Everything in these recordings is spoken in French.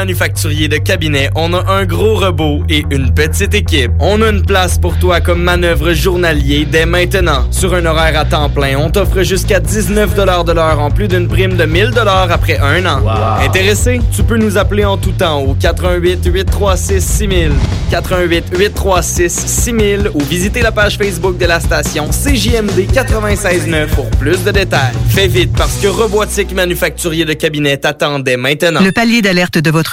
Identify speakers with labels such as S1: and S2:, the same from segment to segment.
S1: Manufacturier de cabinet, on a un gros robot et une petite équipe. On a une place pour toi comme manœuvre journalier dès maintenant. Sur un horaire à temps plein, on t'offre jusqu'à 19 de l'heure en plus d'une prime de 1000 après un an. Intéressé? Tu peux nous appeler en tout temps au 88 836 6000, 88 836 6000 ou visiter la page Facebook de la station CJMD 969 pour plus de détails. Fais vite parce que Robotique Manufacturier de cabinet t'attend dès maintenant.
S2: Le palier d'alerte de votre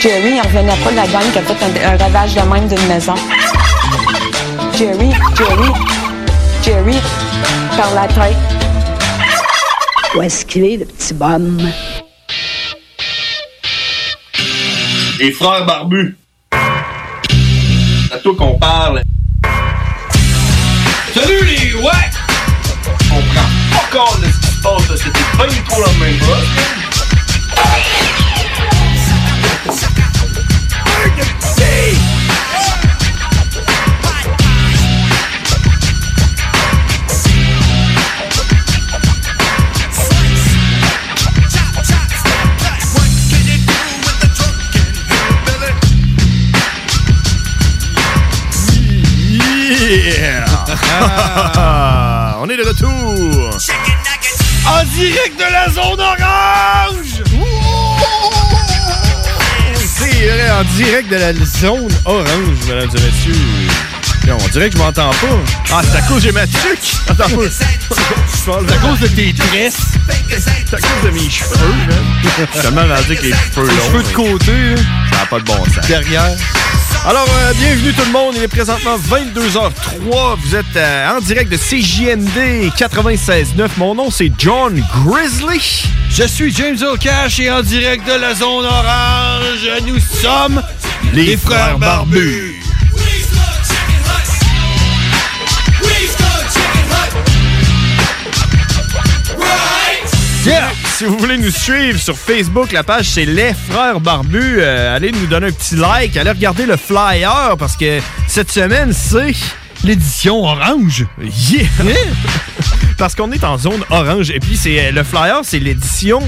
S3: Jerry, il revenait pas de la gang qui a fait un, un ravage de même d'une maison. Jerry, Jerry, Jerry, par la tête.
S4: Où est-ce qu'il est, le petit bonhomme?
S5: Les frères barbus. C'est à toi qu'on parle. Salut les ouais! On prend pas compte de ce qui se passe, là. c'était pas du tout la même Ah.
S6: Yeah! On est de retour! En direct de la zone orange! Ouh! C'est vrai, en direct de la zone orange, mesdames et messieurs. Non, on dirait que je m'entends pas. Ah, c'est à cause de j'ai ma tuque! Attends pas. C'est à cause de tes tresses. C'est à cause de mes cheveux, man. Je suis tellement rendu avec les cheveux longs. cheveux de côté, Ça n'a pas de bon sens. Derrière. Alors, euh, bienvenue tout le monde. Il est présentement 22h03. Vous êtes euh, en direct de CJMD 96.9. Mon nom, c'est John Grizzly. Je suis James O'Cash et en direct de la zone orange, nous sommes les, frères, barbus. Yeah! Si vous voulez nous suivre sur Facebook, la page c'est Les Frères Barbus. Euh, allez nous donner un petit like. Allez regarder le flyer parce que cette semaine, c'est l'édition orange. Yeah! parce qu'on est en zone orange. Et puis, c'est euh, le flyer, c'est l'édition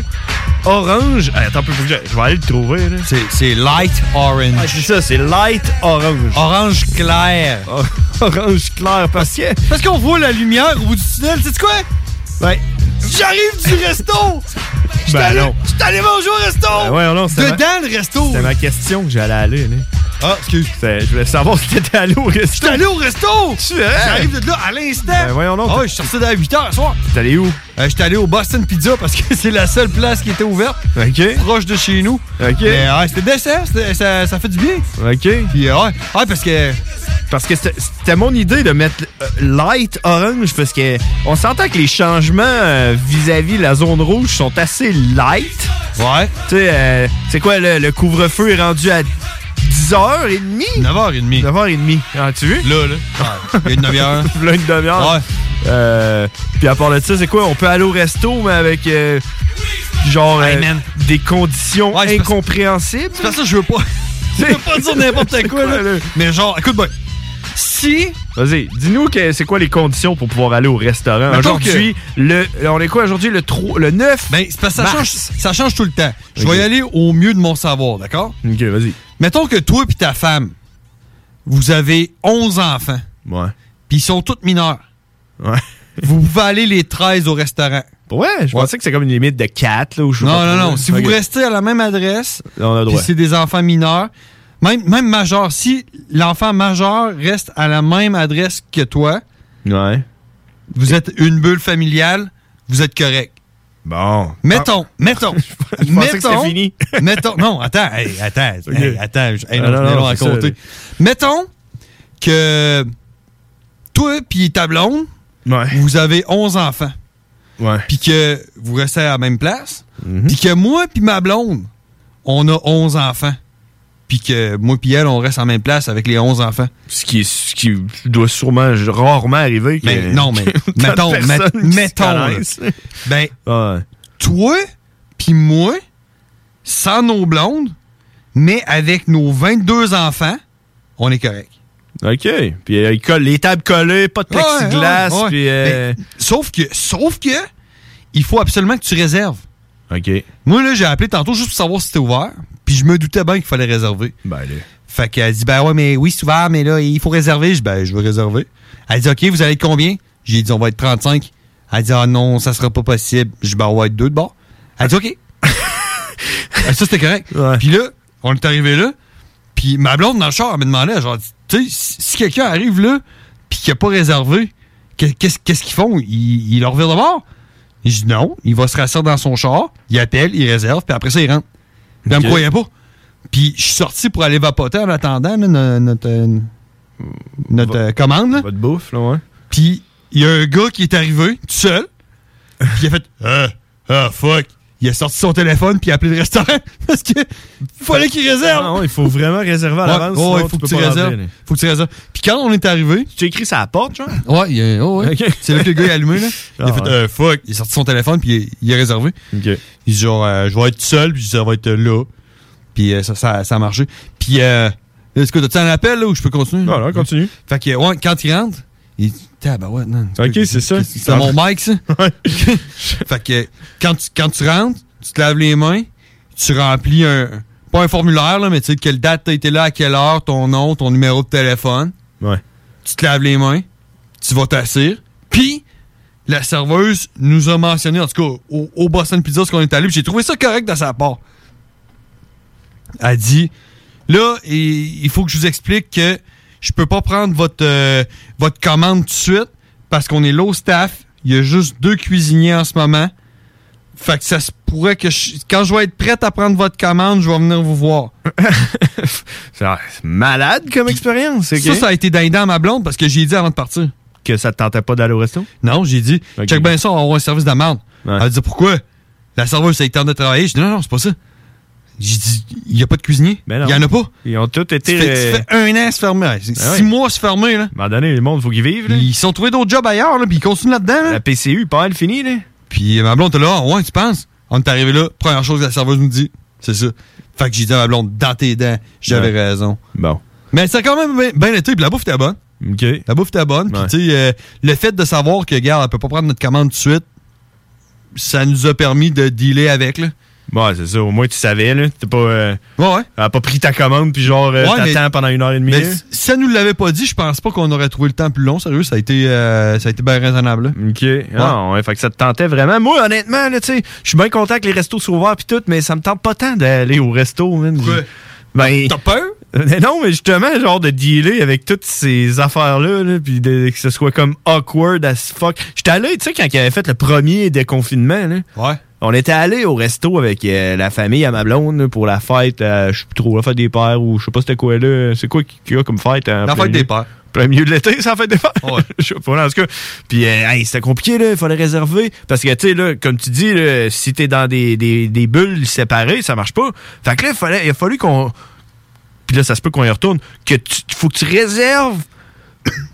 S6: orange. Euh, attends, un peu, je je vais aller le trouver. C'est light orange. c'est ça, c'est light orange. Oh, ben Orange clair. orange clair parce que.
S7: Parce qu'on voit la lumière au bout du tunnel, sais tu quoi?
S6: Ouais.
S7: J'arrive du resto! J'étais
S6: Ben
S7: allé-
S6: non.
S7: J'étais allé manger au resto!
S6: Ben ouais, non, c'était
S7: Oh, Dedans le resto!
S6: C'était ma question que j'allais aller. Là. Ah, excuse. Je voulais savoir si t'étais allé au resto.
S7: J'étais allé au resto! J'arrive de là à l'instant!
S6: Ben voyons donc.
S7: Ah ouais, je suis sorti d'à 8h ce soir.
S6: T'es allé où?
S7: Euh, J'étais allé au Boston Pizza parce que c'est la seule place qui était ouverte.
S6: OK.
S7: Proche de chez nous.
S6: OK.
S7: Mais ouais, c'était décent, c'était- ça, ça fait du bien.
S6: OK.
S7: Puis ouais, ouais, parce que.
S6: Parce que c'était- c'était mon idée de mettre euh, light orange parce que on s'entend que les changements euh, vis-à-vis la zone rouge sont assez light.
S7: Ouais.
S6: Tu sais, euh, c'est quoi le, le couvre-feu est rendu à 10h30? 9h30. 9h30. Ah, tu vu?
S7: Là, là. Il y a une demi-heure.
S6: Là, une demi-heure. Euh, puis à part de ça, c'est quoi? On peut aller au resto, mais avec euh, genre euh, des conditions incompréhensibles. C'est
S7: pour ça que je veux pas. Je veux pas dire n'importe quoi, là. Mais genre, écoute, ben, si.
S6: Vas-y, dis-nous que- c'est quoi les conditions pour pouvoir aller au restaurant.
S7: Mettons
S6: Aujourd'hui, le, euh, on est quoi aujourd'hui? Le, 3, le 9?
S7: Ben, c'est parce que ça change,
S6: mars.
S7: ça change tout le temps. Je
S6: Ok.
S7: vais y aller au mieux de mon savoir, d'accord?
S6: Ok, vas-y.
S7: Mettons que toi et ta femme, vous avez 11 enfants.
S6: Ouais.
S7: Puis ils sont tous mineurs.
S6: Ouais.
S7: Vous pouvez aller les 13 au restaurant.
S6: Ouais, je pensais que c'est comme une limite de 4. Là, où je
S7: Non, non, non. Si vous restez à la même adresse,
S6: On a
S7: puis
S6: droit.
S7: c'est des enfants mineurs, même, même majeur, si l'enfant majeur reste à la même adresse que toi,
S6: Ouais.
S7: vous êtes une bulle familiale, vous êtes correct.
S6: Bon.
S7: Mettons, mettons.
S6: je pensais que c'était
S7: mettons-
S6: fini.
S7: mettons. Non, attends, hey, attends,
S6: Ok.
S7: hey, attends. je- hey, non,
S6: Ah, non,
S7: je venais
S6: non,
S7: long à
S6: c'est ça,
S7: compter.
S6: là.
S7: Mettons que toi puis ta blonde, vous avez 11 enfants.
S6: Ouais. Mm-hmm.
S7: Puis que vous restez à la même place. Puis que moi puis ma blonde, on a 11 enfants. Puis que moi puis elle, on reste en même place avec les 11 enfants.
S6: Ce qui, est- ce qui doit sûrement, rarement arriver. que-
S7: Mais non, mais
S6: que tant
S7: mettons,
S6: de
S7: met-
S6: personnes qui se
S7: mettons. là.
S6: connaissent.
S7: Ben,
S6: Ouais.
S7: toi puis moi, sans nos blondes, mais avec nos 22 enfants, on est correct.
S6: OK. Puis euh, il colle- les tables collées, pas de plexiglas.
S7: Ouais, ouais, ouais.
S6: puis, euh,
S7: Mais, sauf que, sauf que, il faut absolument que tu réserves.
S6: OK.
S7: Moi, là, j'ai appelé tantôt juste pour savoir si c'était ouvert, puis je me doutais bien qu'il fallait réserver.
S6: Ben, là.
S7: Fait qu'elle dit, ben ouais, mais oui, c'est ouvert, mais là, il faut réserver. Je dis, ben, je veux réserver. Elle dit, OK, vous allez être combien? J'ai dit, on va être 35. Elle dit, ah non, ça sera pas possible. Je dis, ben, on va être deux de bord. Elle dit, OK. Ah, ça, c'était correct. Puis là, on est arrivé là, puis ma blonde dans le char, elle me demandait, genre, tu sais, si si quelqu'un arrive là, puis qu'il n'a pas réservé, que- qu'est-ce qu'est-ce qu'ils font? Ils, ils leur virent de bord? Je dis non, il va se rasseoir dans son char, il appelle, il réserve, puis après ça, il rentre. Puis elle me
S6: Ok.
S7: croyait pas. Puis je suis sorti pour aller vapoter en attendant là, no- notre, euh, notre euh, commande. Là.
S6: Votre bouffe, là, ouais.
S7: Puis il y a un gars qui est arrivé, tout seul, puis il a fait Ah, ah, fuck. Il a sorti son téléphone, puis il a appelé le restaurant, parce que il fallait qu'il réserve.
S6: Non, non, ah il faut vraiment réserver à
S7: Ouais,
S6: l'avance.
S7: ouais,
S6: sinon
S7: il faut que
S6: peux
S7: tu
S6: pas
S7: réserves.
S6: rentrer, là.
S7: Faut que tu réserves. Puis quand on est arrivé.
S6: Tu as écrit ça à la porte, genre?
S7: Ouais, il y a- oh, ouais.
S6: Ok.
S7: c'est là que le gars il a allumé. Là.
S6: Ah,
S7: Il a fait
S6: ouais.
S7: euh, fuck. Il a sorti son téléphone puis il, il a réservé. Il dit genre, euh, je vais être seul puis ça va être euh, là. Puis euh, ça, ça, ça a marché. Puis, euh, est-ce que t'as un appel là ou je peux continuer? Non,
S6: non, continue.
S7: Fait que, ouais, quand il rentre, il dit, bah ouais, non.
S6: Ok, c'est ça.
S7: C'est mon mic, ça? fait que quand tu, quand tu rentres, tu te laves les mains, tu remplis un. Pas un formulaire, là, mais tu sais, de quelle date t'as été là, à quelle heure, ton nom, ton numéro de téléphone.
S6: Ouais.
S7: Tu te laves les mains, tu vas t'asseoir, puis la serveuse nous a mentionné, en tout cas, au, au Boston Pizza, ce qu'on est allé, puis j'ai trouvé ça correct de sa part. Elle dit Là, il il faut que je vous explique que je peux pas prendre votre, euh, votre commande tout de suite parce qu'on est low staff. Il y a juste deux cuisiniers en ce moment. Fait que ça se pourrait que je- quand je vais être prête à prendre votre commande, je vais venir vous voir.
S6: C'est ah, c'est malade comme expérience.
S7: Ça, ça a été dindant à ma blonde parce que j'ai dit avant de partir.
S6: Que ça te tentait pas d'aller au resto?
S7: Non, j'ai dit, check bien ça, on va avoir un service d'amende. Elle dit, pourquoi? La serveuse, ça lui tente de travailler. J'ai dit, non, non, c'est pas ça. J'ai dit, il n'y a pas de cuisinier. Il
S6: Ben non.
S7: n'y en a pas.
S6: Ils ont tous
S7: Ça
S6: été.
S7: fait, ça fait un an se fermer. C'est
S6: Ah
S7: Six
S6: oui.
S7: mois se fermer. Là.
S6: À un moment donné, le monde, faut qu'ils vivent.
S7: Ils sont trouvés d'autres jobs ailleurs, là, puis ils continuent là-dedans.
S6: La PCU, pas mal finie, là.
S7: Puis ma blonde était là, Ah ouais, tu penses? On est arrivé là, première chose que la serveuse nous dit, c'est ça. Fait que j'ai dit à ma blonde, dans tes dents, j'avais
S6: Ouais.
S7: raison.
S6: Bon.
S7: Mais ça a quand même bien, bien été, puis la bouffe était bonne. La bouffe était bonne, puis tu sais, euh, le fait de savoir que, gars, on peut pas prendre notre commande tout de suite, ça nous a permis de dealer avec, là.
S6: Ouais, c'est ça. Au moins, tu savais, là. T'es pas. euh, Elle a pas pris ta commande, puis genre, euh,
S7: Ouais, mais-
S6: t'attends pendant une heure et demie.
S7: Mais
S6: là.
S7: si si elle nous l'avait pas dit, je pense pas qu'on aurait trouvé le temps plus long. Sérieux, ça a été, euh, ça a été bien raisonnable.
S6: OK. Ah, ouais, fait que ça te tentait vraiment. Moi, honnêtement, là, tu sais, je suis bien content que les restos soient ouverts puis tout, mais ça me tente pas tant d'aller au resto, man. J'ai- Ben, T'as
S7: peur?
S6: non, mais justement, genre de dealer avec toutes ces affaires-là, là, puis de- que ce soit comme awkward as fuck. J'étais allé, tu sais, quand il avait fait le premier déconfinement, là.
S7: Ouais.
S6: On était allé au resto avec euh, la famille à ma blonde là, pour la fête, euh, je sais plus trop, la fête des pères ou je sais pas c'était quoi là. C'est quoi qu'il y a comme fête? hein, en
S7: La
S6: plein
S7: fête des
S6: milieu?
S7: pères.
S6: Plein milieu de l'été, c'est la fête des pères. je sais pas, en tout cas. Puis, euh, hey, c'était compliqué, là. Il fallait réserver. Parce que, tu sais, là, comme tu dis, là, si t'es dans des, des, des bulles séparées, ça marche pas. Fait que là, il fallait- il a fallu qu'on. Puis là, ça se peut qu'on y retourne. Que tu, faut que tu réserves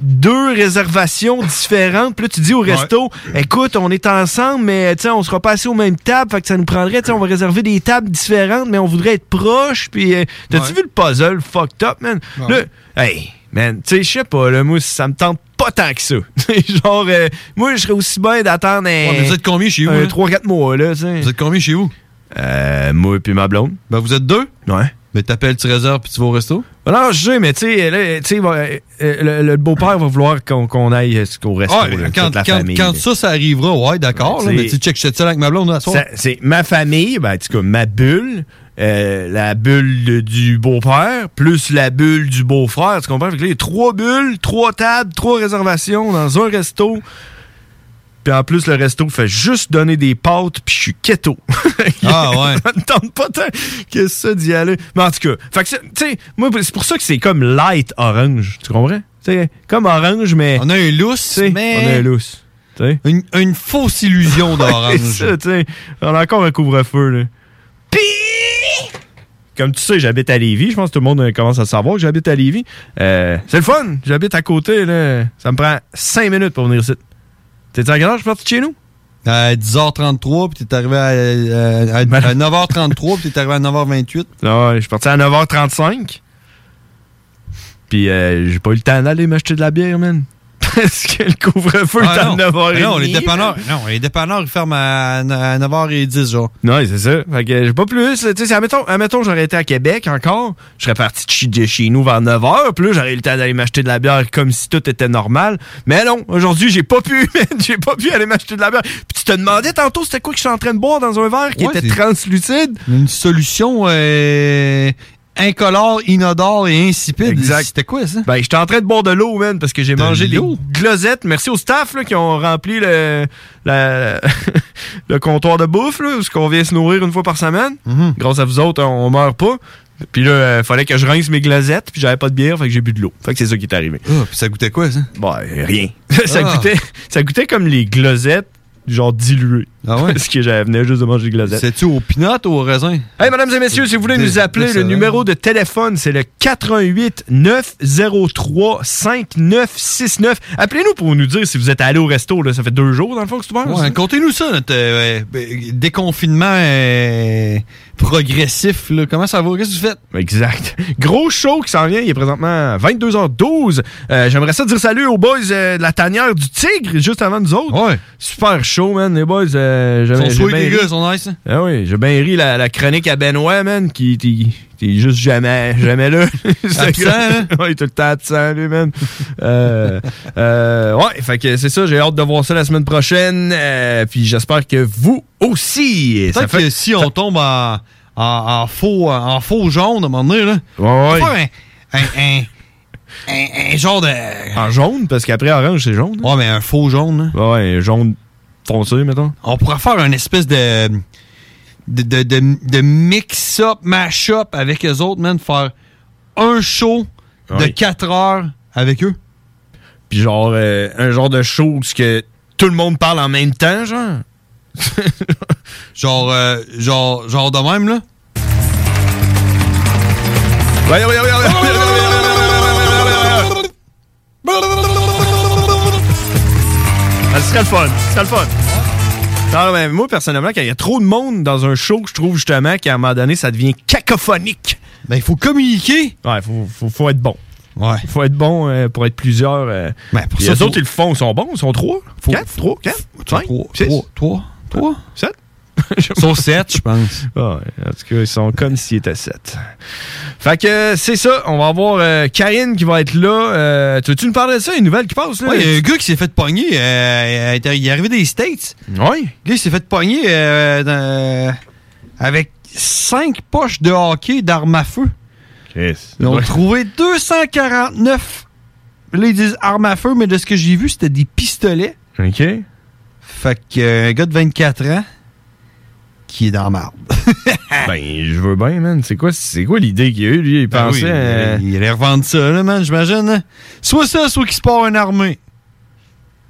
S6: deux réservations différentes. Puis là, tu dis au resto, écoute, on est ensemble, mais tu sais, on sera pas assis aux mêmes tables. Fait que ça nous prendrait, tu sais, on va réserver des tables différentes, mais on voudrait être proches. Puis, euh, t'as-tu vu le puzzle fucked up, man?
S7: Ah Ouais.
S6: Là, hey, man, tu sais, je sais pas, là, moi, ça me tente pas tant que ça. Genre, euh, moi, je serais aussi bien d'attendre un.
S7: Ouais, mais vous êtes combien chez vous,
S6: Eh, un
S7: là?
S6: 3-4 mois, là, tu sais.
S7: Vous êtes combien chez vous?
S6: Euh, moi puis ma blonde.
S7: Ben, vous êtes deux?
S6: Ouais.
S7: Mais t'appelles, tu réserves, puis tu vas au resto?
S6: Ben Non, je sais, mais tu sais, là, tu sais, va- euh, le, le beau-père va vouloir qu'on qu'on aille euh, au resto,
S7: Ah,
S6: là,
S7: quand,
S6: toute la
S7: quand-
S6: famille.
S7: quand ça, ça arrivera, ouais, d'accord. là,
S6: C'est-
S7: Mais tu check, je te avec ma blonde à soir.
S6: Ça, C'est ma famille, ben, en tout cas, ma bulle, euh, la bulle de- du beau-père, plus la bulle du beau-frère, tu comprends? Fait que là, il y a trois bulles, trois tables, trois réservations dans un resto. Puis en plus, le resto fait juste donner des pâtes, puis je suis keto.
S7: Ah ouais.
S6: ça me tente pas tant que ça d'y aller. Mais en tout cas, fait que, c'est- tu sais, moi, c'est pour ça que c'est comme light orange, tu comprends? Tu sais, comme orange, mais...
S7: On a un lousse, mais...
S6: On a un lousse.
S7: Une, une fausse illusion
S6: Ouais,
S7: d'orange.
S6: c'est ça, tu sais. On a encore un couvre-feu, là. Pii! Comme tu sais, j'habite à Lévis. Je pense que tout le monde euh, commence à savoir que j'habite à Lévis. Euh, c'est le fun. J'habite à côté, là. Ça me prend 5 minutes pour venir ici. T'es-tu à quelle heure? Je suis parti de chez nous?
S7: À 10h33, puis t'es arrivé à, euh, à- à 9h33, puis t'es arrivé à 9h28.
S6: Non, je suis parti à 9h35. Puis euh, j'ai pas eu le temps d'aller m'acheter de la bière, man. Parce que le couvre-feu
S7: Ah,
S6: est à
S7: non.
S6: 9h30.
S7: Non, les dépanneurs, non, les dépanneurs, ils ferment à, à 9h10, genre.
S6: Non, c'est ça. Fait que j'ai pas plus. là. Tu sais, admettons, admettons j'aurais été à Québec encore, je serais parti de chez, de chez nous vers 9h, puis là, j'aurais eu le temps d'aller m'acheter de la bière comme si tout était normal. Mais non, aujourd'hui, j'ai pas pu, man. j'ai pas pu aller m'acheter de la bière. Puis tu te demandais tantôt c'était quoi que je suis en train de boire dans un verre qui
S7: Ouais,
S6: était
S7: c'est- Mm.
S6: translucide.
S7: Une solution euh, incolore, inodore et insipide. C'était quoi ça?
S6: Ben, j'étais en train de boire de l'eau, man, parce que j'ai mangé des glosettes. Merci au staff là, qui ont rempli le, la- le comptoir de bouffe, là, parce qu'on vient se nourrir une fois par semaine.
S7: Mhm.
S6: Grâce à vous autres, on, on meurt pas. Puis là, euh, fallait que je rince mes glosettes, puis j'avais pas de bière, fait que j'ai bu de l'eau. Fait que c'est ça qui est arrivé.
S7: Ah, puis ça goûtait quoi, ça?
S6: Ben, rien. ça,
S7: Ah.
S6: goûtait, ça goûtait comme les glosettes, genre diluées.
S7: Ah ouais?
S6: parce que j'avais venais juste de manger des glosettes.
S7: C'est-tu au pinot ou au raisin?
S6: Hey, mesdames et messieurs, si vous voulez
S7: Dé-
S6: nous appeler, le
S7: décevant.
S6: numéro de téléphone, c'est le 88 903 5969. Appelez-nous pour nous dire si vous êtes allé au resto, là. Ça fait deux jours, dans le fond, que c'est ouvert.
S7: Ouais,
S6: ça.
S7: Contez-nous ça, notre euh, euh, déconfinement euh, progressif. là. Comment ça va? Qu'est-ce que vous faites?
S6: Exact. Gros show qui s'en vient. Il est présentement 22h12. Euh, J'aimerais ça dire salut aux boys euh, de la tanière du tigre, juste avant nous autres. Super chaud, man. Les boys, euh,
S7: Ils
S6: j'aime-
S7: sont
S6: j'ai
S7: sweet,
S6: bien
S7: les
S6: ri.
S7: gars, ils sont nice. hein?
S6: Ah oui, j'ai bien ri la, la chronique à Benoît, man, qui qui- qui est juste jamais, jamais là. Ce
S7: Absent, hein?
S6: gars- ouais, tout le temps absent, lui, man. Euh, euh, ouais, fait que c'est ça, j'ai hâte de voir ça la semaine prochaine. euh, puis j'espère que vous aussi.
S7: Peut-être que si on tombe en, en- en faux, en faux jaune à un moment donné, là,
S6: Ouais, ouais.
S7: on va faire un, un- un- un- un genre de.
S6: En jaune, parce qu'après orange, c'est jaune. hein.
S7: Ouais, mais un faux jaune. hein.
S6: Ouais, un jaune foncé, mettons.
S7: On pourrait faire une espèce de. de, de, de- de mix-up, mash-up avec eux autres, man. Faire un show de
S6: Ouais.
S7: 4 heures avec eux.
S6: Puis genre, euh, un genre de chose que tout le monde parle en même temps, genre.
S7: Genre, euh, genre, genre de même, là.
S6: Ouais, ouais, ouais, ouais, ouais. Ah, Ce serait le fun. Ce serait le fun. Non, mais moi, personnellement, quand il y a trop de monde dans un show, je trouve justement qu'à un moment donné, ça devient cacophonique. Ben, il faut communiquer. Ouais, faut, faut, faut être bon. Ouais. Il faut être bon euh, pour être plusieurs. euh.
S7: pour
S6: Puis
S7: ça,
S6: les
S7: faut-
S6: autres, ils le font. Ils sont bons. Ils sont trois. quatre, trois, quatre, cinq, six.
S7: Toi? Toi?
S6: Sept? Ah
S7: Ils sont sept, je pense.
S6: en tout cas, ils sont comme s'ils étaient sept. Fait que euh, c'est ça. On va avoir euh, Karine qui va être là. Euh, tu veux-tu nous parler de ça? Une nouvelle qui passe? Là?
S7: Ouais, il y a un gars qui s'est fait pogner. euh, il est- il est arrivé des States.
S6: Oui.
S7: Le gars, il s'est fait pogner euh, dans- avec cinq poches de hockey d'armes à feu. Ils ont trouvé 249. Là, ils disent armes à feu, mais de ce que j'ai vu, c'était des pistolets.
S6: OK.
S7: Fait que, euh, un gars de 24 ans qui est dans la marde.
S6: ben, je veux bien, man. C'est quoi, c'est quoi l'idée qu'il a eue, lui? Il
S7: Ben
S6: pensait. euh,
S7: oui, il allait revendre ça, là, man, j'imagine. hein. Soit ça, soit qu'il se part une armée.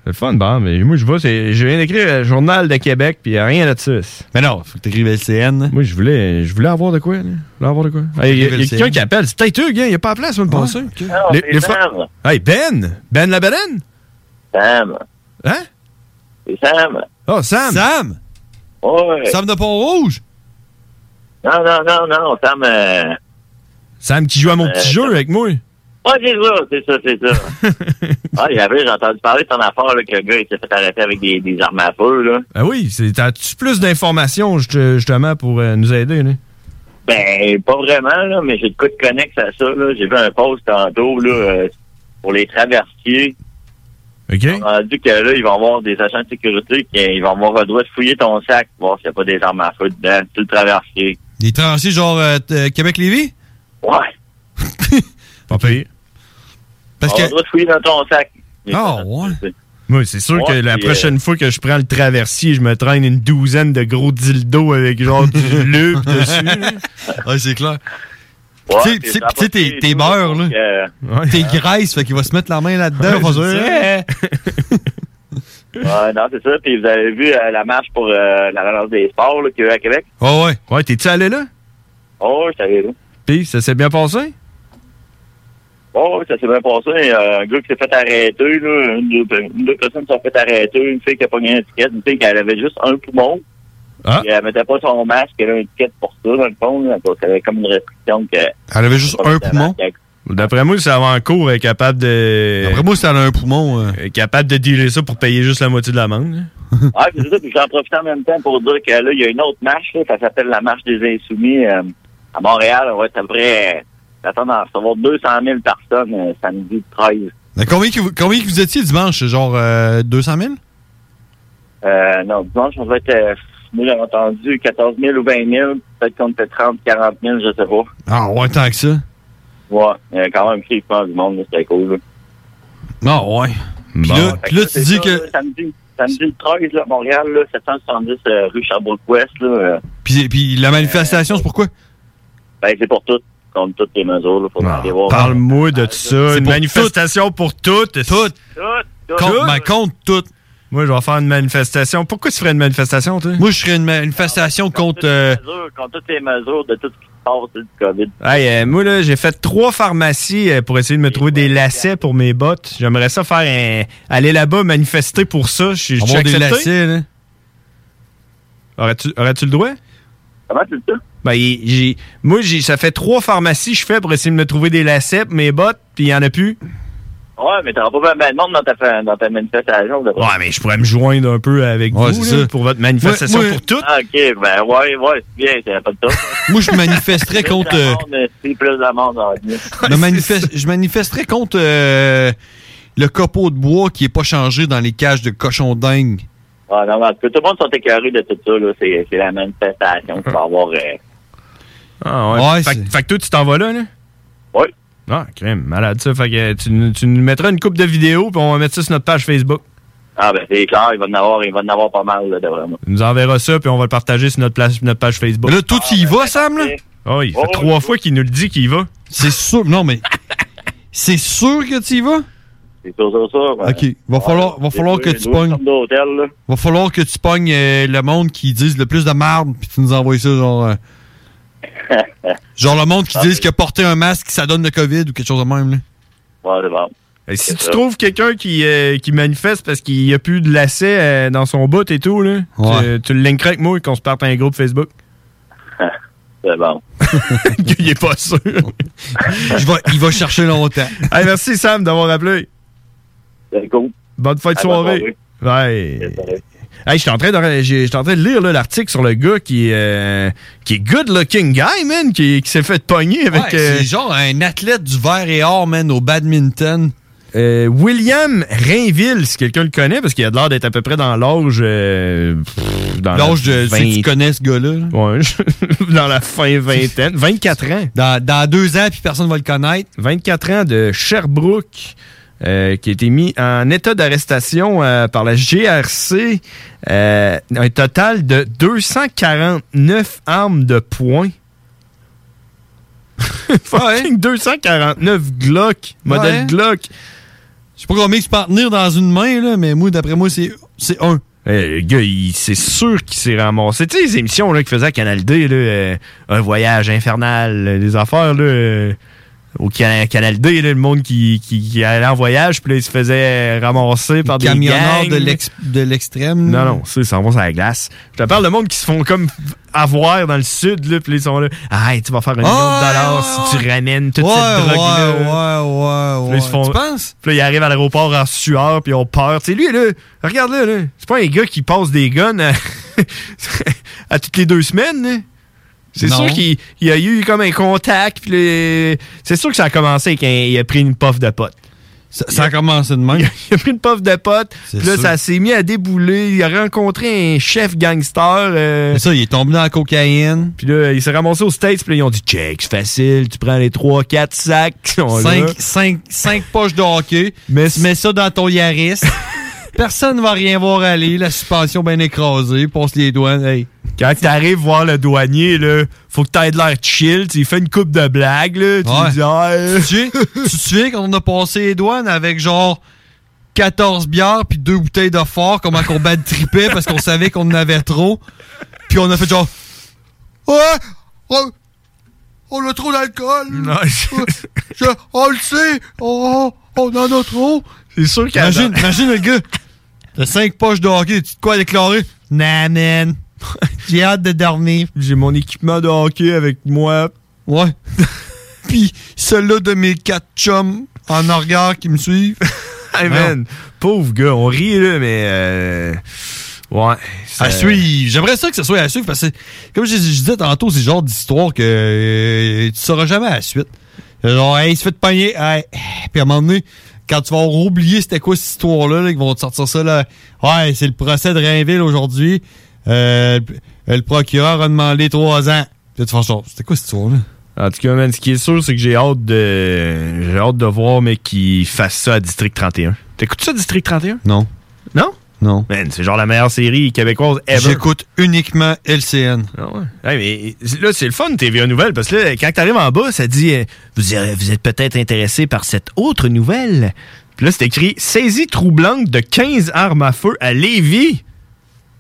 S6: C'est le fun, bon, mais moi, je vois, c'est- je viens d'écrire euh, Journal de Québec, puis il n'y a rien là-dessus. Mais non, faut que tu écrives LCN. Moi, je voulais, je voulais avoir de quoi, là. Je voulais avoir de quoi. Il y a,
S7: Écrire
S6: y a quelqu'un
S7: LCN.
S6: qui appelle. C'est peut-être eux, gars, il n'y a pas appelé la semaine passée.
S8: Non, Ah, c'est
S6: frères-
S8: Sam.
S6: Hey, Ben! Ben la baleine?
S8: Sam.
S6: Hein?
S8: C'est Sam.
S6: Oh, Sam! Sam!
S8: Ouais.
S7: Sam de Pont-Rouge?
S8: Non, non, non, non. Sam. Euh...
S6: Sam qui joue à mon
S8: Euh,
S6: petit jeu avec moi.
S8: Ouais, c'est ça, c'est ça, c'est ça. ah, j'avais j'ai entendu parler de ton affaire, là, que le gars, il s'est fait arrêter avec des, des armes à feu, là.
S6: Ben oui, c'est- as-tu plus d'informations, juste- justement, pour euh, nous aider, là?
S8: Ben, pas vraiment, là, mais j'ai de quoi de connexe à ça, là. J'ai vu un post tantôt, là, euh, pour les traversiers.
S6: OK.
S8: On a dit que là, ils vont avoir des agents de sécurité qui ils vont avoir le droit de fouiller ton sac, voir s'il n'y a pas des armes à feu dedans, tout le traversier.
S7: Des tranchées genre euh, t- euh, Québec-Lévis?
S8: Ouais.
S6: Pas pire.
S7: Parce
S8: on a
S7: que-
S8: le droit de fouiller dans ton sac.
S6: Ah, ouais. Oui, c'est sûr
S8: Ouais,
S6: que la
S8: puis, euh,
S6: prochaine fois que je prends le traversier, je me traîne une douzaine de gros dildos avec genre du lube dessus.
S7: Ouais, c'est clair.
S8: Ouais,
S7: Tu sais-
S8: puis
S7: tu sais-
S8: ça va
S7: tu sais, t'es
S8: aussi,
S7: t'es
S8: tout,
S7: beurre,
S8: donc, euh,
S7: là. T'es graisse, fait qu'il va se mettre la main là-dedans.
S8: Ouais,
S7: va
S8: c'est
S7: dire, Eh.
S8: ça. Ouais, non, c'est ça. Puis vous avez vu euh, la marche pour euh, la relance des sports là, qu'il y a eu à Québec?
S6: Ah ouais. Ouais, t'es-tu allé là?
S8: Oh, je savais là.
S6: Puis, ça s'est bien passé?
S8: Oh, ça s'est bien passé. Euh, un gars qui s'est fait arrêter, là. Une, deux, une, deux personnes se sont fait arrêter. Une fille qui a pas gagné étiquette. Une fille qui elle avait juste un poumon.
S7: Ah.
S8: Et elle mettait pas son masque. Elle a une étiquette pour ça, dans le fond. Là, parce qu'elle avait comme une restriction que...
S7: Elle avait juste un poumon.
S6: D'après moi, c'est avant cours, elle est capable de. D'après
S7: moi, c'est elle a un poumon. euh.
S6: capable de dealer ça pour payer juste la moitié de l'amende. hein. là.
S8: ah, puis c'est ça. Puis j'en profite en même temps pour dire que là, il y a une autre marche. là, ça s'appelle la marche des Insoumis. euh, à Montréal, on va être à peu près... euh, J'attends à recevoir 200 000 personnes euh, samedi 13.
S7: Mais combien, que vous, combien que vous étiez dimanche? Genre euh, 200 000?
S8: Euh, non, dimanche, on va être, euh, moi, j'ai entendu 14 000 ou 20 000. Peut-être qu'on était 30, 40 000, je sais pas.
S7: Ah, ouais, tant que ça.
S8: Ouais, mais quand même, je pense du monde, là, c'était cool. là.
S7: Ah, ouais. Puis là,
S8: Fait
S7: puis là, tu
S8: c'est
S7: dis
S8: ça,
S7: que.
S8: là, samedi, samedi le 13, là, Montréal, là, 770 euh, rue Sherbrooke-Ouest, là, euh,
S7: Puis, puis la manifestation, c'est pourquoi?
S8: ben, c'est pour tout. Contre toutes les mesures, là, faut
S7: Ah.
S8: aller voir.
S6: Parle-moi de ça.
S8: C'est
S6: Une
S8: pour
S6: manifestation pour toutes. Toutes.
S8: Tout, tout.
S7: Compte, ma compte toutes.
S6: Moi, je vais faire une manifestation. Pourquoi tu ferais une manifestation, toi?
S7: Moi, je ferais une manifestation euh,
S8: Contre toutes les mesures, contre toutes les mesures de tout ce qui se passe, là, du COVID.
S6: Hey, euh, moi, là, j'ai fait trois pharmacies euh, pour essayer de me trouver des lacets pour mes bottes. J'aimerais ça faire un... aller là-bas manifester pour ça. Je suis
S7: Avoir des
S6: accepté?
S7: lacets, là.
S6: Aurais-tu aurais-tu le droit?
S8: Comment tu dis ça?
S6: Ben, il- j'ai... Moi, j'ai... ça fait trois pharmacies que je fais pour essayer de me trouver des lacets pour mes bottes, puis il n'y en a plus.
S8: Ouais, mais t'auras pas bien ben de monde dans ta, fa- dans ta manifestation. là.
S6: Ouais, mais je pourrais me joindre un peu avec vous
S7: c'est
S6: là,
S7: ça.
S6: pour votre manifestation
S7: Moi- moi-
S6: pour toutes.
S8: Ah, ok, ben, ouais, ouais, c'est bien, c'est pas de tout.
S7: Moi, je manifesterais contre. euh,
S8: C'est plus d'amende dans la vie.
S7: me manifeste- je manifesterais contre euh, le copeau de bois qui est pas changé dans les cages de cochons dingues.
S8: Ah, non, mais en tout cas, tout le monde sont écœurés de tout ça, là. C'est, c'est la manifestation qu'il va y avoir. euh.
S6: Ah ouais. fait, que- fait que toi, tu t'en vas là, là?
S8: Ouais.
S6: Ah, crème, malade ça. Fait que tu, nous- tu nous mettras une coupe de vidéos, puis on va mettre ça sur notre page Facebook.
S8: Ah, ben, c'est clair, il va en avoir, il va en avoir pas mal, là, de vraiment.
S6: Tu nous enverras ça, puis on va le partager sur notre, place- notre page Facebook.
S7: là, toi, tu y vas, Sam, là?
S6: Oh, il Ah, ben, fait trois fois qu'il nous le dit qu'il y va.
S7: C'est sûr. Non, mais. C'est sûr que tu y vas?
S8: C'est sûr, sûr, sûr. ben.
S7: OK. Va falloir, va
S8: C'est
S7: falloir
S8: sûr,
S7: que
S8: une
S7: tu
S8: grosse
S7: pognes.
S8: chambre d'hôtel, là.
S7: Va falloir que tu pognes euh, le monde qui dise le plus de marde, puis tu nous envoies ça, genre. euh, genre le monde qui dise que porter un masque, ça donne le COVID ou quelque chose de même, là.
S8: Ouais, c'est bon.
S6: Euh, Si tu trouves quelqu'un qui, euh, qui manifeste parce qu'il n'y a plus de lacets euh, dans son bout et tout, là, tu-
S7: Ouais.
S6: tu, le linkerais avec moi et qu'on se parte un groupe Facebook.
S8: C'est bon.
S6: Il est pas sûr.
S7: il va chercher longtemps.
S6: Hey, merci Sam d'avoir appelé.
S8: C'est cool.
S6: Bonne fin de
S8: À
S6: soirée. Ouais. Hey, j'étais en train de j'ai- j'étais en train de lire là, l'article sur le gars qui est euh, qui est good looking guy man qui, qui s'est fait pogner avec euh,
S7: Ouais, c'est genre un athlète du verre et or man au badminton.
S6: euh, William Rainville, si quelqu'un le connaît parce qu'il a de l'air d'être à peu près dans l'âge euh, pff, dans la
S7: L'âge de- tu sais, tu connais ce gars-là.
S6: Ouais, je- dans la fin vingtaine, 24 ans.
S7: Dans, deux ans puis personne va le connaître.
S6: 24 ans de Sherbrooke. euh, qui a été mis en état d'arrestation euh, par la GRC, euh, un total de 249 armes de poing. Fucking 249 Glock, modèle
S7: Ah, Ouais.
S6: Glock.
S7: Je sais pas combien tu peux en tenir dans une main, là, mais moi, d'après moi, c'est c'est un.
S6: Eh, le gars, il- c'est sûr qu'il s'est ramassé. Tu sais, les émissions là, qu'il faisait à Canal D, là, euh, un voyage infernal, euh, des affaires là, euh, au Can- Canal D, là, le monde qui, qui, qui allait en voyage, puis là, il se faisait ramasser par des
S7: Camionneur
S6: gangs.
S7: de l'ex- de l'extrême.
S6: Non, non, ça, ils s'en vont sur la glace. Je te parle de monde qui se font comme avoir dans le sud, là, puis là, ils sont là. Ah, hey, tu vas faire un million de dollars si tu ramènes toute
S7: Ouais,
S6: cette drogue-là.
S7: ouais, ouais,
S6: Puis
S7: ouais,
S6: là, ils se font-
S7: Tu penses?
S6: Puis là, il arrive à l'aéroport en sueur, puis ils ont peur. Tu sais, lui, là, regarde-le, là. C'est pas un gars qui passe des guns à, à toutes les deux semaines, là. C'est
S7: Non.
S6: sûr qu'il il a eu comme un contact, puis là, c'est sûr que ça a commencé quand il a pris une puff de pote.
S7: Ça, a commencé de même.
S6: Il a pris une puff de pote,
S7: C'est
S6: puis là,
S7: sûr.
S6: ça s'est mis à débouler. Il a rencontré un chef gangster. euh,
S7: Ça, il est tombé dans la cocaïne.
S6: puis là, il s'est ramassé aux States, puis là, ils ont dit check, c'est facile, tu prends les 3-4 sacs. on l'a.
S7: 5 poches de hockey. tu mets ça dans ton Yaris. Personne va rien voir aller. La suspension bien écrasée. Passe les douanes. Hey.
S6: Quand t'arrives voir le douanier, là, faut que t'aies de l'air chill. Tu lui fais une coupe de blagues, là. Tu lui dis, ah, euh,
S7: Tu te souviens quand on a passé les douanes avec genre 14 bières puis deux bouteilles de fort, comment qu'on bat tripait parce qu'on savait qu'on en avait trop. Puis on a fait genre Ouais! On, on a trop d'alcool!
S6: Non,
S7: Je- on le sait! On, on en a trop!
S6: C'est sûr qu'il y a-
S7: imagine, imagine le gars! T'as cinq poches de hockey, tu de quoi déclarer? Nah, man! J'ai hâte de dormir.
S6: J'ai mon équipement de hockey avec moi.
S7: Ouais. Puis celle-là de mes quatre chums en regard qui me suivent.
S6: Hey, Eh, man, pauvre gars, on rit, là, mais. euh, ouais. ça-
S7: À suivre. J'aimerais ça que ce soit à suivre parce que, comme je, je disais tantôt, c'est le genre d'histoire que euh, tu sauras jamais à la suite. Genre, hey, il se fait pogner. Hey. Puis à un moment donné, quand tu vas avoir oublié c'était quoi cette histoire-là, là, ils vont te sortir ça là. Ouais, c'est le procès de Rainville aujourd'hui. Euh, le le procureur a demandé trois ans. Puis là, tu fais genre, c'était quoi cette histoire-là?
S6: En tout cas, man, ce qui est sûr, c'est que j'ai hâte de. J'ai hâte de voir, mais qu'ils fassent ça à District 31. T'écoutes ça, District 31?
S7: Non.
S6: Non?
S7: Non.
S6: Man, c'est genre la meilleure série québécoise ever.
S7: J'écoute uniquement LCN.
S6: Ah Hey, mais là, c'est le fun, TVA Nouvelles, parce que là, quand t'arrives en bas, ça dit euh, vous, irez- vous êtes peut-être intéressé par cette autre nouvelle. Puis là, c'est écrit Saisie troublante de 15 armes à feu à Lévis.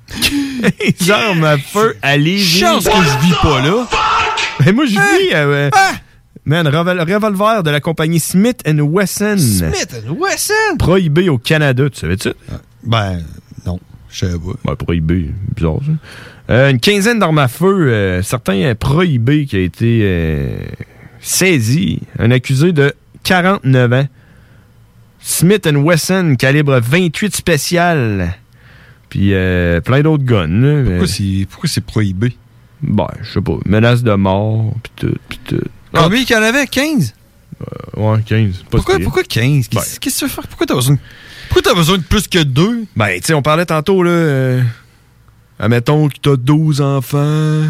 S6: 15 armes à feu à Lévis.
S7: Chance que je vis pas là. Hein?
S6: Mais moi, je vis. euh, Man, revol- revolver de la compagnie Smith Wesson.
S7: Smith Wesson!
S6: Prohibé au Canada, tu savais-tu?
S7: Ben, non. Je sais pas.
S6: Ben, prohibé, bizarre ça. Euh, une quinzaine d'armes à feu, euh, certains euh, prohibés qui a été euh, saisi. Un accusé de 49 ans. Smith Wesson, calibre 28 spécial. Puis euh, plein d'autres guns. là.
S7: Pourquoi
S6: Euh,
S7: c'est- Pourquoi c'est prohibé?
S6: ben, je sais pas. Menace de mort, pis tout, pis tout.
S7: Combien qu'il Ah, y en avait? 15?
S6: Euh, ouais, 15. pas
S7: Pourquoi,
S6: si pire.
S7: pourquoi 15? Qu'est-ce qu'est-ce que tu veux faire? Pourquoi t'as besoin, de- pourquoi t'as besoin de plus que 2?
S6: Ben, tu sais, on parlait tantôt, là. euh, admettons que t'as 12 enfants.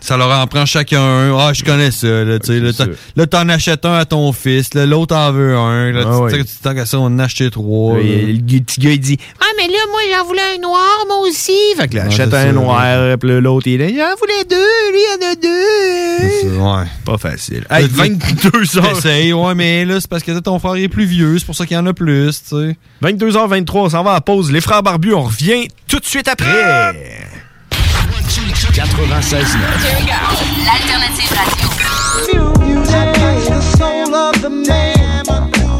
S7: Ça leur en prend chacun un. Ah, je connais ça. Là, tu sais, là, t'en- là, t'en achètes un à ton fils. là, L'autre en veut un. Là,
S6: Ah
S7: tu-
S6: ouais.
S7: tu- tu- Tant qu'à ça, on en a acheté trois.
S6: Là, il- le petit gars, il dit
S9: Ah, mais là, moi, j'en voulais un noir, moi aussi.
S6: Fait que là,
S7: Ouais,
S6: achète
S7: c'est
S6: un
S7: ça.
S6: noir, puis là, l'autre, il est là, j'en voulais deux, lui, il y en a deux.
S7: Ouais.
S6: Pas facile. Hey, 22 heures.
S7: Essaye, ouais, mais là, c'est parce que ton frère est plus vieux. C'est pour ça qu'il y en a plus, tu sais.
S6: 22h23, on s'en va à pause. Les frères barbus, on revient tout de suite après.
S10: 96
S11: L'alternative radio.
S12: The soul of the man,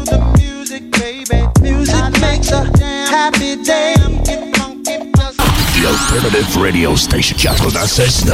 S12: the music, baby.
S13: alternative radio station 96.9.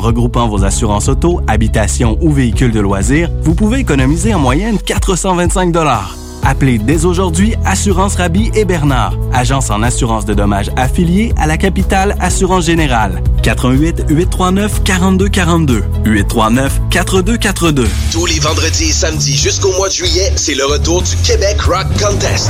S14: regroupant vos assurances auto, habitation ou véhicules de loisirs, vous pouvez économiser en moyenne 425 Appelez dès aujourd'hui Assurance Rabi et Bernard, agence en assurance de dommages affiliée à la capitale Assurance Générale. 88 839 4242 839 4242.
S13: Tous les vendredis et samedis jusqu'au mois de juillet, c'est le retour du Québec Rock Contest.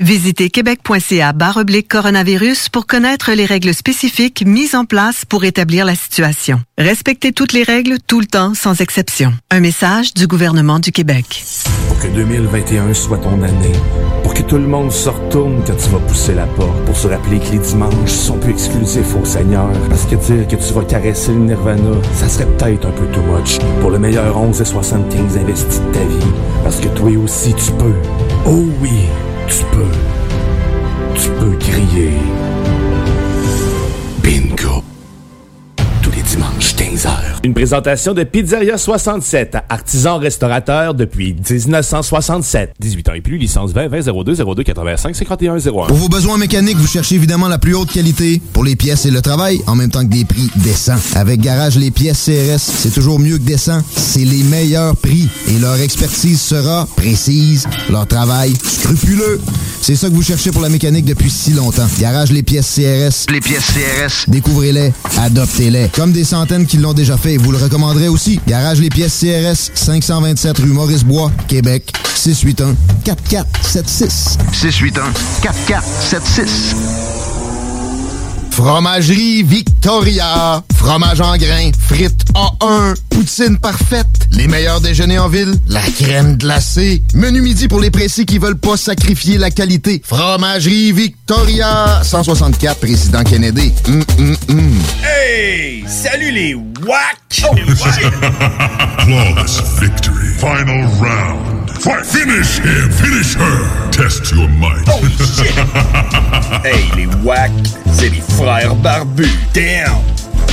S2: Visitez québec.ca barre oblique coronavirus pour connaître les règles spécifiques mises en place pour établir la situation. Respectez toutes les règles tout le temps sans exception. Un message du gouvernement du Québec.
S15: Pour que 2021 soit ton année, pour que tout le monde se retourne quand tu vas pousser la porte, pour se rappeler que les dimanches sont plus exclusifs au Seigneur, parce que dire que tu vas caresser le nirvana, ça serait peut-être un peu too much. Pour le meilleur 11 et 75 investis de ta vie, parce que toi aussi tu peux. Oh oui, tu peux. Tu peux crier. Bingo. Tous les dimanches, 15h.
S16: Une présentation de Pizzeria 67, artisan restaurateur depuis 1967. 18 ans et plus, licence 20 20 02 02 85 51 01.
S17: Pour vos besoins mécaniques, vous cherchez évidemment la plus haute qualité pour les pièces et le travail, en même temps que des prix décents. Avec Garage, les pièces CRS, c'est toujours mieux que décent. C'est les meilleurs prix et leur expertise sera précise, leur travail scrupuleux. C'est ça que vous cherchez pour la mécanique depuis si longtemps. Garage, les pièces CRS. Les pièces CRS. Découvrez-les, adoptez-les. Comme des centaines qui l'ont déjà fait, vous le recommanderez aussi. Garage, les pièces CRS, 527 rue Maurice-Bois, Québec, 681-4476. 681-4476. Fromagerie Victoria. Fromage en grains, frites A1, poutine parfaite, les meilleurs déjeuners en ville, la crème glacée, menu midi pour les pressés qui veulent pas sacrifier la qualité. Fromagerie Victoria. 164 Président Kennedy. Hum, hum, hum.
S18: Hey! Salut les WAC!
S19: Oh. Flawless victory. Final round. Fight. Finish him. Finish her. Test your might.
S18: Oh, hey les WAC, c'est les frères barbus. Damn!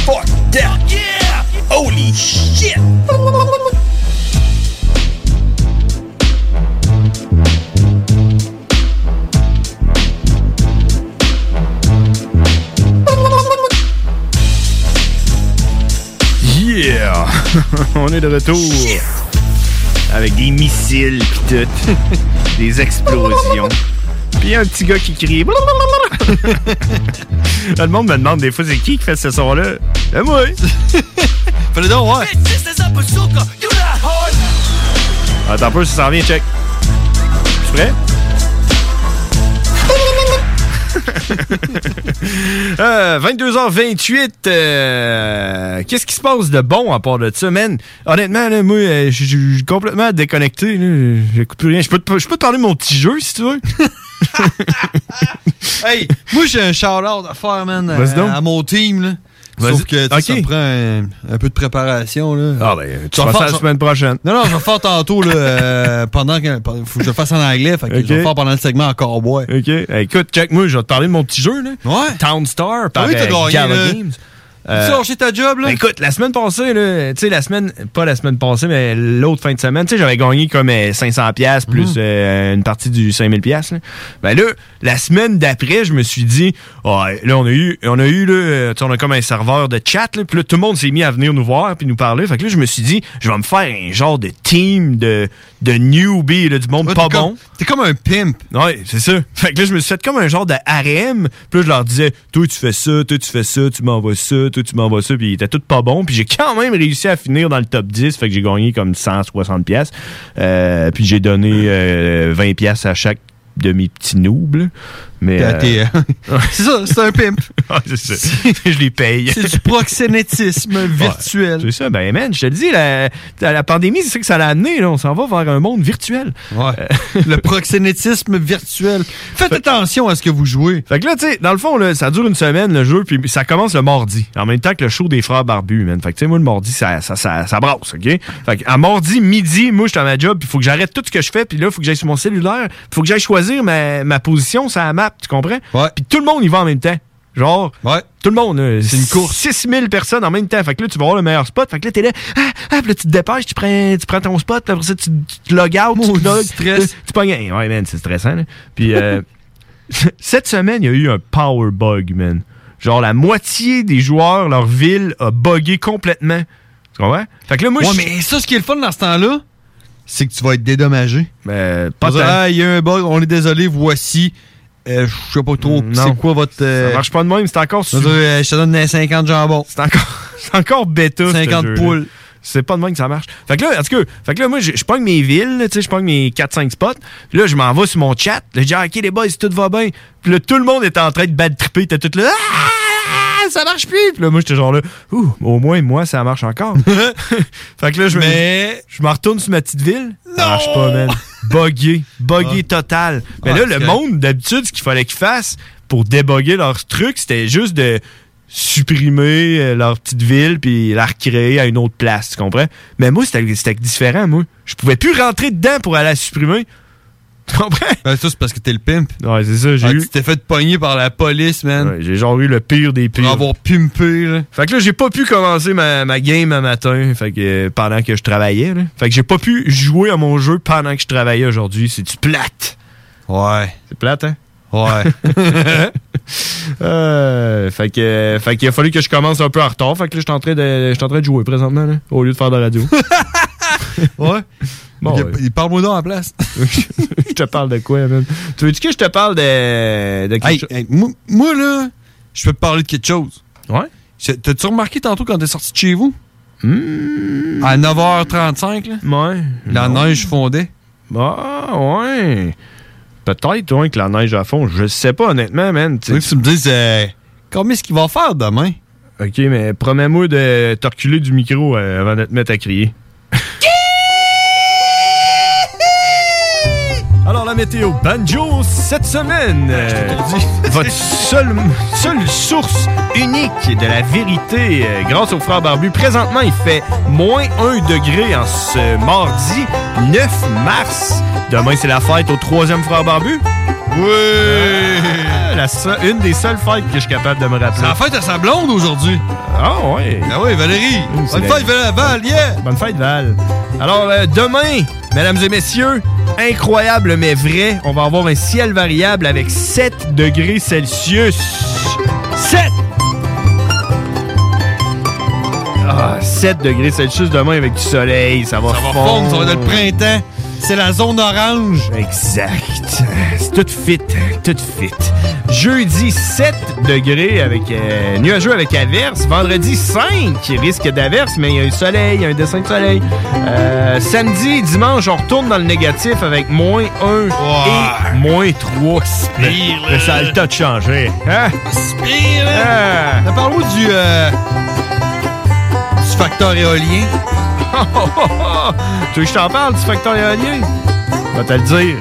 S18: Fuck that! Yeah! Holy shit!
S6: Yeah! On est de retour. Avec des missiles pis tout. des explosions. Puis il y a un petit gars qui crie. Blablabla. Le monde me demande des fois, c'est qui qui fait ce son-là? Ben moi! Fais-le donc, ouais! Attends un peu, ça s'en vient, check. Je suis prêt? Euh, 22h28, euh, qu'est-ce qui se passe de bon à part de ça, man? Honnêtement, là, moi, euh, je je- je suis complètement déconnecté. là. J'écoute plus rien. Je peux, te- je peux te parler de mon petit jeu, si tu veux.
S7: hey, moi, j'ai un shout-out à faire, man, à,
S6: Vas-y donc.
S7: à mon team. Là.
S6: Vas-y.
S7: Sauf que tu sais,
S6: Ok.
S7: ça me prend un, un peu de préparation. Là.
S6: Ah, ben, tu
S7: Je vais
S6: vas ça
S7: faire-
S6: la
S7: je vais-
S6: semaine prochaine.
S7: Non, non, je vais faire tantôt, là, euh, pendant que. Faut que je le fasse en anglais, fait que
S6: Ok.
S7: je vais le faire pendant le segment en cowboy.
S6: OK. Hey, écoute, check, moi, je vais te parler de mon petit jeu, là.
S7: Ouais.
S6: Town Star, par
S7: Ah oui, t'as
S6: euh,
S7: gagné,
S6: Gala
S7: là.
S6: Games.
S7: Tu as lâché ta job, là?
S6: Ben, écoute, la semaine passée, là, tu sais, la semaine, pas la semaine passée, mais l'autre fin de semaine, tu sais, j'avais gagné comme euh, 500 pièces plus
S7: Mm.
S6: euh, une partie du 5000 pièces. Ben là, la semaine d'après, je me suis dit, Ah, là, on a eu, on a eu, là, euh, tu sais, on a comme un serveur de chat, là, puis là, tout le monde s'est mis à venir nous voir puis nous parler. Fait que là, je me suis dit, je vais me faire un genre de team de, de newbie, là, du monde
S7: Ouais,
S6: pas
S7: t'es
S6: bon.
S7: comme- T'es comme un pimp.
S6: Ouais, c'est ça. Fait que là, je me suis fait comme un genre de harem. Puis là, je leur disais, toi, tu fais ça, toi, tu fais ça, tu m'envoies ça, toi, tu m'envoies ça. Puis ils étaient tous pas bons. Puis j'ai quand même réussi à finir dans le top 10. Fait que j'ai gagné comme 160 pièces. Euh, puis j'ai donné euh, 20 pièces à chaque de mes petits noobs. là. Mais.
S7: T'as- t'es-
S6: c'est ça, c'est un pimp. c'est ça. je les paye.
S7: C'est du proxénétisme virtuel.
S6: C'est ça, ben man, je te le dis, la, la pandémie, c'est ça que ça l'a amené, là. On s'en va vers un monde virtuel. Euh.
S7: Le proxénétisme virtuel. Faites attention à ce que vous jouez.
S6: Fait que là, tu sais, dans le fond, là, ça dure une semaine, le jeu, puis ça commence le mardi. En même temps que le show des frères barbus, man. Fait que, tu sais, moi, le mardi, ça, ça, ça, ça brasse, OK? Fait que, à mardi, midi, moi, je suis à ma job, puis faut que j'arrête tout ce que je fais, puis là, faut que j'aille sur mon cellulaire, puis faut que j'aille choisir ma, ma position sur la map, tu comprends? Puis tout le monde y va en même temps. Genre, tout le monde, c'est une course. 6000 personnes en même temps. Fait que là, tu vas voir le meilleur spot. Fait que là, t'es là, ah, ah, puis là, tu te dépêches, tu prends, tu prends ton spot, puis après ça, tu, tu te log out, tu te log- Tu pognes. Hey, Ouais, man, c'est stressant, là. Puis, euh, cette semaine, il y a eu un power bug, man. Genre, la moitié des joueurs, leur ville a buggé complètement. Tu comprends? Fait que là, moi,
S7: ouais,
S6: je-
S7: mais ça, ce qui est le fun dans ce temps-là, c'est que tu vas être dédommagé.
S6: Mais
S7: pas
S6: Ben, tant.
S7: Ah, il y a un bug, on est désolé, voici. Euh, je sais pas trop,
S6: Mm, Non.
S7: c'est quoi votre. euh,
S6: Ça marche pas de même, c'est encore.
S7: Je veux dire, euh, je te donne 50 jambons.
S6: C'est encore, c'est encore bêta. ce
S7: 50
S6: jeu-là.
S7: poules.
S6: C'est pas de même que ça marche. Fait que là, en tout cas, fait que là, moi, je je pogne mes villes, là, tu sais, je pogne mes 4-5 spots. Là, je m'en vais sur mon chat. Là, je dis, Ah, OK, les boys, tout va bien. Puis là, tout le monde était en train de bad tripper. T'es tout là, ah, ça marche plus. Puis là, moi, j'étais genre là, ouh, au moins, moi, ça marche encore. fait que là, je me- je me retourne sur ma petite ville. Ça marche pas, man. Bugué. Bugué total. Mais
S7: Ah,
S6: là,
S7: c'est
S6: le
S7: correct.
S6: monde, d'habitude, ce qu'il fallait qu'ils fassent pour déboguer leur truc, c'était juste de supprimer euh, leur petite ville puis la recréer à une autre place, tu comprends? Mais moi, c'était c'était différent, moi. Je pouvais plus rentrer dedans pour aller la supprimer. Tu comprends?
S7: Ben, ça, c'est parce que t'es le pimp. Ah,
S6: Ouais, c'est ça, j'ai eu-
S7: Tu t'es fait pogner par la police, man.
S6: j'ai genre eu le pire des pires.
S7: Pour avoir pimpé, là.
S6: Fait que là, j'ai pas pu commencer ma, ma game un matin fait que, euh, pendant que je travaillais. là. Fait que j'ai pas pu jouer à mon jeu pendant que je travaillais aujourd'hui. C'est du plate.
S7: Ouais.
S6: C'est plate, hein?
S7: Ouais.
S6: Euh, fait que, euh, fait qu'il a fallu que je commence un peu en retard. Fait que là, je suis en train de, je suis en train de jouer présentement, là, au lieu de faire de la radio.
S7: ouais.
S6: Bon,
S7: Il-
S6: ouais.
S7: il Parle-moi donc à la place.
S6: je te parle de quoi, man? Tu veux-tu que je te parle de, de quelque
S7: Hey,
S6: chose?
S7: hey, moi, moi, là, je peux te parler de quelque chose.
S6: Ouais?
S7: T'as-tu remarqué tantôt quand t'es sorti de chez vous? À 9h35, là?
S6: Hmm. Ouais.
S7: La neige fondait.
S6: Ah, ouais. Peut-être, ouais, que la neige à fond. Je sais pas, honnêtement, man.
S7: Tu veux que tu me dises, euh, combien est-ce qu'il va faire demain?
S6: Ok, mais promets-moi de te reculer du micro euh, avant de te mettre à crier. Alors, la météo banjo cette semaine. euh, votre seule, seule source unique de la vérité euh, grâce aux frères Barbu. Présentement, il fait moins 1 degré en ce mardi 9 mars. Demain, c'est la fête au troisième frère Barbu. Oui! une des seules fêtes que je suis capable de me rappeler.
S7: C'est la fête à sa blonde aujourd'hui.
S6: Ah ouais.
S7: Ah ouais, Valérie.
S6: c'est
S7: Bonne
S6: la-
S7: fête, Valérie, Val, yeah.
S6: Bonne fête, Val. Alors, euh, demain, mesdames et messieurs, incroyable mais vrai, on va avoir un ciel variable avec 7 degrés Celsius. 7! Ah, 7 degrés Celsius demain avec du soleil, ça va
S7: Ça va fondre, ça va être le printemps. C'est la zone orange.
S6: Exact. C'est tout fit, tout fit. Jeudi 7 degrés avec euh, nuageux avec averse. Vendredi 5 risque d'averse, mais il y a un soleil, il y a un dessin de soleil. Euh, samedi, dimanche, on retourne dans le négatif avec moins 1 et moins 3. Mais ça a le tas de changer. Hein? Ah.
S7: Pire, hein? On parle où du, euh, du facteur éolien?
S6: tu veux que je t'en parle du facteur éolien? Je vais te le dire.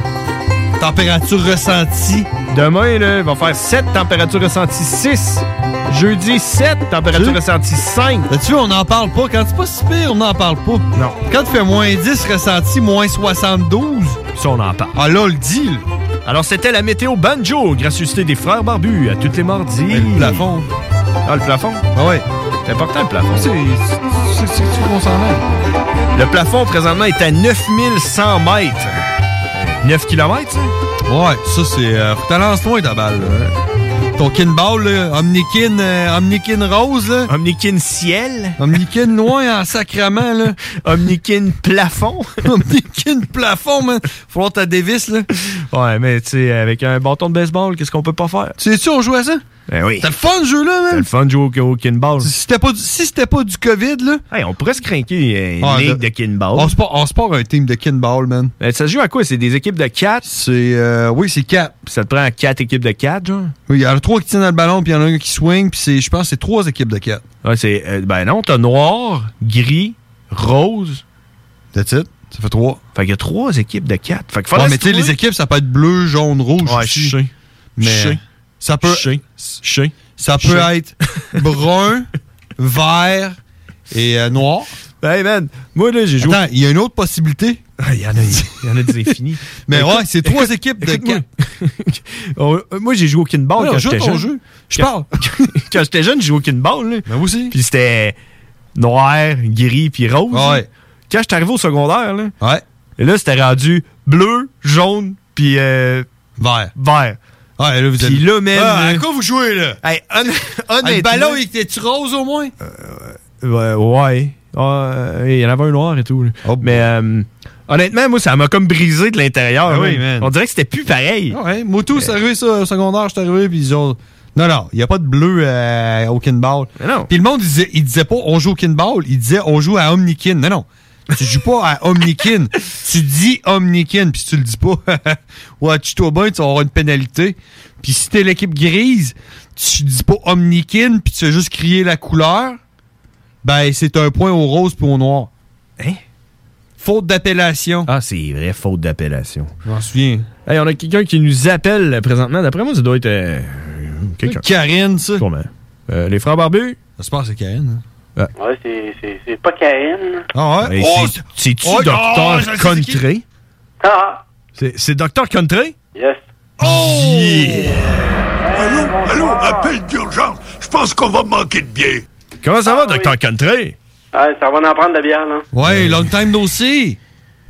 S7: Température ressentie.
S6: Demain, là, il va faire 7, température ressentie 6. Jeudi, 7, température ressentie 5.
S7: Tu vois, on n'en parle pas. Quand c'est pas si pire, on n'en parle pas.
S6: Non.
S7: Quand tu fais moins 10 ressenti, moins 72,
S6: Ça, on en parle.
S7: ah là, on le dit, là.
S6: Alors, c'était la météo banjo, gracieuseté des frères barbus, à tous les mardis.
S7: Le plafond.
S6: Ah, le plafond?
S7: Ah ouais.
S6: C'est important, le plafond.
S7: C'est c'est- c'est tout qu'on s'en mêle.
S6: Le plafond, présentement, est à 9100 mètres. 9 km, ça?
S7: Ouais, ça, c'est... Euh, faut que t'en lances loin, ta balle. là. hein. Ton kinball, là, omnikin, euh, omnikin rose, là.
S6: Omnikin ciel.
S7: Omnikin loin en sacrament, là.
S6: Omnikin plafond.
S7: omnikin plafond, man. Faut avoir ta dévisse, là.
S6: Ouais, mais tu sais, avec un bâton de baseball, qu'est-ce qu'on peut pas faire?
S7: Tu sais-tu, on jouait à ça?
S6: Ben oui.
S7: T'as le fun, ce jeu-là,
S6: C'est
S7: man.
S6: le fun de jouer au, au kinball.
S7: Si c'était pas du, si c'était pas du COVID, là,
S6: Hey, on pourrait se craquer euh, une
S7: Ah,
S6: ligue
S7: de-
S6: de kinball.
S7: on se part, on se part un team de kinball, man.
S6: Euh, Ça se joue à quoi? C'est des équipes de 4?
S7: C'est, euh, oui, c'est quatre.
S6: Ça te prend 4 équipes de 4, genre?
S7: Oui, il y en a trois qui tiennent le ballon, puis il y en a un qui swing, puis c'est, je pense, que Ah, c'est trois équipes de quatre.
S6: Ouais, c'est. euh, ben non, t'as noir, gris, rose.
S7: That's it. Ça fait trois.
S6: Fait qu'il y a 3 équipes de 4. Fait que
S7: Ouais,
S6: faudrait
S7: mais tu sais,
S6: se
S7: les
S6: trouver-
S7: équipes, ça peut être bleu, jaune, rouge.
S6: Ouais,
S7: aussi.
S6: je sais.
S7: Mais
S6: Je sais.
S7: ça peut,
S6: Je sais. Je sais.
S7: ça
S6: Je
S7: peut
S6: sais.
S7: être brun, vert et euh, noir.
S6: Hey man, moi là, j'ai joué. Ah,
S7: Attends, il y a une autre possibilité.
S6: Il y en a, il y en a des infinis. Ben,
S7: Mais
S6: Écoute,
S7: ouais, c'est trois équipes de
S6: écoute-moi.
S7: quatre.
S6: On- euh, moi, j'ai joué au kinball
S7: Ouais, on
S6: quand
S7: joue
S6: j'étais
S7: ton
S6: jeune.
S7: jeu. Je
S6: Quand-
S7: parle.
S6: quand j'étais jeune, j'ai joué au kinball. Là.
S7: Mais moi aussi.
S6: Puis c'était noir, gris, puis rose.
S7: Ouais.
S6: Quand j'étais arrivé au secondaire, là,
S7: Ouais.
S6: et là c'était rendu bleu, jaune, puis euh,
S7: Vert.
S6: vert.
S7: Ouais, là, vous
S6: Puis là, même.
S7: Ah, à quoi vous jouez, là?
S6: Hey, hon-
S7: Ah,
S6: honnêtement.
S7: le ballon, il était-tu rose au moins?
S6: Ouais, ouais. Ah, euh, il y en avait un noir et tout. là.
S7: Oh,
S6: Mais euh, honnêtement, moi, ça m'a comme brisé de l'intérieur.
S7: Ah oui,
S6: man.
S7: man. Ah
S6: On dirait que c'était plus pareil.
S7: Ouais, Moto, c'est arrivé ça, au secondaire, je suis arrivé, puis ils ont... Non, non, il n'y a pas de bleu euh, au kinball.
S6: Mais non.
S7: Puis le monde, il disait, il disait pas on joue au kinball, il disait on joue à Omnikin. Non, non, tu joues pas à Omnikin. tu dis Omnikin, puis si tu le dis pas, ouais, tu toi bien, tu vas avoir une pénalité. Puis si t'es l'équipe grise, tu dis pas Omnikin, puis tu fais juste crier la couleur, ben c'est un point au rose puis au noir.
S6: Hein?
S7: Faute d'appellation.
S6: Ah, c'est vrai, faute d'appellation.
S7: Je m'en souviens.
S6: Hey, on a quelqu'un qui nous appelle euh, présentement. D'après moi, ça doit être euh, quelqu'un.
S7: Karine, ça.
S6: Sûrement. Euh, les frères barbus?
S7: Ça se passe, c'est Karine. hein.
S20: Ouais, c'est- c'est c'est pas Caïn.
S7: Ah ouais?
S6: Hey,
S7: Oh,
S6: c'est- C'est-tu
S7: oh, oh,
S6: Docteur
S7: je sais c'est qui.
S6: Country?
S20: Ah,
S6: C'est- C'est Docteur Country?
S20: yes.
S7: Oh!
S21: Allô, allô,
S20: Ah.
S21: appel d'urgence. Je pense qu'on va manquer de biais.
S6: Comment ça va, Docteur Country?
S20: Ah, ça va en prendre de la bière, là.
S7: Ouais, long time no see.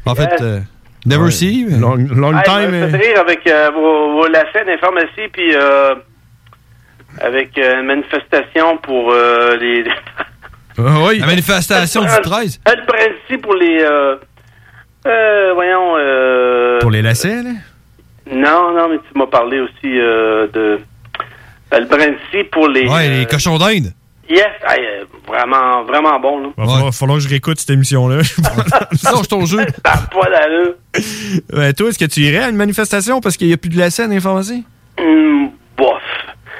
S7: En fait, euh, never see. mais-
S6: Long, long
S20: Ah,
S6: time.
S20: Je me
S6: euh,
S20: fais rire avec euh, vos, vos lacets d'informatie, puis euh, avec euh, une manifestation pour euh, les...
S6: ah oui.
S7: La manifestation du 13.
S20: Ah, Le principe pour les... euh, euh, voyons... euh,
S6: Pour les lacets, là?
S20: Non, non, mais tu m'as parlé aussi euh, de... euh, Le principe pour les...
S7: Ouais,
S20: euh,
S7: les cochons d'Inde.
S20: Yes, ah, euh, vraiment, vraiment bon, là.
S6: Va falloir, falloir que je réécoute cette émission-là.
S7: Change ton jeu.
S20: Ça a pas d'allure.
S6: Ben, toi, est-ce que tu irais à une manifestation parce qu'il n'y a plus de la scène informatique?
S20: Hum, bof.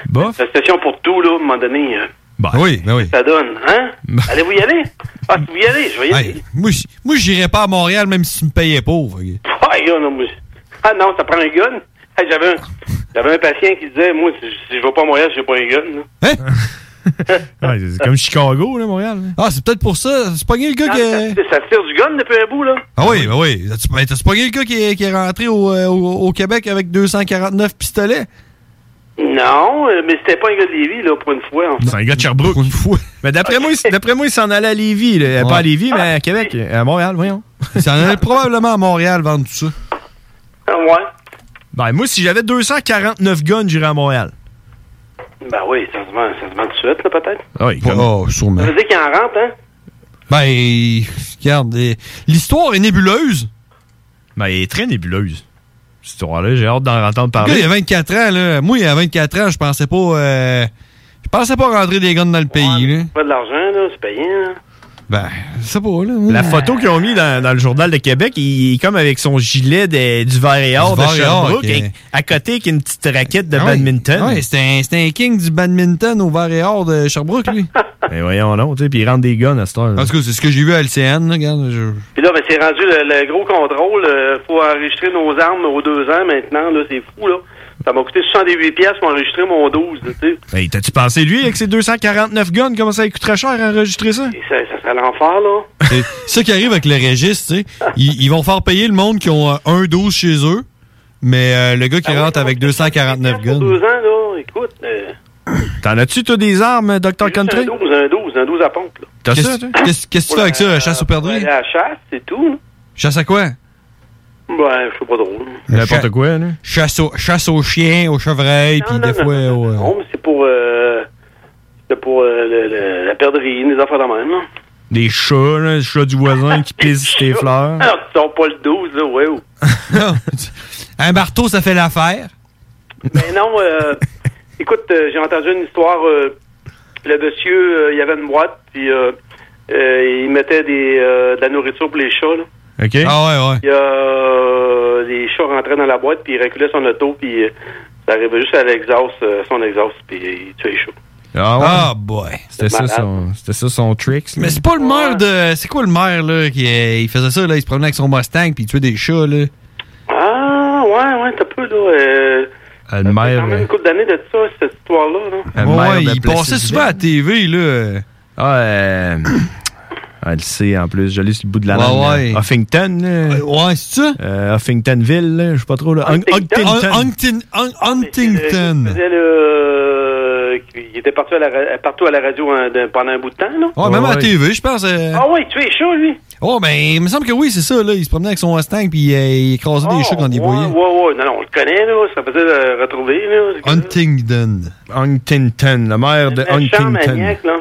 S6: Bof.
S20: La station pour tout, là, à un moment donné... euh,
S6: Bah,
S7: Oui, mais oui.
S20: ça donne, hein? Allez-vous y aller? Ah, si vous y allez, je vais y aller.
S7: Hey, moi, j- moi j'irais pas à Montréal même si tu me payais pas. fait que-
S20: Ah, gars, non, moi, ah non, ça prend un gun? Hey, j'avais, un, j'avais un patient qui disait, moi, si, si je vais pas à Montréal, j'ai pas un gun. là.
S6: Ouais, c'est comme Chicago, là, Montréal. là.
S7: Ah, c'est peut-être pour ça. C'est pogné le gars
S20: Ah,
S7: qui est...
S20: ça, ça tire du gun depuis un bout, là.
S7: Ah oui, ben oui. T'as-tu- ben, T'as-tu pogné le gars qui est, qui est rentré au, euh, au, au Québec avec 249 pistolets?
S20: Non, euh, mais c'était pas un gars de Lévis, là, pour une fois. en fait.
S6: C'est un gars de Sherbrooke.
S7: Pour une fois.
S6: Mais d'après moi, il- d'après moi, il s'en allait à Lévis. là. Euh,
S7: Ouais.
S6: Pas à Lévis,
S20: Ah,
S6: mais à Québec. À Montréal, voyons.
S7: Ça en allait probablement à Montréal vendre tout ça.
S20: Ah, ouais.
S6: Ben, moi, si j'avais 249 guns, j'irais à Montréal.
S20: Ben oui, ça se vend, ça se vend tout de suite, là, peut-être.
S6: Ah oui, comme-
S7: Oh,
S20: Ça
S7: sûrement.
S20: veut dire qu'il en rentre, hein?
S7: Ben, regarde, eh, l'histoire est euh, nébuleuse.
S6: Mais elle est très nébuleuse. Cette histoire-là, j'ai hâte d'en entendre
S7: Le gars,
S6: parler.
S7: il a 24 ans, là. Moi, il a 24 ans, je pensais pas. euh, je pensais pas rentrer des guns dans le pays, là.
S20: Pas de l'argent, là, c'est payant. hein.
S7: Ben, c'est pas, là.
S6: La photo qu'ils ont mis dans, dans le journal de Québec, il est comme avec son gilet de- du vert et or de
S7: Du vert et or,
S6: Sherbrooke,
S7: ok.
S6: avec- à côté avec une petite raquette de
S7: Ah oui.
S6: badminton.
S7: Ouais, c'était un, c'était un king du badminton au vert et or de Sherbrooke, lui.
S6: Mais voyons donc, tu sais, puis il rentre des guns à cette heure.
S7: En tout cas, c'est ce que j'ai vu à LCN, là, regarde. je-
S20: Puis là, ben, c'est rendu le, le gros contrôle. euh, faut enregistrer nos armes aux deux ans maintenant. Là, c'est fou, là. Ça m'a coûté 78 pièces pour enregistrer mon 12, là, tu sais.
S6: Hey, Ben, t'as-tu pensé, lui, avec ses 249 guns, comment ça lui coûterait cher à enregistrer ça?
S20: Et ça, ça serait l'enfer, là.
S7: C'est ça qui arrive avec le registre, tu sais. Ils, ils vont faire payer le monde qui ont euh, un 12 chez eux, mais euh, le gars
S20: Ah
S7: qui rentre avec 249 guns.
S20: Deux ans, là, écoute. euh,
S6: T'en as-tu, toi, des armes, Dr.
S20: juste un
S6: Country?
S20: 12, un 12, un 12 à pompe, là.
S6: T'as
S7: Qu'est-ce
S6: ça, toi?
S7: qu'est-ce- qu'est-ce que tu fais avec ça, la chasse au
S20: Pour
S7: perdrix?
S20: aller à la chasse, c'est tout. hein.
S7: Chasse à quoi?
S20: là. Ben, je sais pas drôle.
S7: Cha-
S6: quoi, là?
S7: Chasse au, chasse aux chiens, aux chevreuils, puis des fois. ouais.
S20: Non, mais c'est pour, euh, c'est pour euh, le- le- la perdrix, les affaires de même, là.
S6: Des chats, là, le chat du voisin qui pisse sur tes
S7: Ah.
S6: fleurs.
S20: Alors, tu sors pas le 12, là, ouais. ou-
S7: Un marteau, ça fait l'affaire.
S20: Mais non, euh, écoute, euh, j'ai entendu une histoire. euh, le monsieur, euh, il y avait une boîte, puis euh, euh, il mettait des, euh, de la nourriture pour les chats. Là.
S6: OK?
S7: Ah ouais, ouais.
S20: Puis, euh, les chats rentraient dans la boîte, puis il reculait son auto, puis euh, ça arrivait juste à l'exhaust, euh, son exhaust, puis il tuait les chats.
S6: Ah ouais?
S7: Ah boy.
S6: C'était ça,
S20: Malade.
S6: son, c'était ça son tricks. là.
S7: Mais c'est pas le maire de. C'est quoi le maire, là, qui euh, il faisait ça, là? Il se promenait avec son Mustang, puis il tuait des chats, là.
S20: Ah, ouais, ouais, t'as peu, là. Euh,
S6: Ah, le maire.
S20: quand même
S6: euh,
S20: une couple d'années de ça, cette histoire-là. là.
S6: le
S7: Ouais,
S6: maire Euh, de
S7: il passait
S6: Plessis-Ville.
S7: souvent à la TV, là.
S6: Ah, euh, elle sait en plus, je l'ai sur le bout de la
S7: Ouais,
S6: langue,
S7: ouais.
S6: là. Huffington. là.
S7: Ouais, c'est ça?
S6: Euh, Huffingtonville, là, je sais pas trop. Là. Hung-
S20: Huntington. Ah,
S6: Huntington.
S7: Hunting- Hun-
S20: Il
S7: Huntington.
S20: faisait le- euh, il était partout à la, ra- partout à la radio hein, de- pendant un bout de temps, là.
S7: Ouais, même à la
S6: Ouais.
S7: TV, je pense. euh,
S20: Ah ouais, il tuait les chats, lui.
S7: Oh, ben, il me semble que oui, c'est ça, là. Il se promenait avec son Mustang, puis euh, il écrasait des chats quand il
S20: Ah, ouais,
S7: voyait.
S20: Ouais, ouais, non, non, on le connaît, là, ça faisait le retrouver, là.
S7: Ah, Huntington.
S6: Huntington, le maire de
S20: Un méchant
S6: Huntington.
S20: maniaque, là.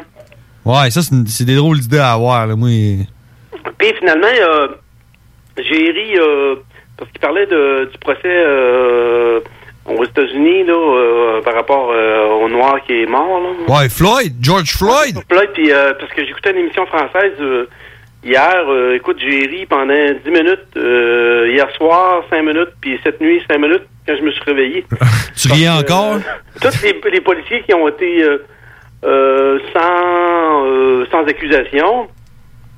S7: Ouais, ça, c'est une- c'est des drôles d'idées à avoir, là. Moi.
S20: Puis finalement, euh, j'ai ri, euh, parce qu'il parlait de, du procès euh, aux États-Unis, là, euh, par rapport euh, au noir qui est mort, là.
S7: Ouais, Floyd, George Floyd.
S20: Puis là, puis, euh, parce que j'écoutais une émission française euh, hier, euh, écoute, j'ai ri pendant 10 minutes, euh, hier soir, 5 minutes, puis cette nuit, 5 minutes, quand je me suis réveillé.
S7: Tu riais encore?
S20: Tous les, les policiers qui ont été euh, euh, sans, euh, sans accusation.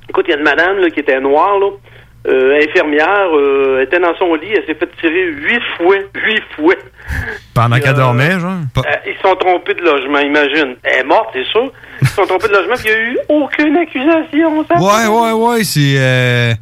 S20: Écoute, il y a une madame là, qui était noire, là, euh, infirmière, euh, elle était dans son lit, elle s'est fait tirer huit fois, huit fois.
S6: Pendant
S20: Euh,
S6: qu'elle dormait, genre.
S20: Euh, ils se sont trompés de logement, imagine. Elle est morte, c'est sûr. Ils se sont trompés de logement, puis il n'y a eu aucune accusation. Ça.
S7: Ouais, ouais, ouais, c'est. euh,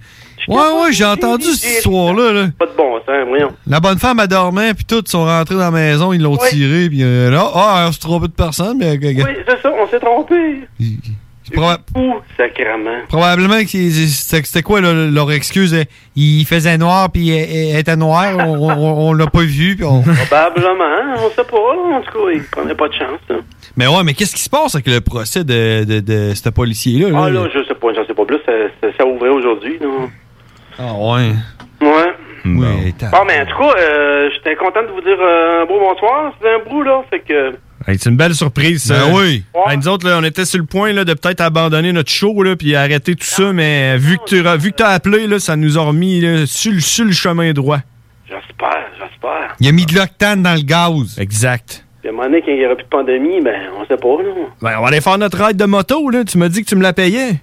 S7: Ouais, ouais, j'ai entendu cette histoire-là, là.
S20: Pas de bon sens, voyons.
S7: La bonne femme, elle dormait, puis toutes sont rentrées dans la maison, ils l'ont
S20: Ouais.
S7: tirée, puis euh, là, ah, on se trompe de personne, mais euh,
S20: Oui, c'est ça, on s'est trompé.
S7: c'est proba-
S20: Ouh, sacrement.
S7: probablement que c'est- c'est- c'était quoi là, leur excuse? euh, Il faisait noir, puis elle- elle elle était noire, on, on- on l'a pas vu, puis on...
S20: Probablement, hein, on sait pas, là, en tout cas, il prenait pas de chance. là.
S7: Mais ouais, mais qu'est-ce qui se passe avec le procès de, de, de ce policier-là? là,
S20: Ah là,
S7: le-
S20: je sais pas, j'en sais pas plus, ça, ça, ça ouvrait aujourd'hui, non?
S7: Ah ouais.
S20: Ouais.
S7: Oui, attends.
S20: Bon, mais en tout cas, euh, j'étais content de vous dire euh, un beau bonsoir, c'est un bout, là, fait que...
S6: Hey, c'est une belle surprise, ça.
S7: Ben oui.
S6: Hey, nous autres, là, on était sur le point là, de peut-être abandonner notre show là, puis arrêter tout ça, mais vu que tu vu que t'as appelé, là, ça nous a remis là, sur, le- sur le chemin droit.
S20: J'espère, j'espère.
S7: Il a mis de l'octane dans le gaz.
S6: Exact.
S20: Puis à un moment donné, quand il n'y aura plus de pandémie, ben, on sait pas, là.
S6: Ben, on va aller faire notre ride de moto, là. Tu m'as dit que tu me la payais.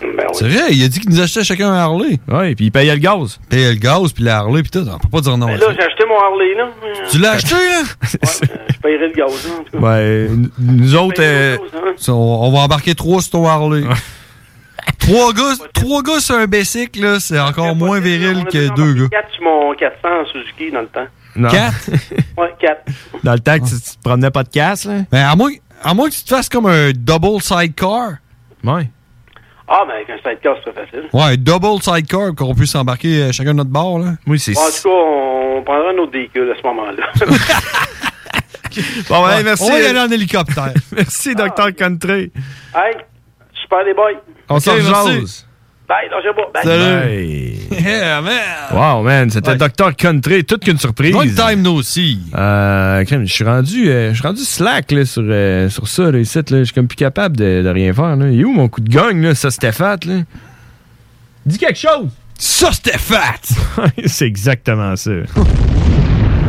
S20: Ben oui.
S7: C'est vrai, il a dit qu'il nous achetait chacun un Harley.
S6: Ouais, puis il payait le gaz.
S7: Payait le gaz, puis la Harley, puis tout. On peut pas dire non.
S20: Ben
S7: à
S20: là,
S7: ça.
S20: j'ai acheté mon Harley, là.
S7: Tu l'as acheté, là?
S20: Ouais, euh, je paierai le gaz, là, en tout cas.
S6: Ouais, n- nous autres, euh,
S20: Payerai le gaz, hein.
S7: Ça, on, on va embarquer trois sur ton Harley. trois, gars, trois gars sur un bicycle, là, c'est encore moins viril
S20: On a déjà
S7: que deux
S20: embarqué
S7: gars.
S20: Quatre sur mon 400 en Suzuki dans le temps.
S6: non.
S7: Quatre?
S20: Ouais, quatre.
S6: Dans le temps que tu, tu te promenais pas de casse, là.
S7: Ben, à moins, à moins que tu te fasses comme un double sidecar.
S6: Ouais.
S20: Ah, ben, avec un sidecar, c'est pas facile.
S7: Ouais, un double sidecar qu'on puisse embarquer euh, chacun de notre bord, là.
S6: Oui, c'est
S20: Bon, en tout cas, on prendra un autre véhicule à ce moment-là.
S22: ben,
S6: Bon, ouais, merci.
S7: On va y aller en hélicoptère.
S20: Ah,
S6: Merci, Dr. Country.
S20: hey, super les boys.
S6: On
S7: Ok,
S6: s'en
S7: merci.
S6: jase.
S20: Bye, lâchez pas. Bye.
S22: Salut.
S7: Yeah, man.
S22: Wow, man, c'était Dr. Country, toute qu'une surprise.
S7: One time, no see.
S22: Euh, crème, je suis rendu, euh, je suis rendu slack là, sur, euh, sur ça, là, ici, là. Je suis comme plus capable de, de rien faire. Là. Il est où mon coup de gang, là? Ça, c'était fat, là. Dis quelque chose! Ça, c'était fat! C'est exactement ça.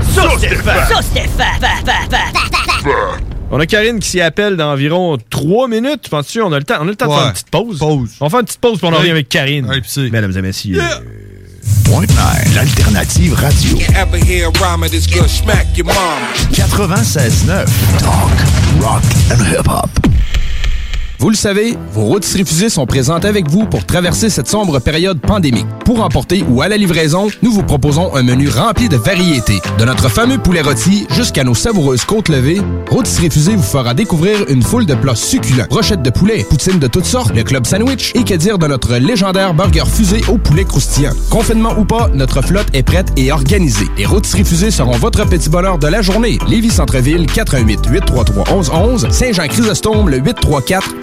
S23: Ça, c'était fat.
S18: Ça, c'était fat. Fat, fat, fat, fat, fat.
S22: On a Karine qui s'y appelle dans environ 3 minutes, penses-tu? On a le temps, on a le temps de faire une petite pause. On fait une petite pause pour on revient avec Karine. Mesdames et messieurs.
S24: Point l'alternative radio.
S1: Ever hear a rhyme of this good smack your mom.
S24: 96.9. Talk, rock and hip-hop.
S25: Vous le savez, vos routes refusées sont présentes avec vous pour traverser cette sombre période pandémique. Pour emporter ou à la livraison, nous vous proposons un menu rempli de variétés. De notre fameux poulet rôti jusqu'à nos savoureuses côtes levées, routes refusées vous fera découvrir une foule de plats succulents. Rochettes de poulet, poutines de toutes sortes, le club sandwich et que dire de notre légendaire burger fusée au poulet croustillant. Confinement ou pas, notre flotte est prête et organisée. Les routes refusées seront votre petit bonheur de la journée. Lévis-Centreville, 418-833-1111, Saint-Jean-Chrysostome, le 834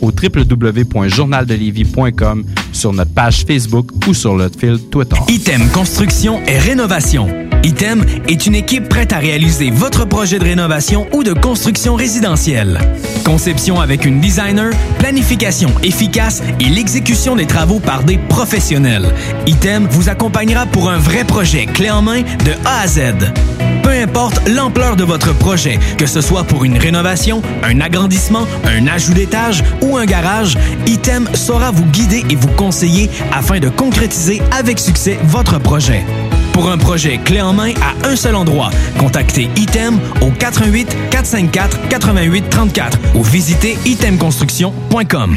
S26: au www.journaldelévis.com, sur notre page Facebook ou sur notre fil Twitter.
S7: Ah,
S10: Item Construction et Rénovation. Item est une équipe prête à réaliser votre projet de rénovation ou de construction résidentielle. Conception avec une designer, planification efficace et l'exécution des travaux par des professionnels. Item vous accompagnera pour un vrai projet clé en main de A à Z. Peu importe l'ampleur de votre projet, que ce soit pour une rénovation, un agrandissement, un ajout d'étage ou un garage, Item saura vous guider et vous conseiller afin de concrétiser avec succès votre projet. Pour un projet clé en main à un seul endroit, contactez Item au 88 454 88 34 ou visitez itemconstruction.com.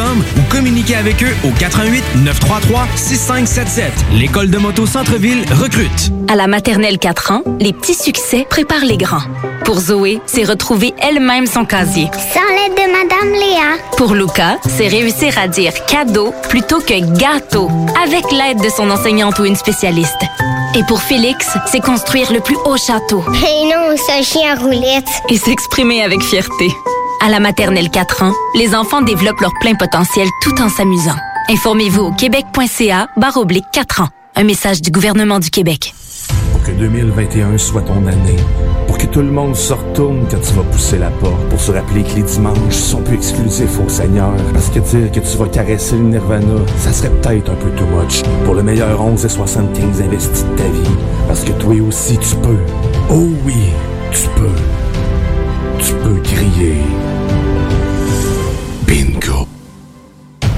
S10: ou communiquez avec eux au 88 933 6577. L'école de moto Centre-ville recrute.
S27: À la maternelle 4 ans, les petits succès préparent les grands. Pour Zoé, c'est retrouver elle-même son casier.
S2: Sans l'aide de Madame Léa.
S27: Pour Luca, c'est réussir à dire cadeau plutôt que gâteau, avec l'aide de son enseignante ou une spécialiste. Et pour Félix, c'est construire le plus haut château
S2: Et non, ce chien roulette.
S27: et s'exprimer avec fierté. À la maternelle 4 ans, les enfants développent leur plein potentiel tout en s'amusant. Informez-vous au québec.ca barre oblique 4 ans. Un message du gouvernement du Québec.
S15: Pour que 2021 soit ton année. Pour que tout le monde se retourne quand tu vas pousser la porte. Pour se rappeler que les dimanches sont plus exclusifs au Seigneur. Parce que dire que tu vas caresser le Nirvana, ça serait peut-être un peu too much. Pour le meilleur 11 et 75 investis de ta vie. Parce que toi aussi tu peux. Oh oui, tu peux. Tu peux crier. Bingo.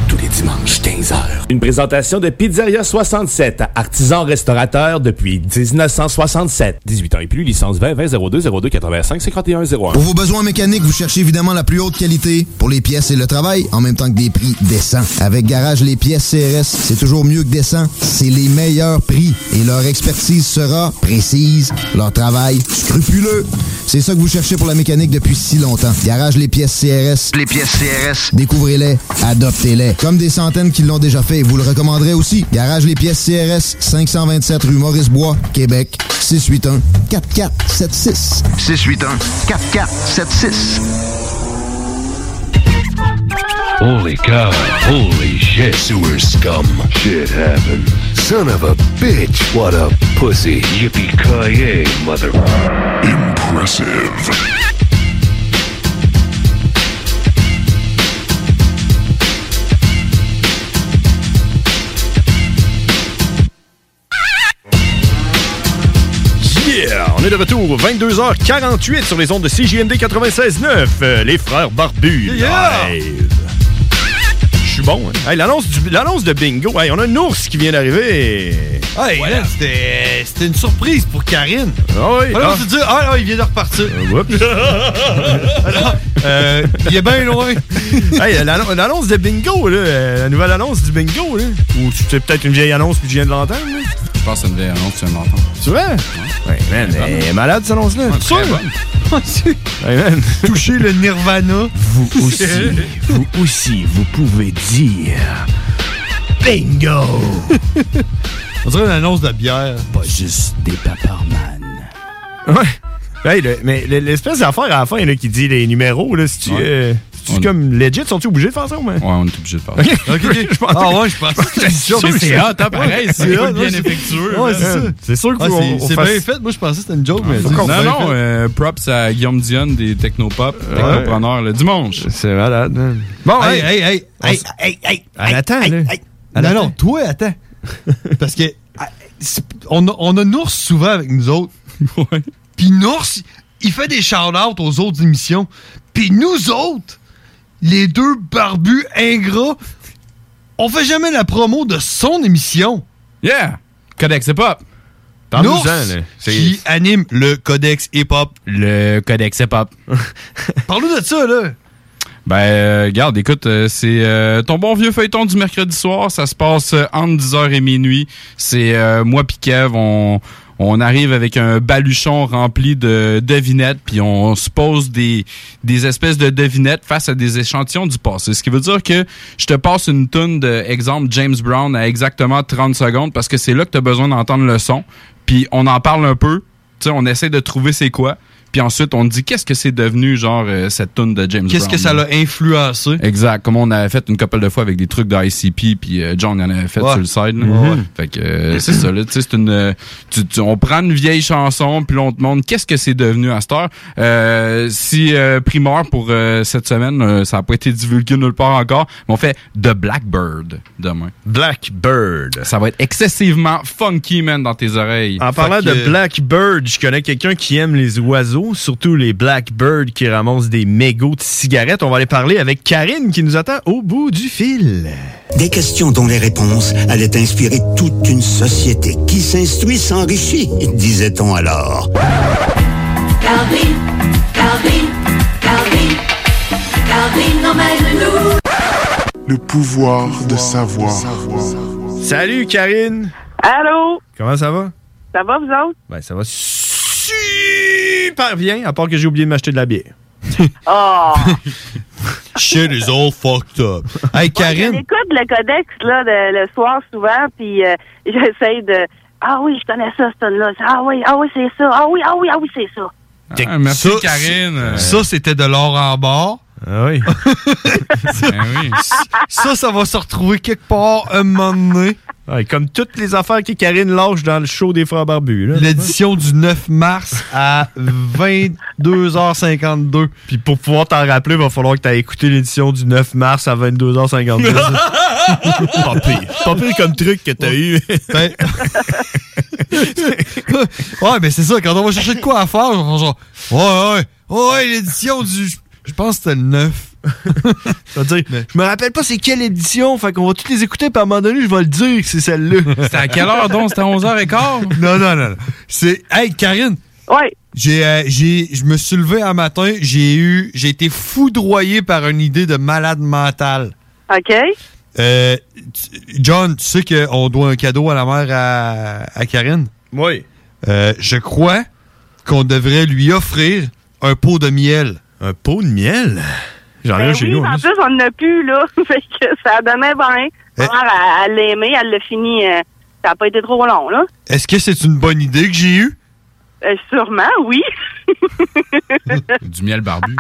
S15: Tous les dimanches, 15h.
S16: Une présentation de Pizzeria 67, artisan restaurateur depuis 1967. 18 ans et plus, licence 20 20 02 02 85 51 01.
S17: Pour vos besoins mécaniques, vous cherchez évidemment la plus haute qualité pour les pièces et le travail, en même temps que des prix décents. Avec Garage, les pièces CRS, c'est toujours mieux que décent. C'est les meilleurs prix et leur expertise sera précise, leur travail scrupuleux. C'est ça que vous cherchez pour la mécanique depuis si longtemps. Garage, les pièces CRS. Les pièces CRS. Découvrez-les, adoptez-les. Comme des centaines qui l'ont déjà fait, vous le recommanderez aussi. Garage, les pièces CRS, 527 rue Maurice-Bois, Québec, 681-4476. 681-4476.
S28: Holy cow. Holy shit. Sewer scum. Shit happened. Son of a bitch. What a pussy. Yippee-ki-yay, mother... Impressive.
S6: Yeah! On de retour, 22h48 sur les ondes de CJMD 96.9. euh, les frères Barbus.
S8: Yeah!
S6: live. Je suis bon, hein? Hey, l'annonce, du- l'annonce de bingo. Hey, on a un ours qui vient d'arriver.
S7: Hey, là, c'était c'était une surprise pour Karine.
S6: Ah oui.
S7: Alors,
S6: ah.
S7: tu te dis, ah, ah, il vient de repartir. Alors,
S6: Euh, il est bien loin. hey, euh, l'annon- l'annonce de bingo, là, euh, la nouvelle annonce du bingo, là. Ou tu- c'est peut-être une vieille annonce puis tu viens de l'entendre, là.
S26: Je pense que c'est une vieille annonce, tu viens de l'entendre.
S6: Tu vois? Ouais, man, elle est malade, cette annonce-là.
S26: Ouais, très
S6: Sûr?
S7: Hey, Toucher le nirvana.
S6: Vous
S7: aussi,
S6: vous aussi, vous pouvez dire. Bingo!
S7: On dirait une annonce de bière.
S6: Pas juste des paparman. Ouais. Hey, le- mais le- l'espèce d'affaire à la fin là, qui dit les numéros, là, c'est-tu euh, c'est-tu comme legit? Sont-tu obligés de faire ça ou même?
S26: Ouais, on est obligé de faire
S6: ça.
S7: Ah ouais, je pense que
S6: J'étais sûr que
S7: c'est
S6: c'est
S7: hot,
S6: hot, hein,
S7: pareil. C'est bien effectué. Ouais, c'est ça.
S6: C'est sûr que
S7: Ah,
S6: vous-
S7: c'est-
S6: on- on
S7: C'est
S6: fasse- Ah,
S7: bien fait. Moi, je pensais que c'était une joke, mais.
S26: Non,
S7: c'est
S26: non,
S7: bien fait.
S26: euh, props à Guillaume Dion des Technopop, Technopreneurs, le dimanche.
S6: C'est malade.
S7: Bon, hey, hey, hey, hey, hey, hey,
S26: Ah,
S7: hey, hey, hey. Non, non, toi, attends. Parce que ah, c'est- on a, on a Nours souvent avec nous autres. Puis Nours, il fait des shout-outs aux autres émissions. Puis nous autres, les deux barbus ingrats, on fait jamais la promo de son émission.
S26: Yeah! Codex Hip-Hop. Parle-nous-en,
S7: Nours,
S26: là. C'est-
S7: qui anime le Codex Hip-Hop.
S26: Le Codex Hip-Hop.
S7: Parle-nous de ça, là.
S26: Ben, euh, garde, écoute, euh, c'est euh, ton bon vieux feuilleton du mercredi soir. Ça se passe euh, entre 10h et minuit. C'est euh, moi pis Kev, on, on arrive avec un baluchon rempli de devinettes, puis on se pose des, des espèces de devinettes face à des échantillons du passé. Ce qui veut dire que je te passe une tonne de, exemple, James Brown à exactement 30 secondes, parce que c'est là que tu as besoin d'entendre le son. Puis on en parle un peu, tu sais, on essaie de trouver c'est quoi. Puis ensuite, on dit qu'est-ce que c'est devenu, genre, euh, cette tune de James
S7: Qu'est-ce
S26: Brown,
S7: que ça
S26: là.
S7: l'a influencé?
S26: Exact. Comme on avait fait une couple de fois avec des trucs d'ICP, puis euh, John en avait fait
S7: Ouais.
S26: sur le side. là.
S7: Ouais, ouais.
S26: Fait que euh, c'est ça, là. Tu sais, c'est une. euh, tu- tu- on prend une vieille chanson, puis là, on te montre qu'est-ce que c'est devenu à cette heure. Euh, si euh, primeur pour euh, cette semaine, euh, ça n'a pas été divulgué nulle part encore, mais on fait The Blackbird demain.
S6: Blackbird.
S26: Ça va être excessivement funky, man, dans tes oreilles. euh,
S6: En parlant de Blackbird, je connais quelqu'un qui aime les oiseaux, surtout les Blackbird qui ramassent des mégots de cigarettes. On va aller parler avec Karine qui nous attend au bout du fil.
S9: Des questions dont les réponses allaient inspirer toute une société qui s'instruit s'enrichit, disait-on alors.
S18: Calvin, Calvin, Calvin, Calvin emmène-nous.
S11: Le pouvoir de savoir.
S6: Salut Karine.
S12: Allô?
S6: Comment ça va?
S12: Ça va, vous
S7: Oh.
S12: autres?
S6: Ben ça va super bien, à part que j'ai oublié de m'acheter de la bière.
S12: Oh!
S7: Shit is all fucked up.
S6: Ah
S7: Hey, Karine.
S12: J'écoute le codex, là, de- le soir, souvent, puis euh, j'essaie de... Ah oui, je connais ça, ce là Ah oui, ah oui, c'est ça. Ah oui, ah oui, ah oui, c'est ça.
S26: Ah, merci,
S7: Ça,
S26: Karine.
S7: Ça, c'était de l'or en barre.
S6: Ah oui.
S26: Ben
S7: ça, ça va se retrouver quelque part un moment donné.
S6: Ouais, comme toutes les affaires que Karine lâche dans le show des Frères Barbus. là.
S7: L'édition du 9 mars à 22h52.
S6: Puis pour pouvoir t'en rappeler, il va falloir que tu aies écouté l'édition du 9 mars à 22h52. pas pire. Pas pire comme truc que t'as eu.
S7: Ben, ouais, mais c'est ça, quand on va chercher de quoi à faire, on va genre, ouais, ouais, ouais, ouais, l'édition du. Je pense que c'était le 9.
S6: Ça veut dire, je me rappelle pas c'est quelle édition, fait qu'on va toutes les écouter, puis à un moment donné, je vais le dire que c'est celle-là.
S26: C'était à quelle heure donc? C'était à 11h15?
S7: Non, non, non. non. C'est. Hey, Karine!
S12: Ouais.
S7: J'ai, euh, j'ai, je me suis levé un matin, j'ai eu. J'ai été foudroyé par une idée de malade mental.
S12: OK?
S7: Euh, tu- John, tu sais qu'on doit un cadeau à la mère à, à Karine? Euh,
S6: Oui.
S7: je crois qu'on devrait lui offrir un pot de miel.
S6: Un pot de miel?
S7: Ah,
S6: J'en
S12: Ben oui,
S18: hein.
S12: en plus, on n'en a plus, là. fait que ça donnait bien.
S7: Eh.
S12: Alors, elle l'a aimé, elle l'a fini. euh, ça n'a pas été trop long, là.
S7: Est-ce que c'est une bonne idée que j'ai eue?
S12: Euh, sûrement, oui.
S26: Du miel barbu.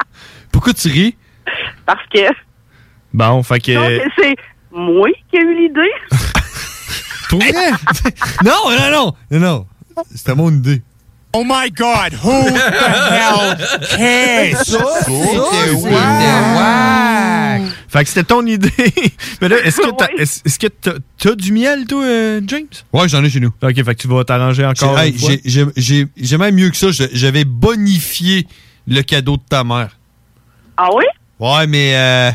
S7: Pourquoi tu ris?
S12: Parce que...
S6: Bon, fait que.
S12: Donc, c'est moi qui ai eu l'idée.
S7: Pour vrai? non, non, non, non, non. C'était mon idée.
S18: Oh my God, who the hell cares?
S6: c'était Ah! Fait que c'était ton idée. Mais là, est-ce que t'as est-ce- est-ce que t'as- t'as du miel, toi, euh, James?
S7: Ouais, j'en ai chez nous.
S6: OK, fait que tu vas t'arranger encore
S7: J'ai- hey,
S6: une fois.
S7: j'ai- j'ai- J'ai j'ai même mieux que ça. je- J'avais bonifié le cadeau de ta mère.
S12: Ah oui?
S7: Ouais, mais. euh,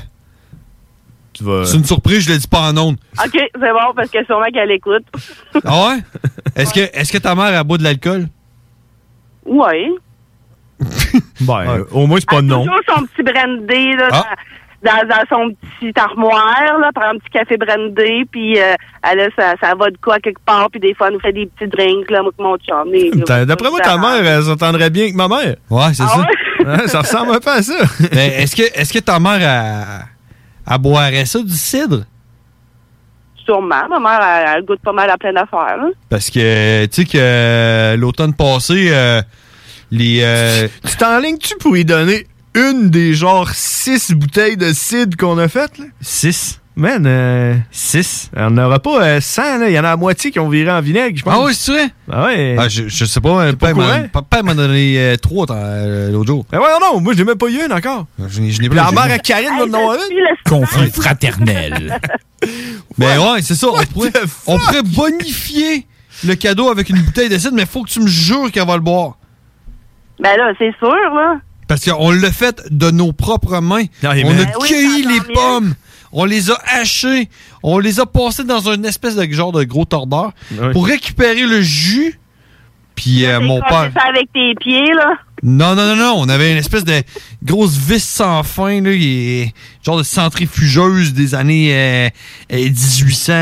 S7: C'est une surprise, je l'ai dit pas en ondes.
S12: OK, c'est bon, parce que sûrement qu'elle écoute.
S7: Ah ouais? Est-ce que, est que ta mère a boit de l'alcool?
S12: Oui.
S6: Ben, au moins, c'est pas non.
S12: Ah, Toujours son petit brandy, là,
S6: Ah.
S12: dans, dans son petit armoire, là, prend un petit café brandy, puis euh, elle a sa, sa vodka quelque part, puis des fois, elle nous fait des petits drinks, là, moi, que mon chum. et- euh,
S6: T'as- D'après moi, ta mère, elle s'entendrait bien avec ma mère.
S7: Ouais, c'est ça.
S6: Ouais, ça ressemble un peu à ça.
S7: Mais est-ce que, est que ta mère, a, a boirait ça du cidre?
S12: Sûrement, ma mère, elle, elle goûte pas mal à plein d'affaires, hein. là.
S7: Parce que, tu sais, que euh, l'automne passé, euh, les. euh,
S6: Tu t'enlignes-tu pour y donner une des genre six bouteilles de cidre qu'on a faites? Là? Six. Man, euh, six. On n'aura pas euh, 100, là. Il y en a la moitié qui ont viré en vinaigre, je pense.
S7: Ah oui, c'est vrai?
S6: Ah ouais.
S7: Ah, je, je sais pas, papa
S6: courant?
S7: m'a- papa m'a donné euh, trois t'en- euh, l'autre jour.
S6: Ben ouais, non, moi, je n'ai même pas eu une encore.
S7: Je n'ai je n'ai
S6: Puis
S7: pas
S6: la
S7: j'ai-
S6: mère à Karine va en avoir une.
S7: Conflit fraternel. Mais ouais, c'est ça. On pourrait, on pourrait bonifier le cadeau avec une bouteille de cidre, mais faut que tu me jures qu'elle va le boire.
S12: Ben là, c'est sûr, là.
S7: Parce qu'on l'a fait de nos propres mains. on
S12: mais-
S7: a
S12: Ben oui,
S7: cueilli les pommes. On les a hachées. On les a passées dans une espèce de genre de gros tordeur pour récupérer le jus. Puis euh, mon
S12: Quand
S7: père.
S12: tu fais ça avec tes pieds, là.
S7: Non, non, non, non. On avait une espèce de grosse vis sans fin, là, et- genre de centrifugeuse des années euh, euh, 1800.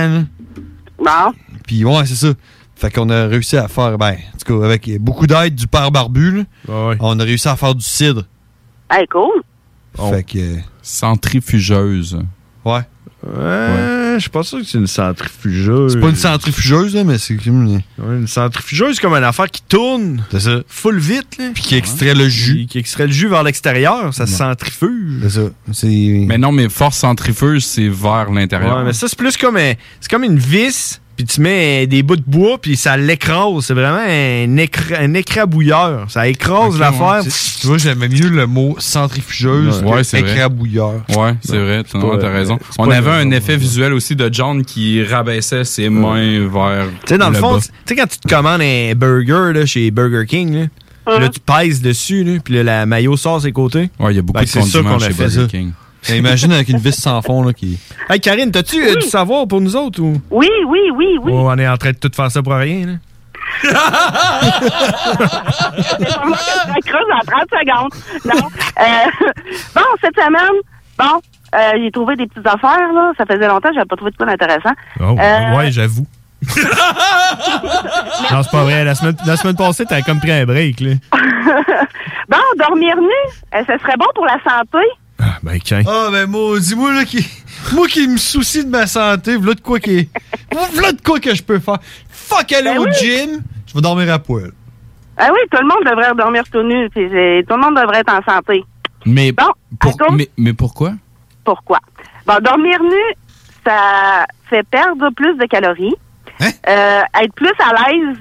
S7: là. Puis ouais, c'est ça. Fait qu'on a réussi à faire, ben, en tout cas, avec beaucoup d'aide du père Barbu,
S26: Ah
S7: là, on a réussi à faire du cidre.
S12: Hey, Ben, cool.
S7: Fait
S6: euh,
S7: que.
S26: Oh. Centrifugeuse.
S7: Ouais.
S6: Ouais, Je suis pas sûr que c'est une
S26: Euh.
S6: centrifugeuse.
S7: C'est pas une centrifugeuse, là, mais c'est comme.
S6: une centrifugeuse, c'est comme une affaire qui tourne.
S7: C'est ça.
S6: Full vite, là.
S7: Puis qui extrait le jus.
S6: Qui, extrait le jus vers l'extérieur. Ça se centrifuge.
S7: C'est ça.
S26: Mais non, mais force centrifuge, c'est vers l'intérieur.
S6: Ouais, mais ça, c'est plus comme, un- c'est comme une vis, puis tu mets euh, des bouts de bois, puis ça l'écrase. C'est vraiment un, écra- un écrabouilleur. Ça écrase
S7: Ok,
S6: l'affaire.
S7: ouais. Tu vois, j'aimais mieux le mot centrifugeuse
S26: Ouais,
S7: que
S26: c'est vrai.
S7: écrabouilleur.
S26: Ouais, c'est vrai, t'as
S7: pas,
S26: t'as
S7: euh,
S26: raison.
S7: c'est
S26: On
S7: pas
S26: avait
S7: une
S26: un
S7: raison,
S26: effet visuel aussi de John qui rabaissait ses mains vers.
S6: Tu sais, dans le, fond,
S26: bas.
S6: tu sais, quand tu te commandes un burger là, chez Burger King, là, puis
S12: Hum.
S6: là, tu pèses dessus, là, puis là, la mayo sort ses côtés.
S26: Ouais, il y a beaucoup
S6: Ben,
S26: de
S6: c'est ça
S26: condiments
S6: qu'on a
S26: chez
S6: fait,
S26: Burger
S6: ça. Ben,
S26: King.
S7: Imagine avec une vis sans fond, là, qui.
S6: Hey, Karine, t'as-tu euh, du savoir pour nous autres ou?
S12: Oui, oui, oui, oui.
S6: Oh, on est en train de tout faire ça pour rien, là.
S12: Ça creuse en 30 secondes. Non. Euh, bon, cette semaine, bon, euh, j'ai trouvé des petites affaires, là. Ça faisait longtemps que j'avais pas trouvé de quoi d'intéressant. Euh,
S6: Oh, Ouais, j'avoue. non, c'est pas vrai. La semaine, la semaine passée, t'as comme pris un break, là.
S12: bon, dormir nu, euh, ce serait bon pour la santé.
S6: Ben,
S26: Hein?
S6: quand?
S7: Ah, ben, maudit, moi, là, qui. Moi qui me soucie de ma santé, v'là de quoi qui. V'là de quoi que je peux faire. Fuck aller
S12: Ben
S7: au
S12: oui.
S7: gym, je vais dormir à poil.
S12: Ah oui, tout le monde devrait dormir tout nu. puis c'est- Tout le monde devrait être en santé.
S26: Mais,
S12: Bon,
S26: pour- mais, mais pourquoi?
S12: Pourquoi? Bon, dormir nu, ça fait perdre plus de calories,
S26: Hein?
S12: euh, être plus à l'aise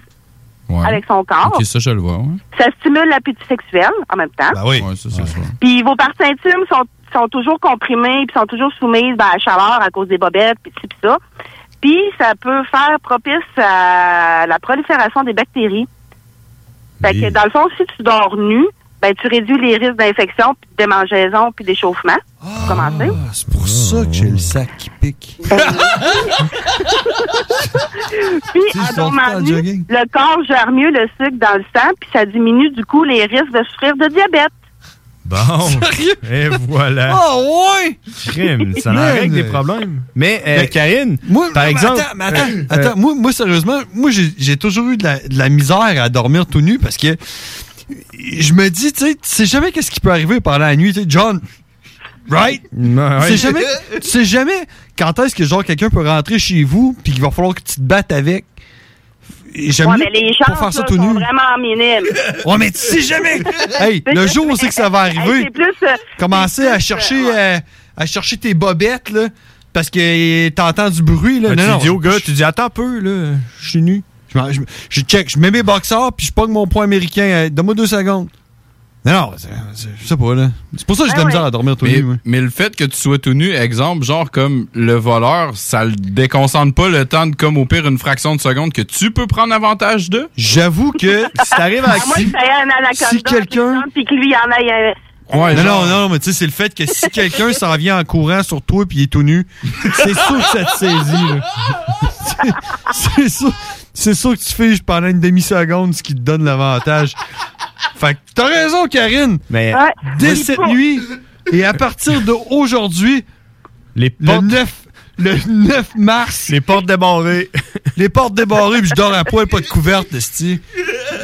S12: avec son corps.
S26: Ok, ça, Ben je le vois. Ouais.
S12: Ça stimule l'appétit sexuel en même
S6: Ben
S12: temps.
S26: Ouais, ça, c'est ça.
S12: Puis vos parties intimes sont, sont toujours comprimées, puis sont toujours soumises ben, à la chaleur à cause des bobettes, puis ci, puis ça. Puis ça peut faire propice à la prolifération des bactéries. Fait que dans le fond, si tu dors nu, ben tu réduis les risques d'infection, puis de démangeaison, puis d'échauffement.
S26: Ah,
S12: Pour commencer.
S7: C'est pour ça que j'ai le sac qui pique.
S12: Puis,
S7: Tu sais,
S12: en
S7: je sors pas
S12: dormant
S7: à
S12: nu,
S7: jogging.
S12: le corps gère mieux le sucre dans le sang, puis ça diminue du coup les risques de souffrir de diabète.
S6: Bon. Et voilà.
S7: Oh, ouais!
S6: Crime, ça en règle des problèmes. Mais, euh, Karine, par
S7: Mais
S6: exemple. euh,
S7: Attends, mais attends, attends. moi, moi, sérieusement, moi, j'ai j'ai toujours eu de la, de la misère à dormir tout nu parce que je me dis, tu sais, tu sais jamais qu'est-ce qui peut arriver pendant la nuit, tu sais, John. Right?
S6: ouais.
S7: Tu sais jamais, tu sais jamais quand est-ce que genre quelqu'un peut rentrer chez vous puis qu'il va falloir que tu te battes avec. Et J'aime
S12: Ouais,
S7: mieux
S12: mais les
S7: pas
S12: chances
S7: faire ça
S12: là,
S7: tout
S12: sont
S7: nu.
S12: vraiment minimes.
S7: Ouais, mais tu sais jamais. hey, le jour où c'est que ça va arriver,
S12: c'est plus, euh,
S7: commencer à chercher, euh, à chercher tes bobettes là, parce que euh, t'entends du bruit là.
S6: Ah,
S7: non,
S6: tu
S7: non,
S6: dis au gars, tu dis attends un peu, là, je suis nu.
S7: Je Je, m'en- je- je check, je mets mes boxeurs, puis je pogne mon point américain. euh, Donne-moi deux secondes. Non, non, c'est- c'est- je sais pas, là. C'est pour ça que j'ai
S6: Ah
S7: de la misère à dormir tout
S26: mais,
S7: nu. moi.
S26: mais le fait que tu sois tout nu, exemple, genre comme le voleur, ça le déconcentre pas le temps de comme au pire une fraction de seconde que tu peux prendre avantage de?
S7: J'avoue que si t'arrives à-
S12: Ah, moi, je serais un anaconda.
S7: si quelqu'un-
S12: Puis que lui, il y en a.
S7: non, non, non, mais tu sais, c'est le fait que si quelqu'un s'en vient en courant sur toi puis il est tout nu, c'est sûr que ça te saisit. là. C'est- C'est sûr, c'est sûr que tu fiches pendant une demi-seconde, ce qui te donne l'avantage. Fait que t'as raison, Karine. Mais
S12: Ouais.
S7: dès
S12: Il
S7: cette
S12: faut-
S7: nuit et à partir d'aujourd'hui, les le 9 le 9 mars, les portes débarrées, les portes débarrées, puis je dors à poil, pas de couverte, esti.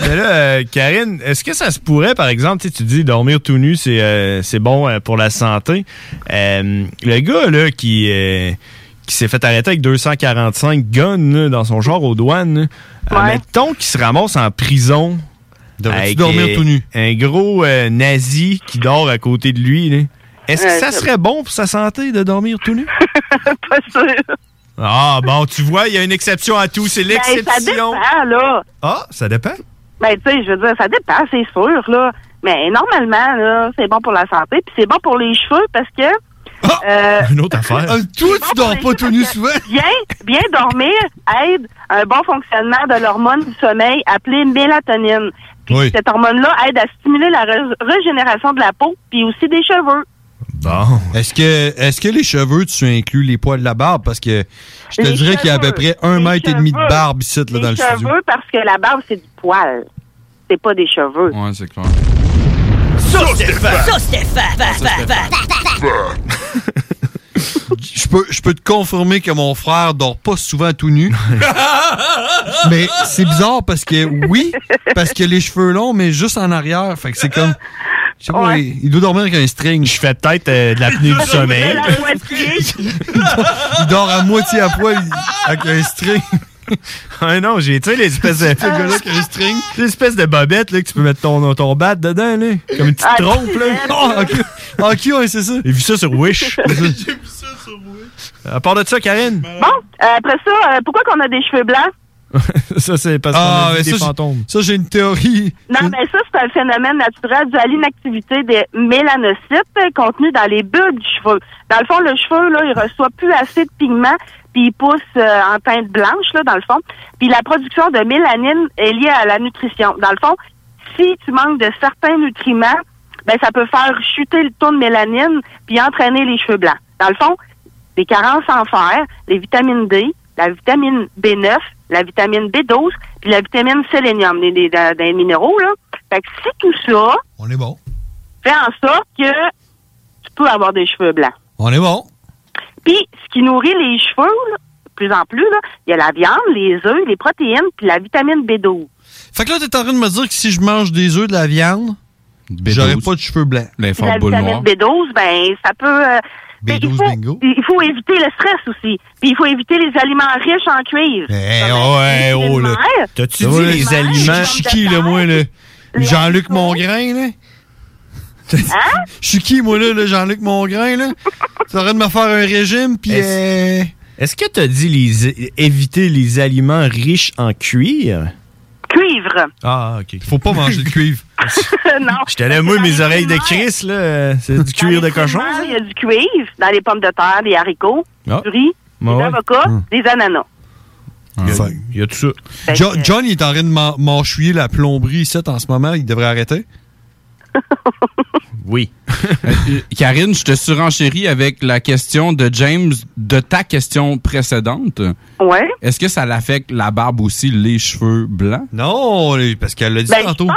S6: Mais là, euh, Karine, est-ce que ça se pourrait, par exemple, tu sais, tu dis dormir tout nu, c'est euh, c'est bon euh, pour la santé. Euh, le gars là, qui, euh, qui s'est fait arrêter avec 245 guns là, dans son genre aux douanes, là, euh, mettons qu'il se ramasse en prison. avec,
S7: dormir
S6: euh,
S7: tout nu?
S6: Un gros euh, nazi qui dort à côté de lui. là. Est-ce que
S29: Euh,
S6: ça
S29: ça-
S6: serait bon pour sa santé de dormir tout nu?
S12: Pas sûr.
S6: Ah, bon, tu vois, il y a une exception à tout. C'est
S12: Ben, ça
S6: l'exception.
S12: dépend, là.
S6: Ah, ça dépend.
S12: Ben, tu sais, je veux dire, ça dépend, c'est sûr, là. Mais normalement, là, c'est bon pour la santé, puis c'est bon pour les cheveux parce que. euh,
S6: Ah! Une autre affaire.
S7: Ah, toi, tu dors pas tout nu souvent?
S12: Bien, bien dormir aide à un bon fonctionnement de l'hormone du sommeil appelée mélatonine. Puis
S6: Oui.
S12: cette hormone-là aide à stimuler la re- régénération de la peau, puis aussi des cheveux.
S7: Bon. Est-ce que, est que les cheveux, tu inclus les poils de la barbe? Parce que je te
S12: Les
S7: dirais qu'il y a à peu près un mètre et demi de
S12: cheveux.
S7: barbe ici, là, dans
S12: Des
S7: le studio.
S12: cheveux parce que la barbe, c'est du poil. C'est pas des cheveux.
S26: Ouais, c'est clair.
S18: Sauce
S7: Stéphane.
S18: Sauce Stéphane.
S7: Je peux, je peux te confirmer que mon frère dort pas souvent tout nu. mais c'est bizarre parce que, oui, parce que les cheveux longs, mais juste en arrière. Fait que c'est comme. je sais pas, il, il doit dormir avec un string. Je fais peut-être euh, de la
S6: apnée du sommeil.
S7: il dort à moitié à poil avec un string.
S6: Ah non, j'ai, tu sais, les espèces de.
S12: Ah.
S7: Le gars-là qui a un string.
S6: Les espèces de bobettes, là, que tu peux mettre ton, ton bat dedans, là. Comme une petite
S7: Ah,
S6: trompe, là.
S7: c'est vrai. Ah, ok, ouais, c'est ça.
S6: J'ai vu ça sur Wish. À part de ça, Karine.
S12: Bon, euh, après ça, euh, pourquoi qu'on a des cheveux blancs?
S6: ça, c'est parce
S7: Ah,
S6: qu'on a vu
S7: mais
S6: des
S7: ça, j'ai-
S6: fantômes.
S7: Ça, j'ai une théorie.
S12: Non, mais ça, c'est un phénomène naturel dû à l'inactivité des mélanocytes euh, contenus dans les bulbes du cheveu. Dans le fond, le cheveu, là, il reçoit plus assez de pigments, puis il pousse euh, en teinte blanche, là, dans le fond. Puis la production de mélanine est liée à la nutrition. Dans le fond, si tu manques de certains nutriments, ben ça peut faire chuter le taux de mélanine, puis entraîner les cheveux blancs. Dans le fond, les carences en fer, les vitamines D, la vitamine B9, la vitamine B12, puis la vitamine sélénium, des, des- des- des minéraux, là. Fait que si tout ça
S7: On est bon.
S12: fait en sorte que tu peux avoir des cheveux blancs.
S7: On est bon.
S12: Puis, ce qui nourrit les cheveux, là, de plus en plus, là, il y a la viande, les œufs, les protéines, puis la vitamine B12.
S7: Fait que là, t'es en train de me dire que si je mange des œufs de la viande, j'aurai pas de cheveux blancs.
S12: Puis la vitamine B12, ben, ça peut. euh, mais il, faut, il faut éviter le stress aussi. Puis il faut éviter les aliments riches en cuivre.
S7: Eh, ouais, oh, là.
S12: mères.
S7: T'as-tu
S12: Ça
S7: dit
S12: va, les
S7: les
S12: mères, les
S7: aliments?
S12: pommes
S7: Je suis
S12: de
S7: qui, là, moi, là? Jean-Luc Mongrain, là?
S12: Hein?
S7: Je suis qui, moi, là, là, Jean-Luc Mongrain, là? Tu aurais de me faire un régime, puis... euh,
S6: Est-ce que t'as dit les, éviter les aliments riches en cuir?
S12: Cuivre.
S6: Ah, OK.
S7: Faut pas manger de cuivre.
S12: non.
S6: Je te l'avoue, mes oreilles de Chris, là, euh, c'est du cuir de cochon.
S12: Il y a du cuivre dans les pommes de terre, des haricots,
S6: Ah.
S12: du riz,
S7: Ben
S12: des
S7: ouais.
S12: avocats,
S7: Hum.
S12: des ananas.
S7: Il y a-
S6: Il y a tout ça.
S7: Mmh. Jo- John, il est en train de m'en- m'enchouiller la plomberie ici, en ce moment. Il devrait arrêter.
S6: Oui.
S26: Euh, Karine, je te surenchéris avec la question de James de ta question précédente.
S12: Ouais.
S26: Est-ce que ça l'affecte la barbe aussi, les cheveux blancs?
S7: Non, parce qu'elle l'a dit
S12: Ben, je pense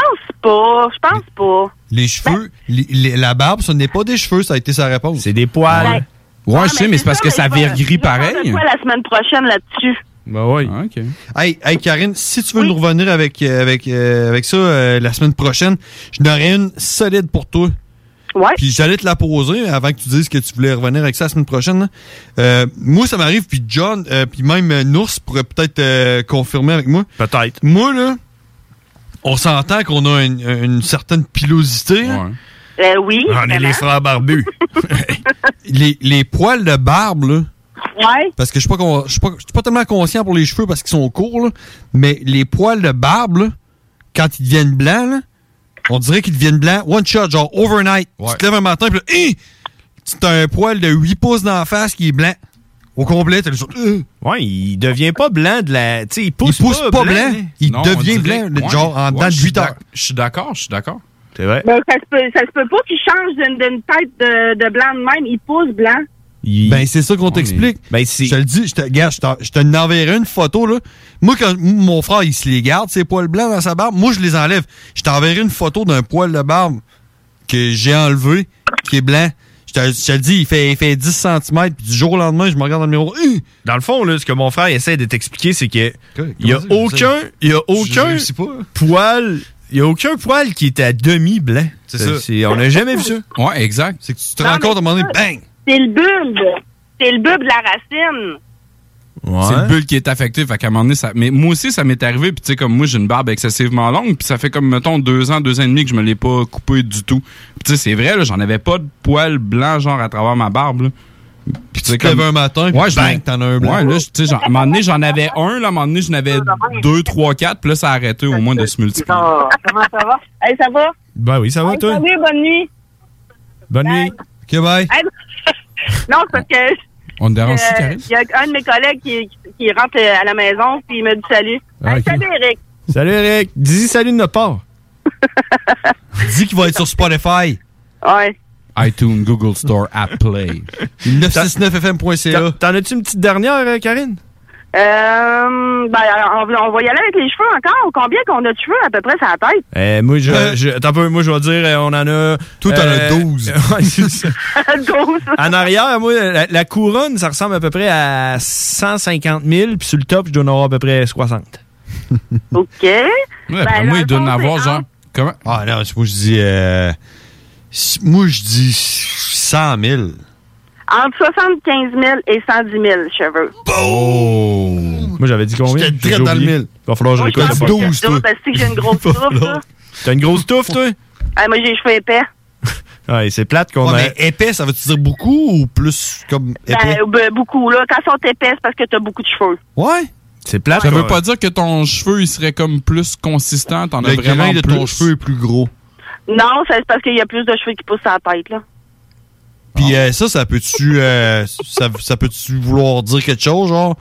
S12: pas. Je pense pas.
S7: Les cheveux, les- les- la barbe, ce n'est pas des cheveux, ça a été sa réponse. C'est
S6: des poils.
S26: Ouais, je sais, mais c'est parce que ça vire gris
S12: C'est
S7: pareil.
S12: quoi la semaine prochaine là-dessus?
S6: Ben oui.
S26: OK.
S7: Hey, hey, Karine, si tu veux nous revenir avec, euh, avec, euh, avec ça euh, la semaine prochaine, je n'aurai une solide pour toi.
S12: Ouais.
S7: Puis j'allais te la poser avant que tu dises que tu voulais revenir avec ça la semaine prochaine. là. Euh, moi, ça m'arrive, puis John, euh, puis même euh, Nours pourrait peut-être euh, confirmer avec moi.
S6: Peut-être.
S7: Moi, là, on s'entend qu'on a une, une certaine pilosité. hein. là.
S12: Euh, oui.
S7: Ah,
S6: On est les frères barbus.
S7: les, les poils de barbe, là,
S12: Ouais.
S7: Parce que je suis pas, con- je suis pas, je suis pas tellement conscient pour les cheveux parce qu'ils sont courts, là, mais les poils de barbe, là, quand ils deviennent blancs, là, on dirait qu'ils deviennent blancs one shot, genre overnight. Tu te lèves un matin, puis là, Hi! tu as un poil de 8 pouces dans la face qui est blanc. Au complet, t'as le genre, Euh!
S6: Ouais, il devient pas blanc de la. Tu sais, il pousse,
S7: pousse pas blanc, il
S6: Non,
S7: devient
S6: on dirait-
S7: blanc, le-
S6: ouais,
S7: genre, en
S6: ouais,
S7: dedans de
S6: je suis
S7: 8 heures.
S6: d'ac- Je suis d'accord, je suis d'accord. C'est vrai.
S12: Ben, ça se peut, ça se peut pas qu'il change d'une d'une tête de, de blanc de même. Il pousse blanc.
S7: Ben, c'est ça qu'on t'explique.
S6: Ben, c'est.
S7: Je te le dis, je te, regarde, je t'en- je te n'enverrai une photo, là. Moi, quand m- mon frère, il se les garde, ses poils blancs dans sa barbe, moi, je les enlève. Je t'enverrai une photo d'un poil de barbe que j'ai enlevé, qui est blanc. Je te, je te le dis, il fait, il fait 10 cm, puis du jour au lendemain, je me regarde dans le miroir. Hi!
S6: Dans le fond, là, ce que mon frère essaie de t'expliquer, c'est que il y a
S7: comment ça, je
S6: aucun,
S7: sais?
S6: il y a
S7: Je- je
S6: aucun
S7: réussis pas.
S6: poil, il y a aucun poil qui est à demi blanc.
S7: C'est ça.
S6: Euh, on n'a jamais vu ça.
S26: Ouais, exact.
S7: C'est que tu te rends compte à un moment donné, bang!
S12: C'est le bulbe. C'est le bulbe de la racine.
S26: C'est le bulle qui est affecté. Fait qu'à un moment donné, ça... Mais moi aussi, ça m'est arrivé. Puis tu sais, comme moi, j'ai une barbe excessivement longue. Puis ça fait comme, mettons, deux ans, deux ans et demi que je me l'ai pas coupé du tout. Puis tu sais, c'est vrai, là, j'en avais pas de poils blancs, genre, à travers ma barbe, là. Puis tu sais,
S7: te lèves un matin, puis
S26: ouais, je
S7: bang,
S26: me-
S7: t'en as un blanc.
S26: Ouais, là, je- tu sais, genre, à un moment donné, j'en avais un, là, à un moment donné, j'en avais deux, trois, quatre, puis là, ça a arrêté au moins de se multiplier.
S12: Ah, Comment ça va? Hey, ça va?
S6: Ben oui, ça va,
S12: Hey, salut, bonne nuit.
S6: Bonne nuit.
S7: OK, bye.
S12: Hey, non, c'est parce que.
S26: On te
S12: euh,
S26: dérange-tu, Karine?
S12: Il y a un de mes collègues qui, qui rentre euh, à la maison, puis il me dit salut.
S6: Ah,
S12: Hey,
S6: ok.
S12: Salut, Eric.
S6: Salut Eric, dis salut de notre part.
S7: Dis qu'il va être sur Spotify.
S12: Ouais.
S26: iTunes, Google Store, App Play.
S7: 969fm.ca.
S6: T'en as-tu une petite dernière, euh, Karine?
S12: Euh, ben, alors, on, on va y aller avec les cheveux encore. Combien qu'on a de cheveux à peu près sur la tête?
S6: Euh, moi, je, je- attends un peu, moi, je vais dire, euh, on en a. euh, Tout
S7: en a
S6: 12. en arrière, moi, la, la couronne, ça ressemble à peu près à 150 000, puis sur le top, je dois en avoir à peu près 60.
S12: OK.
S26: Ouais, ben, moi, il doit en avoir, genre. Comment?
S7: Ah non, moi, je dis. euh, si- moi, je dis 100 000.
S12: Entre 75 000 et 110 000 cheveux.
S7: Oh!
S6: Moi, j'avais dit combien?
S7: J'étais
S6: J'ai
S7: direct dans le
S6: oublié.
S7: mille.
S6: Va falloir que Oh, je
S12: Moi,
S6: récolte
S12: je
S6: le
S12: pense que
S6: podcast.
S12: c'est ça, parce que j'ai une grosse touffe, là.
S6: T'as une grosse touffe, toi?
S12: Ah, moi, j'ai les cheveux épais.
S6: Ouais, c'est plate qu'on
S7: Ouais, mais épais, ça veut-tu dire beaucoup ou plus comme
S12: Ben,
S7: épais?
S12: ben, beaucoup, là. Quand ils sont épais, c'est parce que t'as beaucoup de cheveux.
S7: Ouais.
S6: C'est plate.
S26: Ça veut
S6: quoi.
S26: pas dire que ton cheveu, il serait comme plus consistant. T'en
S7: Le
S26: as vraiment
S7: grain de ton
S26: plus.
S7: cheveu est plus gros.
S12: Non, ça, c'est parce qu'il y a plus de cheveux qui poussent sur la tête, là.
S7: Puis
S26: Ah.
S7: euh, ça, ça peut-tu euh, ça, ça peut-tu vouloir dire quelque chose, genre?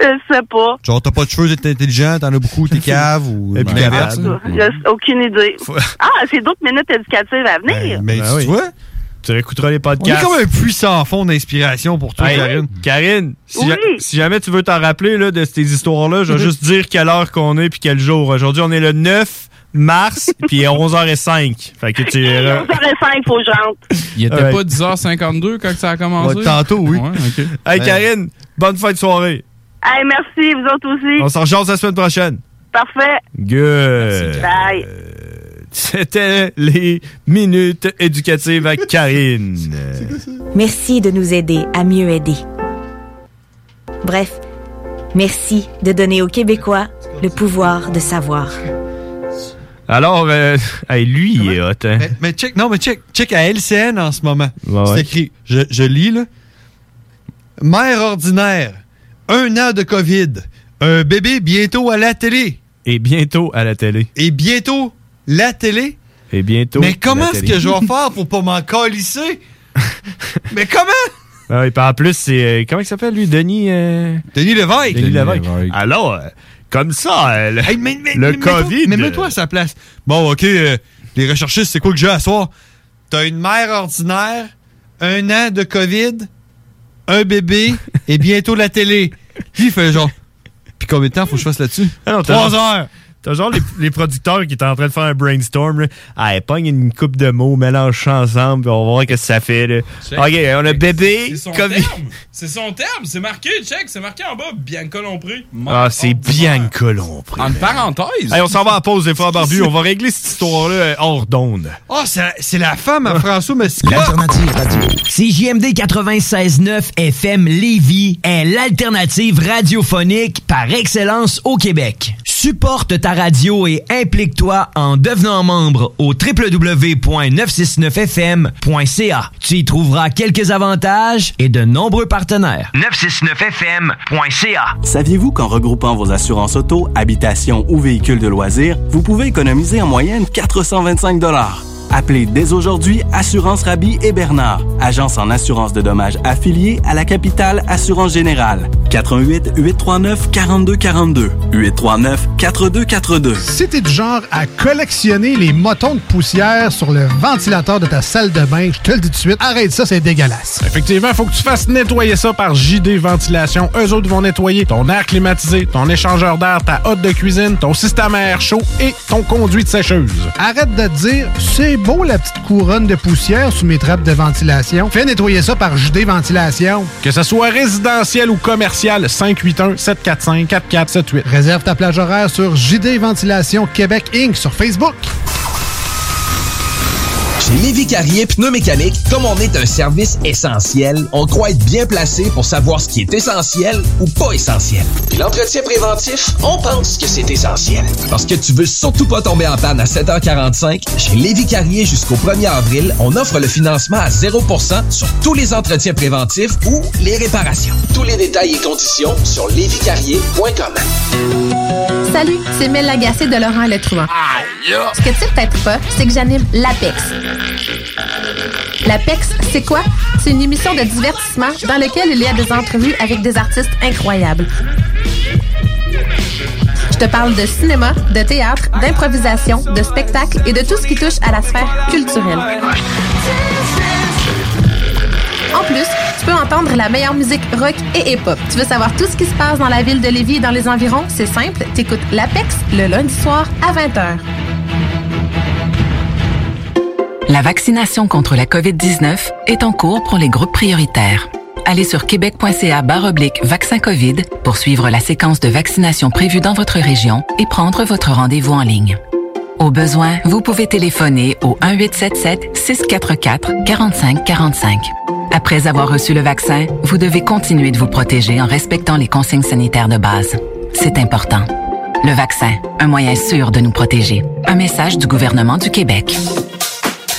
S12: Je sais pas.
S7: Genre, t'as pas de cheveux, t'es intelligent, t'en as beaucoup, t'es cave ou
S6: Et puis
S7: l'inverse,
S6: capable.
S7: là?
S12: J'ai aucune idée. Ah, c'est d'autres minutes éducatives à venir.
S7: Mais
S6: Ben
S7: tu
S6: oui.
S7: vois,
S6: Tu réécouteras les
S7: on est
S6: podcasts.
S7: comme un puissant fond d'inspiration pour toi,
S6: Hey,
S7: Karine.
S6: Karine, si,
S7: Oui.
S6: ja- si jamais tu veux t'en rappeler là, de ces histoires-là, je vais juste dire quelle heure qu'on est puis quel jour. Aujourd'hui, on est le 9 mars, puis il est 11h05. Fait que tu iras-
S12: 11h05, faut que je rentre.
S26: Il était
S6: Ouais.
S26: pas 10h52 quand ça a commencé?
S6: Euh, Ouais, tantôt, oui.
S26: Ouais, OK.
S6: Hey Karine, bonne fin de soirée.
S12: Hey, merci, vous autres aussi.
S6: On s'en Euh, rejase la semaine prochaine.
S12: Parfait.
S6: Good.
S12: Bye.
S6: C'était les minutes éducatives à Karine.
S20: Merci de nous aider à mieux aider. Bref, merci de donner aux Québécois le pouvoir de savoir.
S6: Alors, euh, hey, lui, il est hot. Hein?
S7: Mais, mais check, non, mais check, check à LCN en ce moment.
S6: Ouais,
S7: c'est
S6: ouais.
S7: écrit, je, je lis là. Mère ordinaire, un an de COVID, un bébé bientôt à la télé.
S6: Et bientôt à la télé.
S7: Et bientôt la télé.
S6: Et bientôt.
S7: mais comment est-ce que je
S6: vois
S7: vais faire pour pas m'en calisser? mais comment?
S6: Ah oui, puis en plus, c'est. euh, comment il s'appelle, lui Denis. euh,
S7: Denis Lévesque.
S6: Denis Lévesque. Alors, euh, comme ça, euh, le, le COVID.
S7: Mais mets-toi à sa place. Bon, OK, euh, les recherchistes, c'est quoi que j'ai à soir? T'as une mère ordinaire, un an de COVID, un bébé et bientôt la télé. Lui, il fait genre. Puis combien de temps faut que je fasse là-dessus?
S6: Ah non, t'as
S7: Trois
S6: genre-
S7: heures!
S6: T'as genre les, les producteurs qui étaient en train de faire un brainstorm. là. Ah, pogne une coupe de mots, mélange ça ensemble, puis on va voir ce que ça fait. là.
S26: Check.
S6: OK, on a bébé,
S26: C'est son
S6: COVID.
S26: terme. C'est son terme. C'est marqué, check. C'est marqué en bas. Bianca Lompré.
S6: Ah, c'est bien Lompré.
S26: En parenthèse.
S6: Hey, on s'en va en pause, les frères barbus. On va régler cette histoire-là euh, hors d'onde.
S7: Ah, c'est- c'est la femme à François Mesquita.
S8: C'est JMD 96.9 FM Lévis est l'alternative radiophonique par excellence au Québec.
S30: Supporte ta radio et implique-toi en devenant membre au www.969fm.ca. Tu y trouveras quelques avantages et de nombreux partenaires. 969fm.ca.
S14: Saviez-vous qu'en regroupant vos assurances auto, habitation ou véhicules de loisirs, vous pouvez économiser en moyenne 425 Appelez dès aujourd'hui Assurance Rabi et Bernard, agence en assurance de dommages affiliée à la capitale Assurance Générale. 88 839 4242 839 4242.
S23: Si t'es du genre à collectionner les motons de poussière sur le ventilateur de ta salle de bain, je te le dis tout de suite, arrête ça, c'est dégueulasse.
S31: Effectivement, faut que tu fasses nettoyer ça par JD Ventilation. Eux autres vont nettoyer ton air climatisé, ton échangeur d'air, ta hotte de cuisine, ton système à air chaud et ton conduit de sécheuse.
S23: Arrête de te dire, c'est beau la petite couronne de poussière sous mes trappes de ventilation. Fais nettoyer ça par JD Ventilation.
S31: Que ce soit résidentiel ou commercial, 581-745-4478.
S23: Réserve ta plage horaire sur JD Ventilation Québec Inc. sur Facebook.
S32: Chez Lévi Carrier Pneumécanique, comme on est un service essentiel, on croit être bien placé pour savoir ce qui est essentiel ou pas essentiel. Puis l'entretien préventif, on pense que c'est essentiel. Parce que tu veux surtout pas tomber en panne à 7h45, chez Lévi Carrier jusqu'au 1er avril, on offre le financement à 0% sur tous les entretiens préventifs ou les réparations. Tous les détails et conditions sur lévicarrier.com.
S33: Salut, c'est Mel Lagacé de Laurent et Le Truand. Ce que tu sais peut-être pas, c'est que j'anime l'APEX. L'APEX, c'est quoi? C'est une émission de divertissement dans laquelle il y a des entrevues avec des artistes incroyables. Je te parle de cinéma, de théâtre, d'improvisation, de spectacle et de tout ce qui touche à la sphère culturelle. En plus, tu peux entendre la meilleure musique rock et hip-hop. Tu veux savoir tout ce qui se passe dans la ville de Lévis et dans les environs? C'est simple, t'écoutes l'APEX le lundi soir à 20h.
S34: La vaccination contre la COVID-19 est en cours pour les groupes prioritaires. Allez sur québec.ca oblique vaccin COVID pour suivre la séquence de vaccination prévue dans votre région et prendre votre rendez-vous en ligne. Au besoin, vous pouvez téléphoner au 1-877-644-4545. Après avoir reçu le vaccin, vous devez continuer de vous protéger en respectant les consignes sanitaires de base. C'est important. Le vaccin, un moyen sûr de nous protéger. Un message du gouvernement du Québec.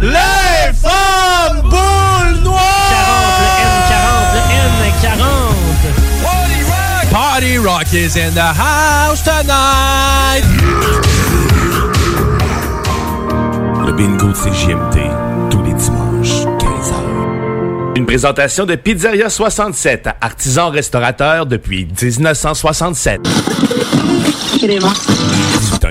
S18: Les femmes boules noires! 40, le N40, le N40.
S35: Party Rock is in the house tonight!
S15: Le bingo de CJMT, tous les dimanches, 15h. Une présentation de Pizzeria 67, artisan restaurateur depuis 1967. 18 ans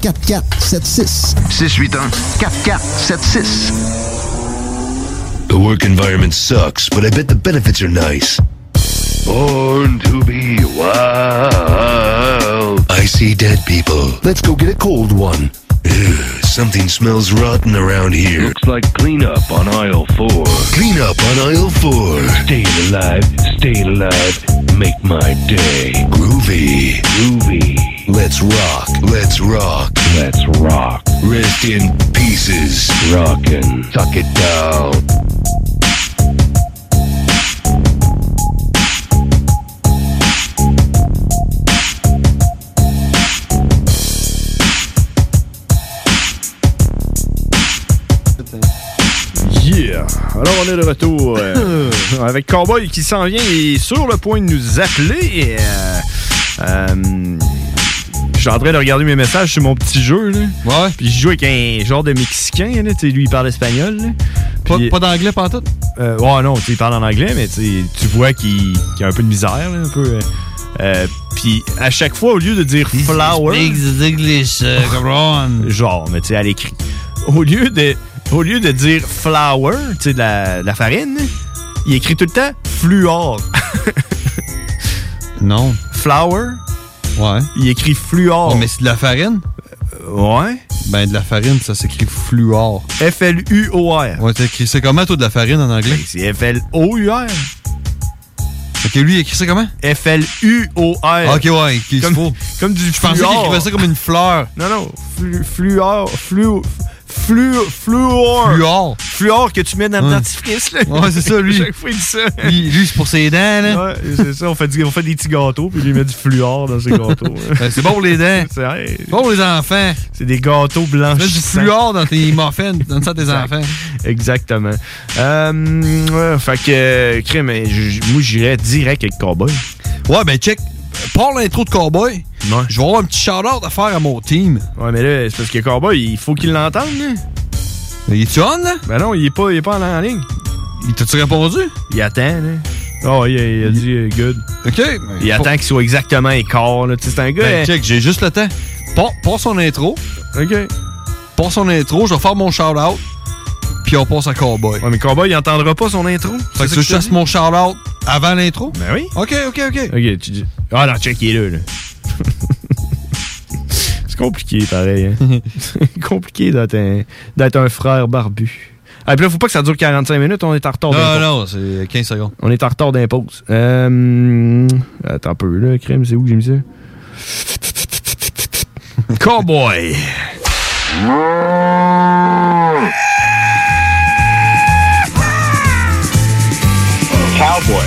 S17: 4476.
S36: 681 4476.
S28: The work environment sucks, but I bet the benefits are nice.
S36: Born to be wild.
S28: I see dead people. Let's go get a cold one. Ugh, something smells rotten around here. Looks like cleanup on aisle four. Cleanup on aisle four. Staying alive, staying alive. Make my day. Groovy. Groovy. Let's rock. Let's rock. Let's rock.
S24: Rest in pieces. Rockin'. Tuck it down.
S6: Yeah! Alors, on est de retour euh, avec Cowboy qui s'en vient et est sur le point de nous appeler. euh, euh, je suis en train de regarder mes messages sur mon petit jeu. Là. Ouais. Puis je joue avec un genre de Mexicain. Là, tu sais, lui, il parle espagnol. Pas, d'anglais, pas tout? ouais, non, tu sais, il parle en anglais, mais tu sais, tu vois qu'il qu'il y a un peu de misère. là, un peu, euh, euh, puis à chaque fois, au lieu de dire flower. euh, Genre, mais tu sais, à l'écrit. Au lieu de, au lieu de dire flour, tu sais, de la, de la farine, il écrit tout le temps fluor. non. Flour. Ouais. Il écrit fluor. mais c'est de la farine? ouais.
S7: Ben, de la farine, ça s'écrit fluor.
S6: F-L-U-O-R.
S7: Ouais, t'as écrit ça comment, toi, de la farine en anglais?
S6: Ben, c'est F-L-O-U-R.
S7: Ok, lui, il écrit ça comment?
S6: F-L-U-O-R.
S7: Ok, ouais, il
S6: Comme-
S7: faut.
S6: Comme du
S7: Je pensais qu'il
S6: fluor.
S7: écrivait ça comme une fleur.
S6: Non, non. Flu, fluor. Flu, flu, fluor.
S7: Fluor.
S6: Fluor que tu mets dans le
S7: Ouais.
S6: dentifrice, là.
S7: Ouais, c'est ça, lui.
S6: Chaque fois, il dit ça.
S7: Lui, lui, c'est pour ses dents, là.
S6: Ouais, c'est ça. On fait, du- on fait des petits gâteaux, puis il lui met du fluor dans ses gâteaux. hein.
S7: Ben, c'est bon pour les dents.
S6: C'est vrai.
S7: bon pour les enfants.
S6: C'est des gâteaux blancs.
S7: Mets du fluor dans tes muffins, donne ça à tes
S6: Exact.
S7: enfants.
S6: Exactement. Euh, ouais, fait que, euh, crème, euh, j- moi, j'irais direct avec Cowboy.
S7: Ouais, ben, check. Pour l'intro de Cowboy, je vais avoir un petit shout-out à faire à mon team.
S6: Ouais, mais là, c'est parce que Cowboy, il faut qu'il l'entende, là.
S7: Il est-tu on, là?
S6: Ben non, il est pas, il est pas en, en ligne.
S7: Il t'a-tu répondu?
S6: Il attend, là. Oh, il, a- il a dit euh, good.
S7: OK.
S6: Il attend qu'il soit exactement écart, là. Tu sais, c'est un gars.
S7: Ben,
S6: hein.
S7: check, j'ai juste le temps. Pour, son intro.
S6: OK.
S7: Pour son intro, je vais faire mon shout-out. Puis on passe à Cowboy.
S6: Ouais, mais Cowboy, il entendra pas son intro.
S7: Fait
S6: ça
S7: que tu
S6: que
S7: veux
S6: je te
S7: juste
S6: dis?
S7: mon shout-out avant l'intro?
S6: Ben oui.
S7: OK, OK, OK.
S6: Ok, tu dis. Ah non, check, il est là, là. c'est compliqué, pareil. Hein? C'est compliqué d'être un, d'être un frère barbu. Ah, puis là, faut pas que ça dure 45 minutes, on est en retard
S7: Non,
S6: d'impôts.
S7: non, c'est 15 secondes.
S6: On est en retard d'impôts. Euh, attends un peu, là, crème, c'est où que j'ai mis ça? Cowboy!
S37: Cowboy.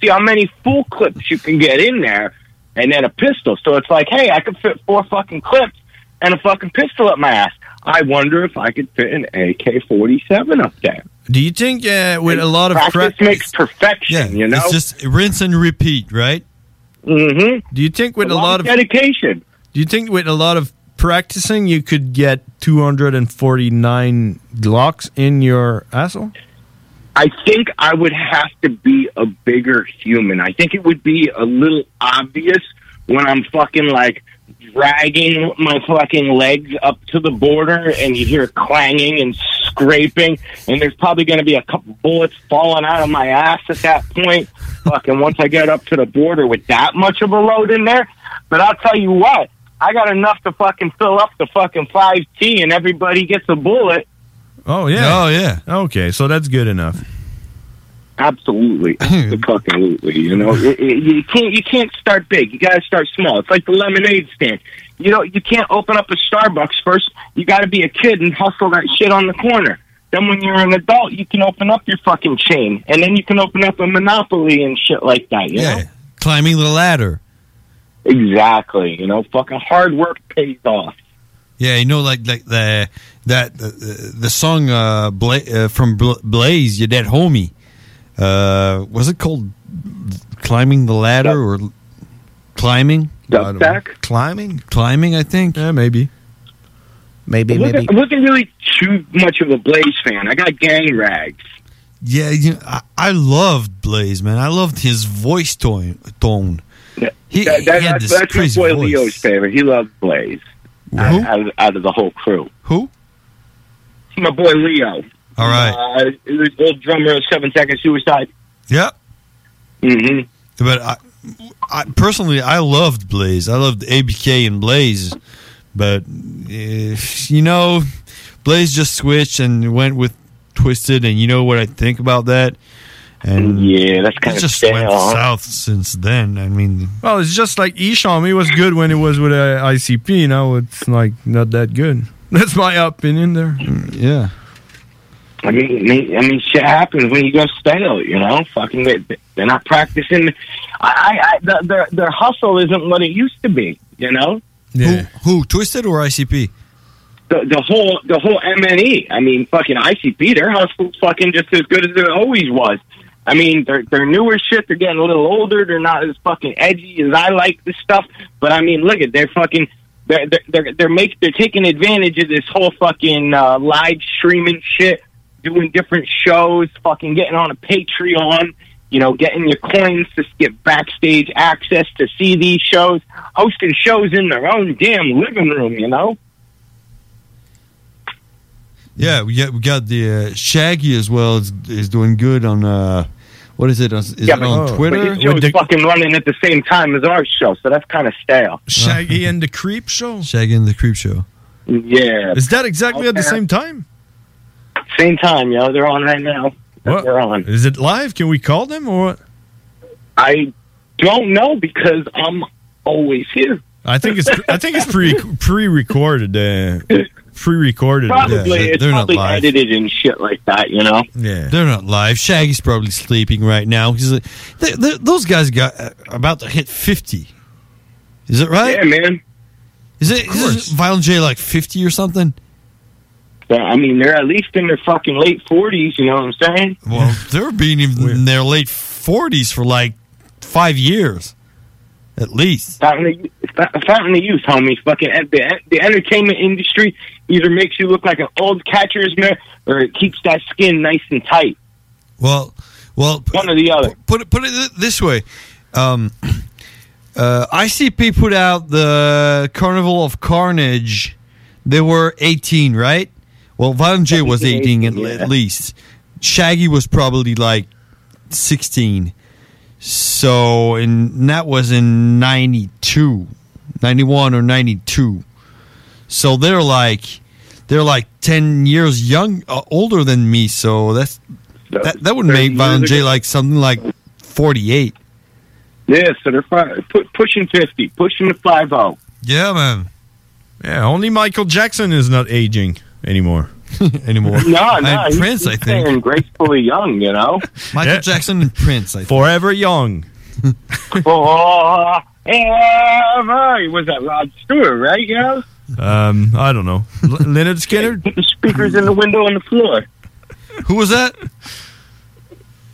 S37: See how many full clips you can get in there, and then a pistol. So it's like, hey, I could fit four fucking clips and a fucking pistol up my ass. I wonder if I could fit an AK forty seven up there.
S6: Do you think uh, with a lot of
S37: practice
S6: crack-
S37: makes perfection? you know,
S7: It's just rinse and repeat, right?
S37: Mm-hmm.
S6: Do you think with
S7: A
S6: a,
S7: lot
S6: lot
S7: of
S6: of
S37: dedication?
S6: Do you think with a lot of practicing you could get 249 glocks in your asshole?
S37: I think I would have to be a bigger human. I think it would be a little obvious when I'm fucking like dragging my fucking legs up to the border and you hear clanging and scraping and there's probably going to be a couple bullets falling out of my ass at that point. fucking once I get up to the border with that much of a load in there. But I'll tell you what, I got enough to fucking fill up the fucking 5T and everybody gets a bullet.
S6: Oh, yeah. Oh, yeah. Okay, so that's good enough.
S37: Absolutely, absolutely. You know, It- it- you can't you can't start big. You got to start small. It's like the lemonade stand. You know, you can't open up a Starbucks first. You got to be a kid and hustle that shit on the corner. Then when you're an adult, you can open up your fucking chain, and then you can open up a monopoly and shit like that. You know,
S7: Climbing the ladder.
S37: exactly. You know, fucking hard work pays off.
S7: Yeah, you know, like like the that the, the song uh, Bla- uh, from Bla- Blaze, your dead homie. Uh, was it called climbing the ladder or climbing?
S37: Duckback?
S7: Climbing, climbing. I think. Yeah, maybe. Maybe,
S37: I wasn't, I wasn't really too much of a Blaze fan. I got gang ragged.
S7: Yeah, you know, I, I loved Blaze, man. I loved his voice tone. tone. He,
S37: That-
S7: he
S37: that-
S7: had
S37: that's
S7: this
S37: that's my
S7: crazy
S37: boy
S7: voice.
S37: Leo's favorite. He loves Blaze. Out, out of, out of the whole crew.
S7: Who?
S37: My boy Leo.
S7: All right.
S37: Uh, he was the old drummer of Seven Second Suicide.
S7: Yep.
S37: Mm-hmm.
S7: But I, I personally, I loved Blaze. I loved ABK and Blaze. But eh, you know, Blaze just switched and went with Twisted, and you know what I think about that. And
S37: yeah, that's Uh-huh.
S6: kinda
S7: it just
S6: stale,
S7: went
S6: huh?
S7: south since then. I mean,
S6: Well, it's just like Isham. He was good when he was with uh, ICP. Now it's like not that good. That's my opinion there.
S7: Yeah.
S37: I mean, I mean- I mean, shit happens when you go stale. You know, fucking, they- they're not practicing. I, I, I the, their their hustle isn't what it used to be. You know,
S7: who, who Twisted or ICP?
S37: the, the whole the whole MNE. I mean, fucking ICP, their hustle's fucking just as good as it always was. I mean, they're they're newer shit. They're getting a little older. They're not as fucking edgy as I like this stuff. But I mean, look at they're fucking they're they're they're, they're make they're taking advantage of this whole fucking uh, live streaming shit, doing different shows, fucking getting on a Patreon. You know, getting your coins to get backstage access to see these shows, hosting shows in their own damn living room. You know.
S7: Yeah, we got we got the uh, Shaggy as well is is doing good on uh, what is it? Is it on Twitter?
S37: But his show's fucking running at the same time as our show, so that's kind of stale.
S6: Shaggy and the Creep Show.
S7: Uh-huh. Shaggy and the Creep Show.
S37: Yeah.
S6: Is that exactly at the same time?
S37: Same time, yo. They're on right now.
S6: What?
S37: They're on.
S6: Is it live? Can we call them or what?
S37: I don't know because I'm always here.
S6: I think it's I think it's pre pre recorded. Uh, pre recorded.
S37: Probably it's probably edited and shit like that, you know.
S6: Yeah,
S7: they're not live. Shaggy's probably sleeping right now. He's like, th th those guys got uh, about to hit fifty. Is it right?
S37: Yeah, man.
S7: Is it is Violent J like fifty or something?
S37: So, I mean, they're at least in their fucking late forties. You know what I'm saying?
S7: Well, they're being even in their late forties for like five years, at least.
S37: Fountain of, Fou- fountain of youth, homies. Fucking en- the, the entertainment industry either makes you look like an old catcher's mitt or it keeps that skin nice and tight.
S7: Well, well,
S37: one or the other.
S7: Put it put it th- this way. Um, uh, ICP put out the Carnival of Carnage. They were 18, right? Well, Violent J was 18 at, at least. Shaggy was probably like 16. So, and that was in 92, 91 or 92. So they're like they're like 10 years young uh, older than me, so that's that, that would make Violent J like something like 48.
S37: Yeah, so they're fi- pu- pushing fifty, pushing the five zero.
S7: Yeah, man.
S6: Yeah, only Michael Jackson is not aging anymore.
S7: anymore.
S37: No, no, he's, he's staying gracefully young, you know.
S7: Michael Jackson and Prince, I think.
S6: Forever young.
S37: Forever. He was that Rod Stewart, right? You know,
S6: Um, I don't know. L- Leonard Skinner.
S37: Put the speakers in the window on the floor.
S7: Who was that?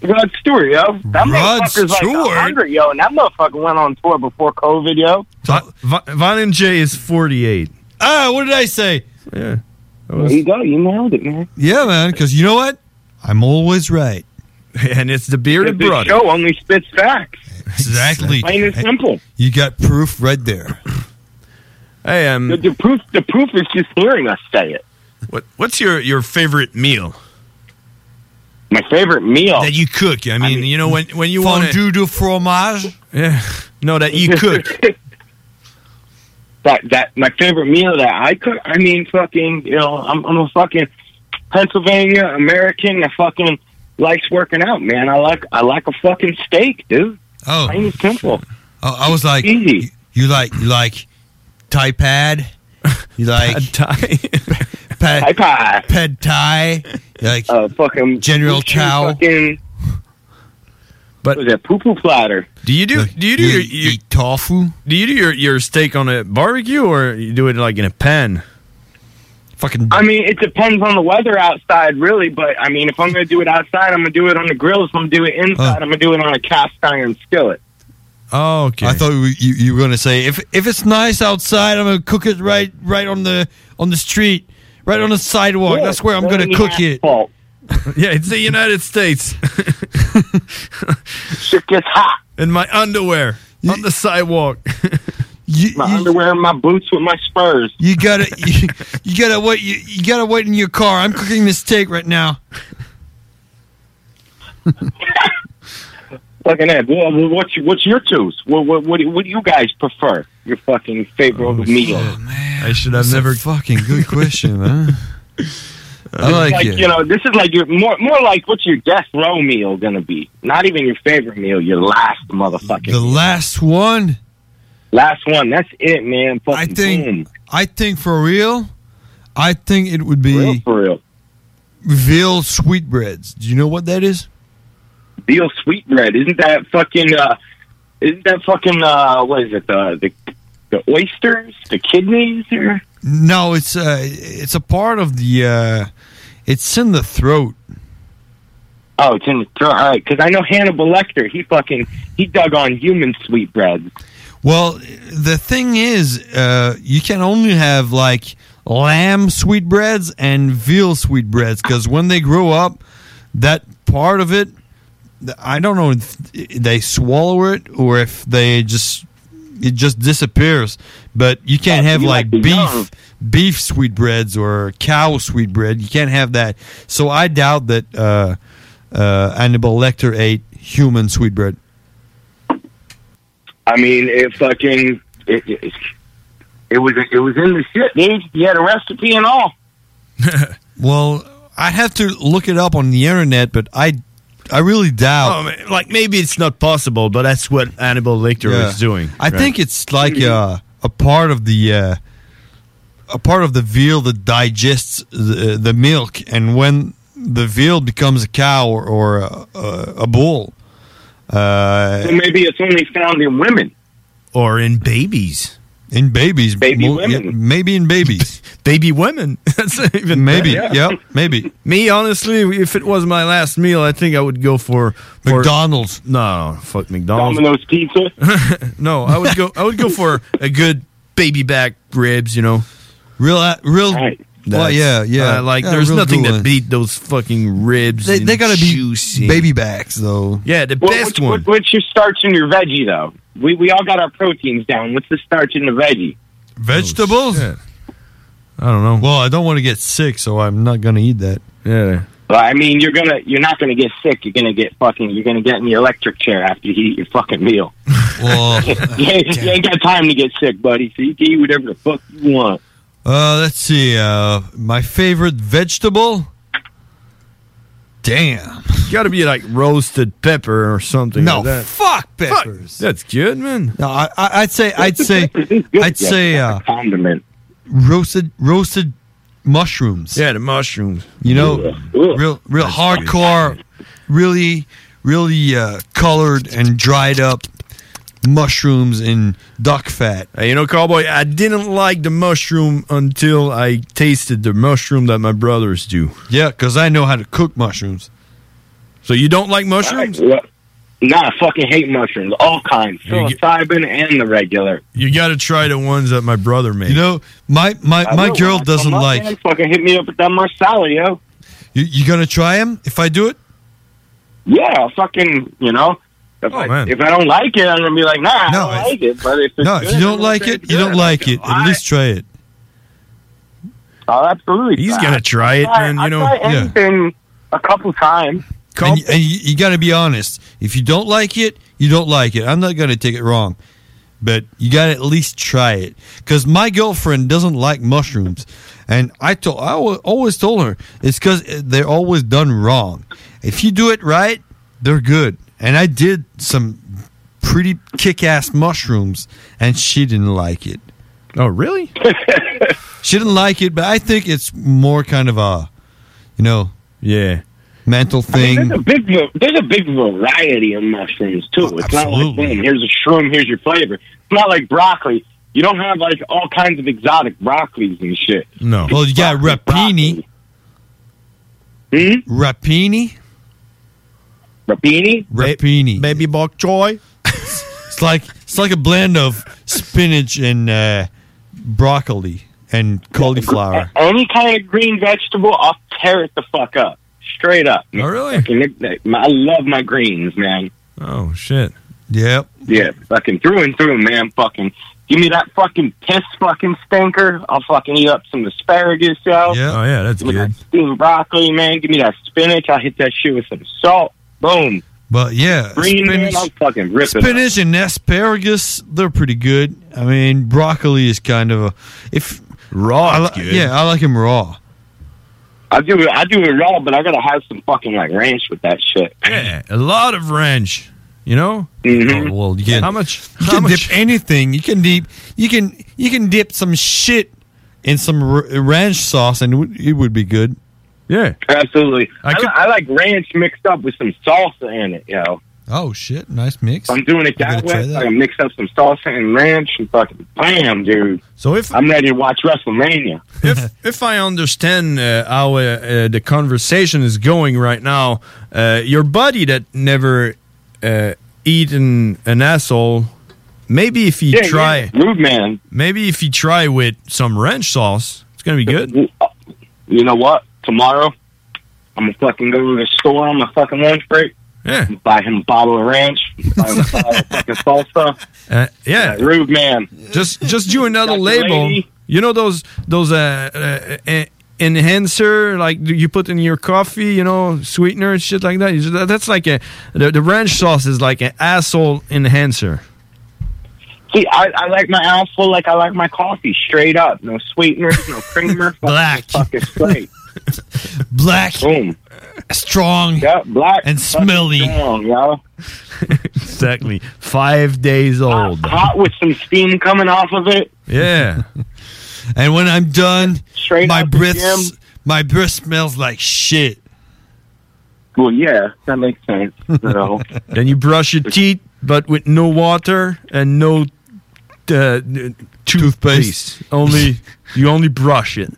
S37: Rod Stewart, yo. That
S6: Rod
S37: motherfucker's
S6: Stewart?
S37: like hundred, yo, and that motherfucker went on tour before COVID, yo.
S6: Vi- Violent J is forty-eight.
S7: Ah, what did I say?
S6: Yeah.
S37: There you go. You nailed it, man.
S7: Yeah, man, because you know what? I'm always right.
S6: And it's the bearded
S37: This show only spits facts.
S7: Exactly.
S37: Plain and simple.
S7: You got proof right there.
S6: Hey, um,
S37: the, the proof the proof is just hearing us say it.
S6: What What's your your favorite meal?
S37: My favorite meal
S6: that you cook. I mean, you know when when you want
S7: Fondue du fromage.
S6: Yeah. No, that you cook.
S37: that that my favorite meal that I cook. I mean, fucking, you know, I'm, I'm a fucking Pennsylvania American that fucking likes working out, man. I like I like a fucking steak, dude.
S7: Oh.
S37: plain and simple.
S7: I, I was like, you, you like you like Thai pad, you like Thai, pad,
S37: pad,
S7: pad Thai, you like
S37: uh, fucking
S7: General Chow.
S37: But was that poo poo platter?
S6: Do you do? Do you do your, your
S7: tofu?
S6: Do you do your, your steak on a barbecue or you do it like in a pan?
S7: Fucking.
S37: I mean, it depends on the weather outside, really. But I mean, if I'm going to do it outside, I'm going to do it on the grill. If I'm going to do it inside, I'm going to do it on a cast iron skillet.
S7: Oh, okay. I thought you, you, you were gonna say if if it's nice outside, I'm gonna cook it right right on the on the street, right on the sidewalk.
S6: Good.
S7: That's where I'm
S6: Right on
S7: gonna
S6: the
S7: cook
S37: it.
S6: yeah, it's the United States.
S37: Shit gets hot.
S6: In my underwear on the sidewalk.
S37: my underwear and my boots with my spurs.
S7: You gotta you, you gotta wait you, you gotta wait in your car. I'm cooking this steak right now.
S37: Fucking that. Well, well, what's your, what's your twos? What what what do, what do you guys prefer? Your fucking favorite
S7: Oh,
S37: meal?
S6: I should have never.
S7: fucking good question, man. I
S37: This is
S7: like, it.
S37: You know, this is like your more more like what's your death row meal gonna be? Not even your favorite meal, your last motherfucking
S7: the last one.
S37: last one. That's it, man. Fucking
S7: I think I think for real, I think it would be
S37: for real.
S7: Veal sweetbreads. Do you know what that is?
S37: veal sweetbread. Isn't that fucking? Uh, isn't that fucking? Uh, what is it? The the the oysters, the kidneys, or
S7: No, it's uh, it's a part of the. Uh, it's in the throat.
S37: oh, it's in the throat. All right, because I know Hannibal Lecter. He fucking he dug on human sweetbreads.
S7: Well, the thing is, uh, you can only have like lamb sweetbreads and veal sweetbreads because when they grow up, that part of it, th- I don't know if they swallow it or if they just it just disappears. But you can't have
S37: you
S7: like
S37: like the
S7: beef,
S37: young.
S7: beef sweetbreads or cow sweetbread. You can't have that. So I doubt that uh, uh, Hannibal Lecter ate human sweetbread.
S37: I mean, it fucking it. it it was it was in the shit, dude. He had a recipe and all.
S7: Well, I have to look it up on the internet, but I, I really doubt.
S6: Oh, man, like maybe it's not possible, but that's what Hannibal Lecter
S7: Yeah.
S6: is doing.
S7: I think it's like uh, a part of the, uh, a part of the veal that digests the, uh, the milk, and when the veal becomes a cow or, or a, a, a bull, uh,
S37: So maybe it's only found in women.
S7: or in babies. In babies,
S37: Baby
S7: mo-
S37: women.
S7: yeah, maybe in babies,
S6: baby women. That's even
S7: maybe,
S6: better.
S7: yeah, maybe.
S6: Me, honestly, if it was my last meal, I think I would go for, for
S7: McDonald's.
S6: No, fuck McDonald's.
S37: Domino's pizza.
S6: no, I would go. I would go for a good baby back ribs. You know,
S7: real, uh, real.
S6: Well,
S7: yeah, yeah.
S6: like,
S7: Yeah,
S6: there's
S7: real
S6: nothing
S7: good
S6: that
S7: one.
S6: beat those fucking ribs.
S7: They, they gotta be
S6: juicy.
S7: baby backs though.
S6: Yeah, the
S37: What-
S6: best
S37: what-
S6: one.
S37: what- what's your starch and your veggie though? We we all got our proteins down. What's the starch in the veggie?
S7: Vegetables?
S6: Oh, I don't know.
S7: Well, I don't want to get sick, so I'm not going to eat that.
S6: Yeah.
S37: Well, I mean, you're gonna you're not gonna get sick. You're gonna get fucking. You're gonna get in the electric chair after you eat your fucking meal.
S7: Well,
S37: you, ain't, you ain't got time to get sick, buddy. So you can eat whatever the fuck you want.
S7: uh, let's see. Uh, my favorite vegetable? Damn.
S6: Got to be like roasted pepper or something.
S7: No,
S6: like that.
S7: fuck peppers.
S6: That's good, man.
S7: No, I, I- I'd say I'd say I'd
S6: Yeah,
S7: say
S6: it's
S7: uh,
S37: condiment.
S7: roasted roasted mushrooms.
S6: Yeah, the mushrooms.
S7: You know, real real hardcore, really really uh, colored and dried up mushrooms in duck fat.
S6: Hey, you know, cowboy, I didn't like the mushroom until I tasted the mushroom that my brothers do.
S7: Yeah, because I know how to cook mushrooms.
S6: So you don't like mushrooms?
S37: Well, nah, I fucking hate mushrooms, all kinds, psilocybin and the regular.
S6: You got to try the ones that my brother made.
S7: You know, my my,
S37: I
S7: my
S37: will.
S7: girl
S37: When I
S7: doesn't
S37: come up,
S7: like.
S37: man, fucking hit me up with that marsala, yo.
S7: You, you gonna try him if I do it?
S37: Yeah, I'll fucking you know. If, I,
S7: Oh, man.
S37: if I don't like it, I'm gonna be like, nah,
S7: No,
S37: I don't like
S7: if-
S37: it. But if it's
S7: No,
S37: good,
S7: if you
S37: I'm
S7: don't
S37: gonna
S7: like
S37: say
S7: it,
S37: it's
S7: you
S37: good.
S7: don't like it. At least try it.
S37: Oh, absolutely.
S7: He's gonna try it,
S37: I-
S7: man,
S37: I
S7: you know.
S37: try
S7: Yeah.
S37: anything a couple times.
S7: And, and you, you got to be honest. If you don't like it, you don't like it. I'm not gonna take it wrong. but you got to at least try it. Because my girlfriend doesn't like mushrooms, and I told I wa- always told her it's because they're always done wrong. If you do it right, they're good. And I did some pretty kick-ass mushrooms, and she didn't like it.
S6: Oh, really?
S7: she didn't like it, but I think it's more kind of a, you know,
S6: yeah,
S7: mental
S37: I mean,
S7: thing.
S37: there's a big va- there's a big variety of mushrooms too. it's not like
S7: absolutely.
S37: boom, here's a shroom, here's your flavor. It's not like broccoli. You don't have like all kinds of exotic broccolis and shit.
S6: No.
S7: Well, you got rapini. Rapini.
S37: Hmm? Rapini.
S7: Rapini.
S6: Baby bok choy.
S7: it's like it's like a blend of spinach and uh, broccoli and cauliflower.
S37: Any kind of green vegetable, I'll tear it the fuck up. Straight up.
S6: Oh, really?
S37: I love my greens, man.
S6: Oh shit.
S7: Yep.
S37: Yeah, fucking through and through, man. Fucking give me that fucking piss fucking stinker. I'll fucking eat up some asparagus, yo.
S6: Oh yeah, that's
S37: Give me
S6: good.
S37: that steamed broccoli, man. Give me that spinach. I'll hit that shit with some salt. Boom.
S7: But yeah,
S37: Green, man, I'm fucking ripping. it.
S7: Uh, spinach and asparagus, they're pretty good. I mean, broccoli is kind of a if
S6: raw.
S7: I li-
S37: good.
S7: Yeah, I like him raw.
S37: I do it. I do it raw, but I gotta have some fucking like ranch with that shit.
S6: Yeah, a lot of ranch. You know.
S37: Mm-hmm.
S7: Oh, well, you can,
S6: How much?
S7: You can dip anything. You can dip. You can you can dip some shit in some r- ranch sauce, and it would, it would be good.
S6: Yeah,
S37: absolutely. I, li- I like ranch mixed up with some salsa in it, yo.
S7: Oh shit! Nice mix.
S37: If I'm doing it
S7: I
S37: that
S7: gotta try
S37: way.
S7: that.
S37: I can mix up some salsa and ranch and fucking bam, dude.
S6: So if
S37: I'm ready to watch WrestleMania,
S6: if if I understand uh, how uh, uh, the conversation is going right now, uh, your buddy that never uh, eaten an asshole, maybe if he
S37: Yeah,
S6: try
S37: yeah, rude man,
S6: maybe if he try with some ranch sauce, it's gonna be good.
S37: you know what? Tomorrow, I'm gonna fucking go to the store on my fucking lunch break.
S6: Yeah.
S37: Buy him a bottle of ranch. Buy him a bottle of fucking salsa.
S6: Uh, yeah,
S37: rude man.
S6: Just just do another
S37: Dr.
S6: label.
S37: Lady.
S6: You know those those uh, uh, uh, enhancer like you put in your coffee. You know sweetener and shit like that. You just- That's like a the, the ranch sauce is like an asshole enhancer.
S37: See, I, I like my alpha like I like my coffee, straight up. No sweeteners, no creamer. black. Fucking straight.
S7: black.
S37: Boom.
S7: Strong.
S37: Yeah, black.
S7: And
S37: fucking
S7: smelly.
S37: Strong, yo.
S6: Exactly. Five days old.
S37: Hot with some steam coming off of it.
S6: Yeah.
S7: and when I'm done,
S37: Straight
S7: my
S37: out the
S7: breath
S37: gym.
S7: s- my breath smells like shit.
S37: Well, yeah, that makes sense. So,
S6: Then you brush your teeth, but with no water and no uh, toothpaste. Only you only brush it.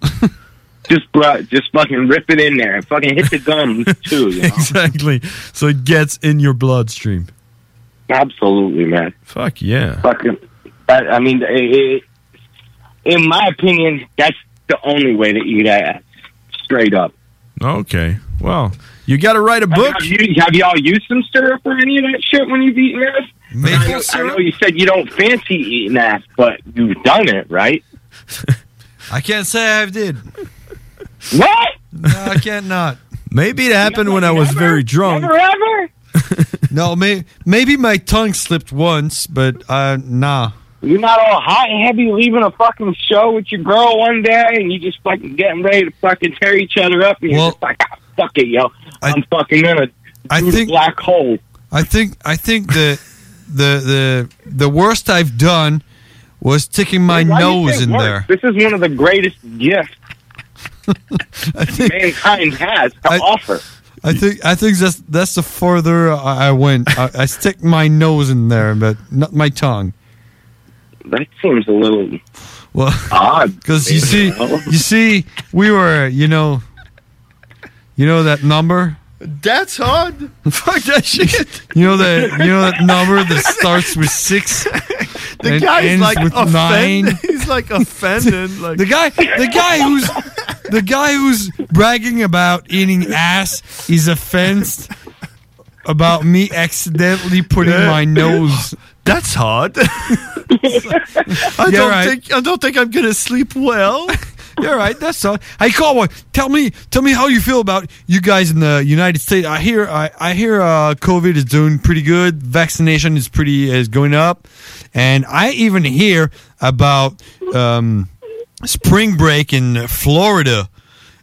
S37: just bru- just fucking rip it in there and fucking hit the gum too. You know?
S6: exactly. So it gets in your bloodstream.
S37: Absolutely, man.
S6: Fuck yeah.
S37: Fucking. I, I mean, it, it, in my opinion, that's the only way to eat ass. Straight up.
S6: Okay. Well, you got to write a book.
S37: Have, you, have y'all used some syrup or any of that shit when you've eaten ass? I know, I know you said you don't fancy eating ass, but you've done it, right?
S7: I can't say I did.
S37: What?
S7: No, I can't not.
S6: Maybe it happened when I was very drunk.
S37: Forever?
S7: No, may, maybe my tongue slipped once, but uh, nah.
S37: You're not all hot and heavy leaving a fucking show with your girl one day and you just fucking getting ready to fucking tear each other up and you're just like, ah, fuck it, yo. I'm fucking in a
S7: I think
S37: black hole.
S7: I think I think the the the the worst I've done was sticking my
S37: Why do you
S7: nose
S37: think
S7: in
S37: work?
S7: there.
S37: This is one of the greatest gifts mankind has to offer.
S7: I think I think that's that's the further I, I went. I, I stick my nose in there, but not my tongue.
S37: That seems a little
S7: well
S37: odd
S7: because you see, you see, we were, you know, you know that number.
S6: That's hard. Fuck that shit.
S7: You know that you know that number that starts with six.
S6: The
S7: and
S6: guy's
S7: ends
S6: like
S7: with
S6: offended.
S7: nine.
S6: He's like offended. Like
S7: The guy, the guy who's the guy who's bragging about eating ass is offensed about me accidentally putting
S6: Yeah.
S7: my nose.
S6: That's hard. I
S7: Yeah,
S6: don't
S7: right.
S6: think I don't think I'm gonna sleep well.
S7: You're right. That's so. Hey, Cowboy, tell me, tell me how you feel about you guys in the United States. I hear, I, I hear, uh, COVID is doing pretty good. Vaccination is pretty is going up, and I even hear about um, spring break in Florida,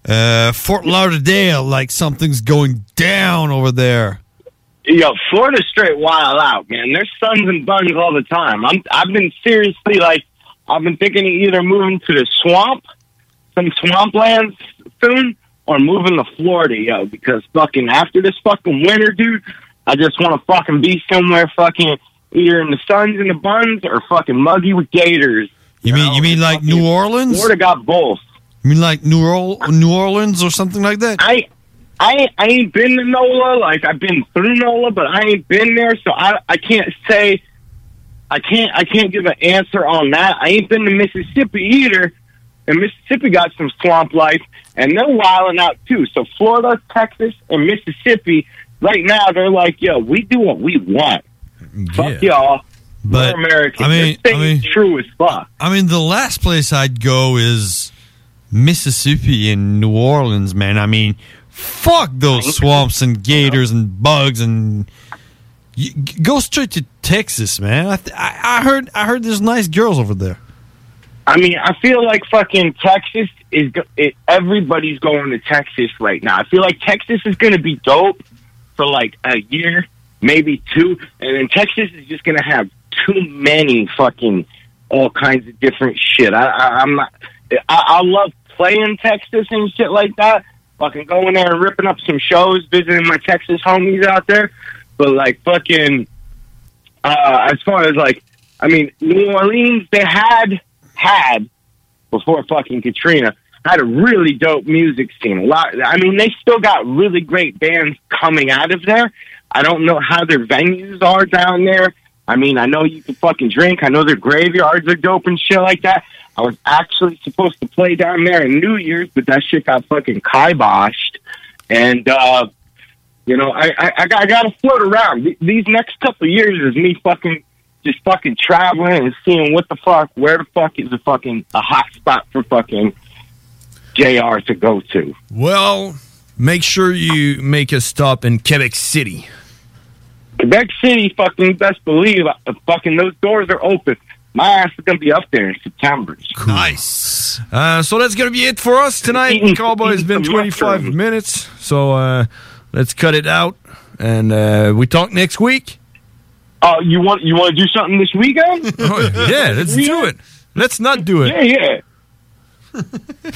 S7: uh, Fort Lauderdale. Like something's going down over there.
S37: Yo, Florida straight wild out, man. There's suns and buns all the time. I'm I've been seriously like I've been thinking of either moving to the swamp, some swamplands soon, or moving to Florida, yo, because fucking after this fucking winter, dude, I just wanna fucking be somewhere fucking either in the suns and the buns or fucking muggy with gators.
S7: You mean you mean like New Orleans?
S37: Florida got both.
S7: You mean like New, Orl- New Orleans or something like that?
S37: I I ain't- I ain't been to NOLA, like I've been through NOLA, but I ain't been there, so I I can't say I can't I can't give an answer on that. I ain't been to Mississippi either, and Mississippi got some swamp life, and they're wilding out too. So Florida, Texas, and Mississippi right now they're like, yo, we do what we want. Fuck y'all,
S7: But,
S37: we're American.
S7: I mean-
S37: this thing is true as fuck.
S7: I mean, the last place I'd go is Mississippi and New Orleans, man. I mean, fuck those swamps and gators and bugs and you, go straight to Texas, man. I, th- I, I heard I heard there's nice girls over there.
S37: I mean, I feel like fucking Texas is go- it, everybody's going to Texas right now. I feel like Texas is going to be dope for like a year, maybe two, and then Texas is just going to have too many fucking all kinds of different shit. I, I I'm not. I, I love playing Texas and shit like that. Fucking going there and ripping up some shows, visiting my Texas homies out there. But like fucking, uh, as far as like, I mean, New Orleans, they had had before fucking Katrina had a really dope music scene. A lot. I mean, they still got really great bands coming out of there. I don't know how their venues are down there. I mean, I know you can fucking drink. I know their graveyards are dope and shit like that. I was actually supposed to play down there in New Year's, but that shit got fucking kiboshed. And uh, you know, I I, I, got, I got to float around. Th- These next couple of years is me fucking just fucking traveling and seeing what the fuck, where the fuck is the fucking a hot spot for fucking Jr. to go to.
S22: Well, make sure you make a stop in Quebec City.
S37: Quebec City, fucking best believe, uh, fucking those doors are open. My ass is gonna be up there in September.
S22: Nice. Uh, so that's gonna be it for us tonight.
S37: Eating-
S22: Cowboy has
S37: eating
S22: been
S37: some
S22: 25
S37: mushrooms.
S22: minutes, so uh, let's cut it out, and uh, we talk next week.
S37: Oh, you want you want to do something this weekend?
S22: Oh, yeah, let's do it. Let's not do it.
S37: Yeah, yeah. I,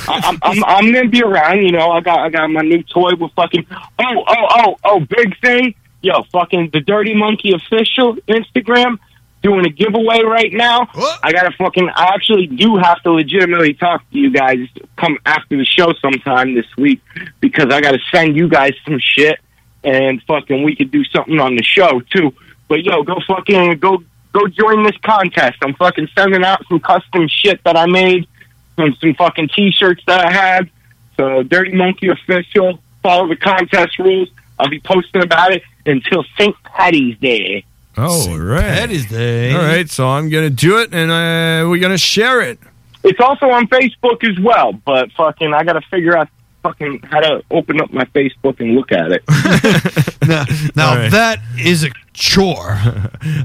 S37: I'm, I'm I'm gonna be around. You know, I got I got my new toy with fucking oh oh oh oh big thing. Yo, fucking the Dirty Monkey official Instagram doing a giveaway right now. I gotta fucking I actually do have to legitimately talk to you guys come after the show sometime this week because I gotta send you guys some shit and fucking we could do something on the show too. But yo, go fucking go go join this contest. I'm fucking sending out some custom shit that I made, some some fucking t-shirts that I had. So Dirty Monkey official, follow the contest rules. I'll be posting about it until St. Patty's Day.
S22: All right.
S7: Patty's Day.
S22: All right, so I'm gonna do it, and uh, we're gonna share it.
S37: It's also on Facebook as well, but fucking I gotta figure out fucking how to open up my Facebook and look at it.
S7: Now
S22: All right.
S7: that is a chore.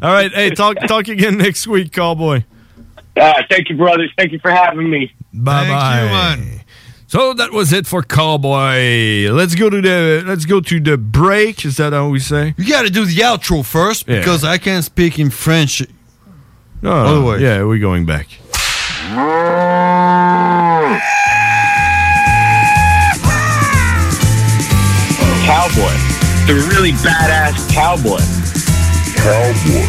S22: All right, hey, talk talk again next week, Cowboy.
S37: Uh, thank you, brothers. Thank you for having me.
S22: Bye bye. So that was it for Cowboy. Let's go to the let's go to the break. Is that how we say?
S7: You got to do the outro first
S22: Yeah.
S7: because I can't speak in French.
S22: No,
S7: Otherwise.
S22: Oh, yeah, we're going back.
S37: Cowboy. The really badass cowboy. Cowboy.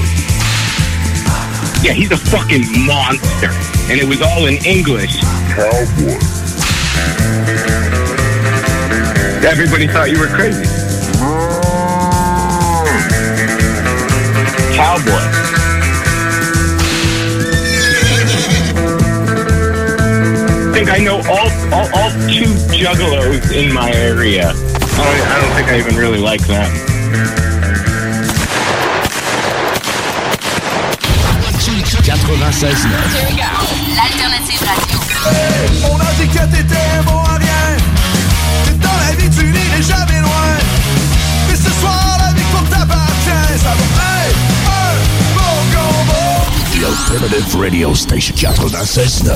S37: Yeah, he's a fucking monster. And it was all in English. Cowboy. Everybody thought you were crazy. Cowboy. I think I know all, all, all two juggalos in my area. I don't, I don't think I even really like them.
S25: Here we go. L'alternative radio.
S18: On a dit que t'étais bon à rien Dans la vie tu n'irais jamais loin Mais ce soir la vie pour t'appartient Ça va hey, un bon combo
S14: The alternative radio station 969.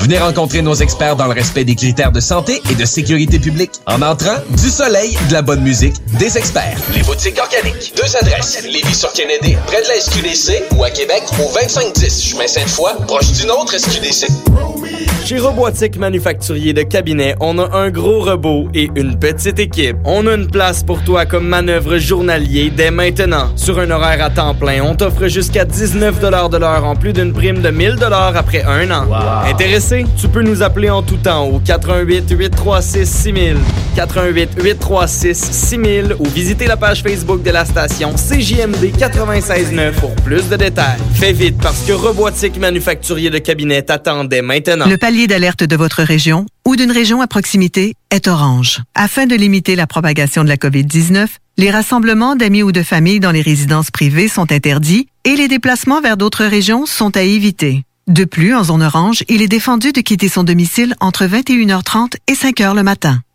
S32: Venez rencontrer nos experts dans le respect des critères de santé et de sécurité publique. En entrant, du soleil, de la bonne musique, des experts. Les boutiques organiques. Deux adresses. Lévis sur Kennedy, près de la SQDC ou à Québec au 2510 chemin Sainte-Foy, proche d'une autre SQDC.
S1: Chez Robotique Manufacturier de Cabinet, on a un gros robot et une petite équipe. On a une place pour toi comme manœuvre journalier dès maintenant. Sur un horaire à temps plein, on t'offre jusqu'à 19 de l'heure en plus d'une prime de 1000 après un an. Intéressé? Tu peux nous appeler en tout temps au 88 836 6000, 88 836 6000 ou visiter la page Facebook de la station CJMD 969 pour plus de détails. Fais vite parce que Robotique Manufacturier de Cabinet t'attendait maintenant.
S2: Le palier d'alerte de votre région ou d'une région à proximité est orange. Afin de limiter la propagation de la COVID-19, les rassemblements d'amis ou de familles dans les résidences privées sont interdits et les déplacements vers d'autres régions sont à éviter. De plus, en zone orange, il est défendu de quitter son domicile entre 21h30 et 5h le matin.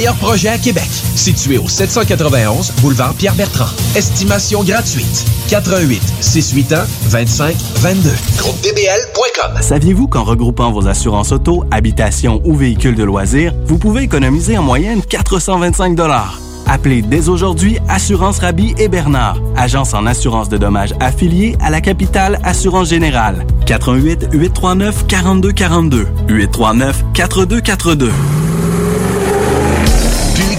S32: meilleurs projets à Québec. Situé au 791 boulevard Pierre-Bertrand. Estimation gratuite. 88 681 25 22. Groupe DBL.com.
S14: Saviez-vous qu'en regroupant vos assurances auto, habitation ou véhicules de loisirs, vous pouvez économiser en moyenne 425 Appelez dès aujourd'hui Assurance Rabi et Bernard, agence en assurance de dommages affiliée à la capitale Assurance Générale. 88 839 4242 839 4242.
S32: Plus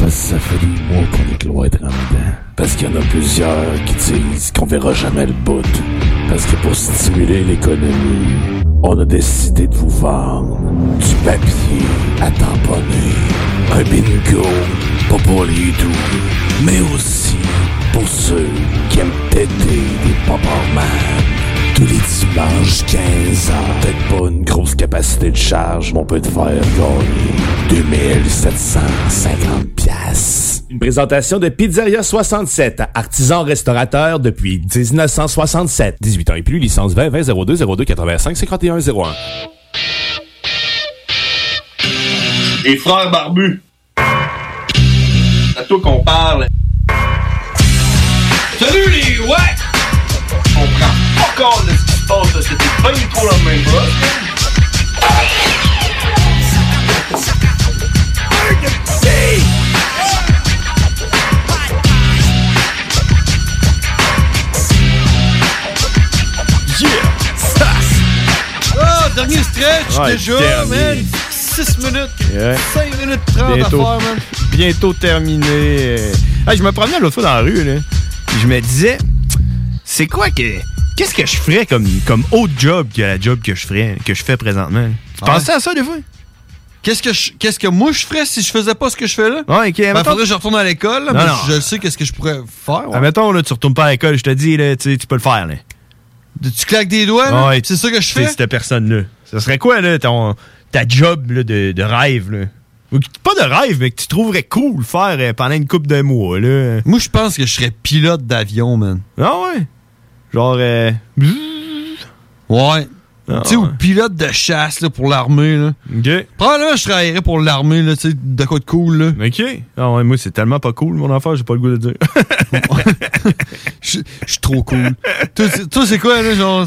S38: Parce que ça fait des mois qu'on est loin de Ramadan.
S15: Parce qu'il y en a plusieurs qui disent qu'on verra jamais le bout. Parce que pour stimuler l'économie, on a décidé de vous vendre du papier à tamponner. Un bingo, pas pour les doux, mais aussi pour ceux qui aiment têter des pop Tous les dimanches, 15 ans. Peut-être pas une grosse capacité de charge, mais on peut te faire gagner 2750 piastres.
S16: Une présentation de Pizzeria 67, artisan restaurateur depuis 1967. 18 ans et plus, licence 20 20 02 02 85 51 01.
S18: Les frères barbus. C'est à toi qu'on parle. Salut les ouais! On prend pas compte de ce qui se passe, là. c'était pas du tout la même chose.
S6: Yeah!
S7: Ah,
S39: Oh, dernier stretch
S6: Ouais,
S39: déjà,
S6: Ah, dernier.
S39: man! 6 minutes,
S6: Yeah.
S39: 5 minutes 30
S6: Bientôt,
S39: à faire, man!
S6: bientôt terminé. euh. Ah, je me promenais l'autre fois dans la rue, là. Puis Je me disais, c'est quoi que. Qu'est-ce que je ferais comme, comme autre job que la job que je ferais, que je fais présentement? Tu pensais à ça des fois?
S7: Qu'est-ce que, je- qu'est-ce que moi je ferais si je faisais pas ce que je fais là?
S6: Ouais, ok.
S7: Ben,
S6: mettons-
S7: faudrait que je retourne à l'école, là,
S6: Non,
S7: mais
S6: non.
S7: je sais qu'est-ce que je pourrais faire. ouais.
S6: Ah, mettons, là, tu retournes pas à l'école, je te dis, là, tu, sais, tu peux le faire, là.
S7: Tu claques des doigts, là?
S6: Ouais,
S7: c'est ça que je
S6: t'es
S7: fais?
S6: cette personne-là. Ce serait quoi, là, ton, ta job là, de, de rêve, là? Ou que- Pas de rêve, mais que tu trouverais cool faire euh, pendant une coupe de mois, là.
S7: Moi, je pense que je serais pilote d'avion, man.
S6: Ah ouais? Genre, euh, Ah,
S7: Ouais. tu sais, ou pilote de chasse là, pour l'armée. Là. Probablement, je travaillerais pour l'armée, là, tu sais, de quoi de cool. Là.
S6: OK. Ah ouais, moi, c'est tellement pas cool, mon affaire, j'ai pas le goût de le dire.
S7: Je je suis trop cool. toi, c'est- toi, c'est quoi, là, genre?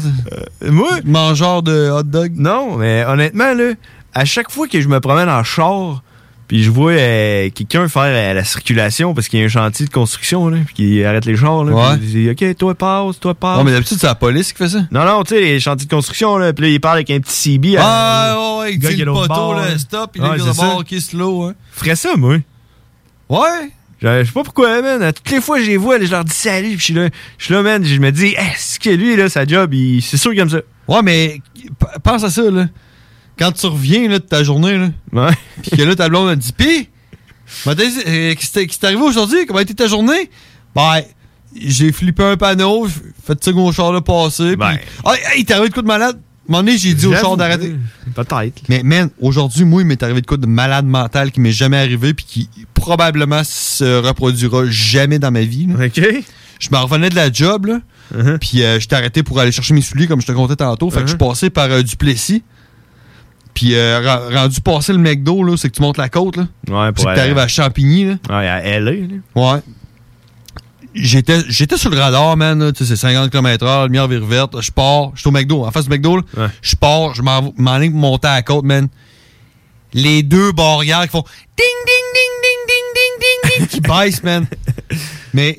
S6: Euh, moi?
S7: Mangeur de hot dog?
S6: Non, mais honnêtement, là, à chaque fois que je me promène en char, puis je vois euh, quelqu'un faire euh, la circulation parce qu'il y a un chantier de construction, là, puis qu'il arrête les chars, là,
S7: Ouais.
S6: puis il dit OK, toi passe, toi passe.
S7: Ouais, mais d'habitude, c'est la police qui fait ça.
S6: Non, non, tu sais, les chantiers de construction, là, puis là, il parle avec un petit CB.
S7: Ah, ouais, ouais,
S6: le
S7: il
S6: gars
S7: tire
S6: qui est
S7: le
S6: l'autre
S7: poteau,
S6: bord,
S7: là,
S6: là.
S7: stop, il
S6: Ouais,
S7: est
S6: c'est
S7: le
S6: ça.
S7: bord qui est slow. Hein.
S6: Je ferais ça, moi.
S7: Ouais.
S6: Je je sais pas pourquoi, man. À Toutes les fois, je les vois, là, je leur dis salut, puis je suis là, je suis là, man, je me dis, est-ce que lui, là, sa job, il- c'est sûr qu'il aime ça.
S7: Ouais, mais p- pense à ça, là. Quand tu reviens là, de ta journée, là,
S6: ouais.
S7: puis que là, ta blonde elle dit Pis, ben, t'as- euh, qu'est-ce qui t'est arrivé aujourd'hui Comment a été ta journée Ben, j'ai flippé un panneau, j'ai fait ça que mon char l'a passé. Ben. Ah, hey, t'es arrivé de coup de malade À un moment donné, j'ai dit au
S6: J'avoue,
S7: char d'arrêter.
S6: Peut-être.
S7: Mais man, aujourd'hui, moi, il m'est arrivé de quoi de malade mental qui m'est jamais arrivé puis qui probablement se reproduira jamais dans ma vie. là. Je me revenais de la job, là. Puis euh, j'étais arrêté pour aller chercher mes souliers, comme je te comptais tantôt. Fait que je suis passé par euh, Duplessis. Puis euh, ra- rendu passer le McDo, là, c'est que tu montes la côte, là.
S6: Ouais, pour
S7: c'est que
S6: aller-
S7: t'arrives à Champigny, là.
S6: Ouais, à LA, là.
S7: Ouais. J'étais, j'étais sur le radar, man. là, tu sais, c'est 50 km/h, lumière vire verte. Je pars, je suis au McDo, en face du McDo. là. Je pars, je m'en- m'enligne pour monter à la côte, man. Les deux barrières qui font ding, ding, ding, ding, ding, ding, ding, ding, qui baissent, man. Mais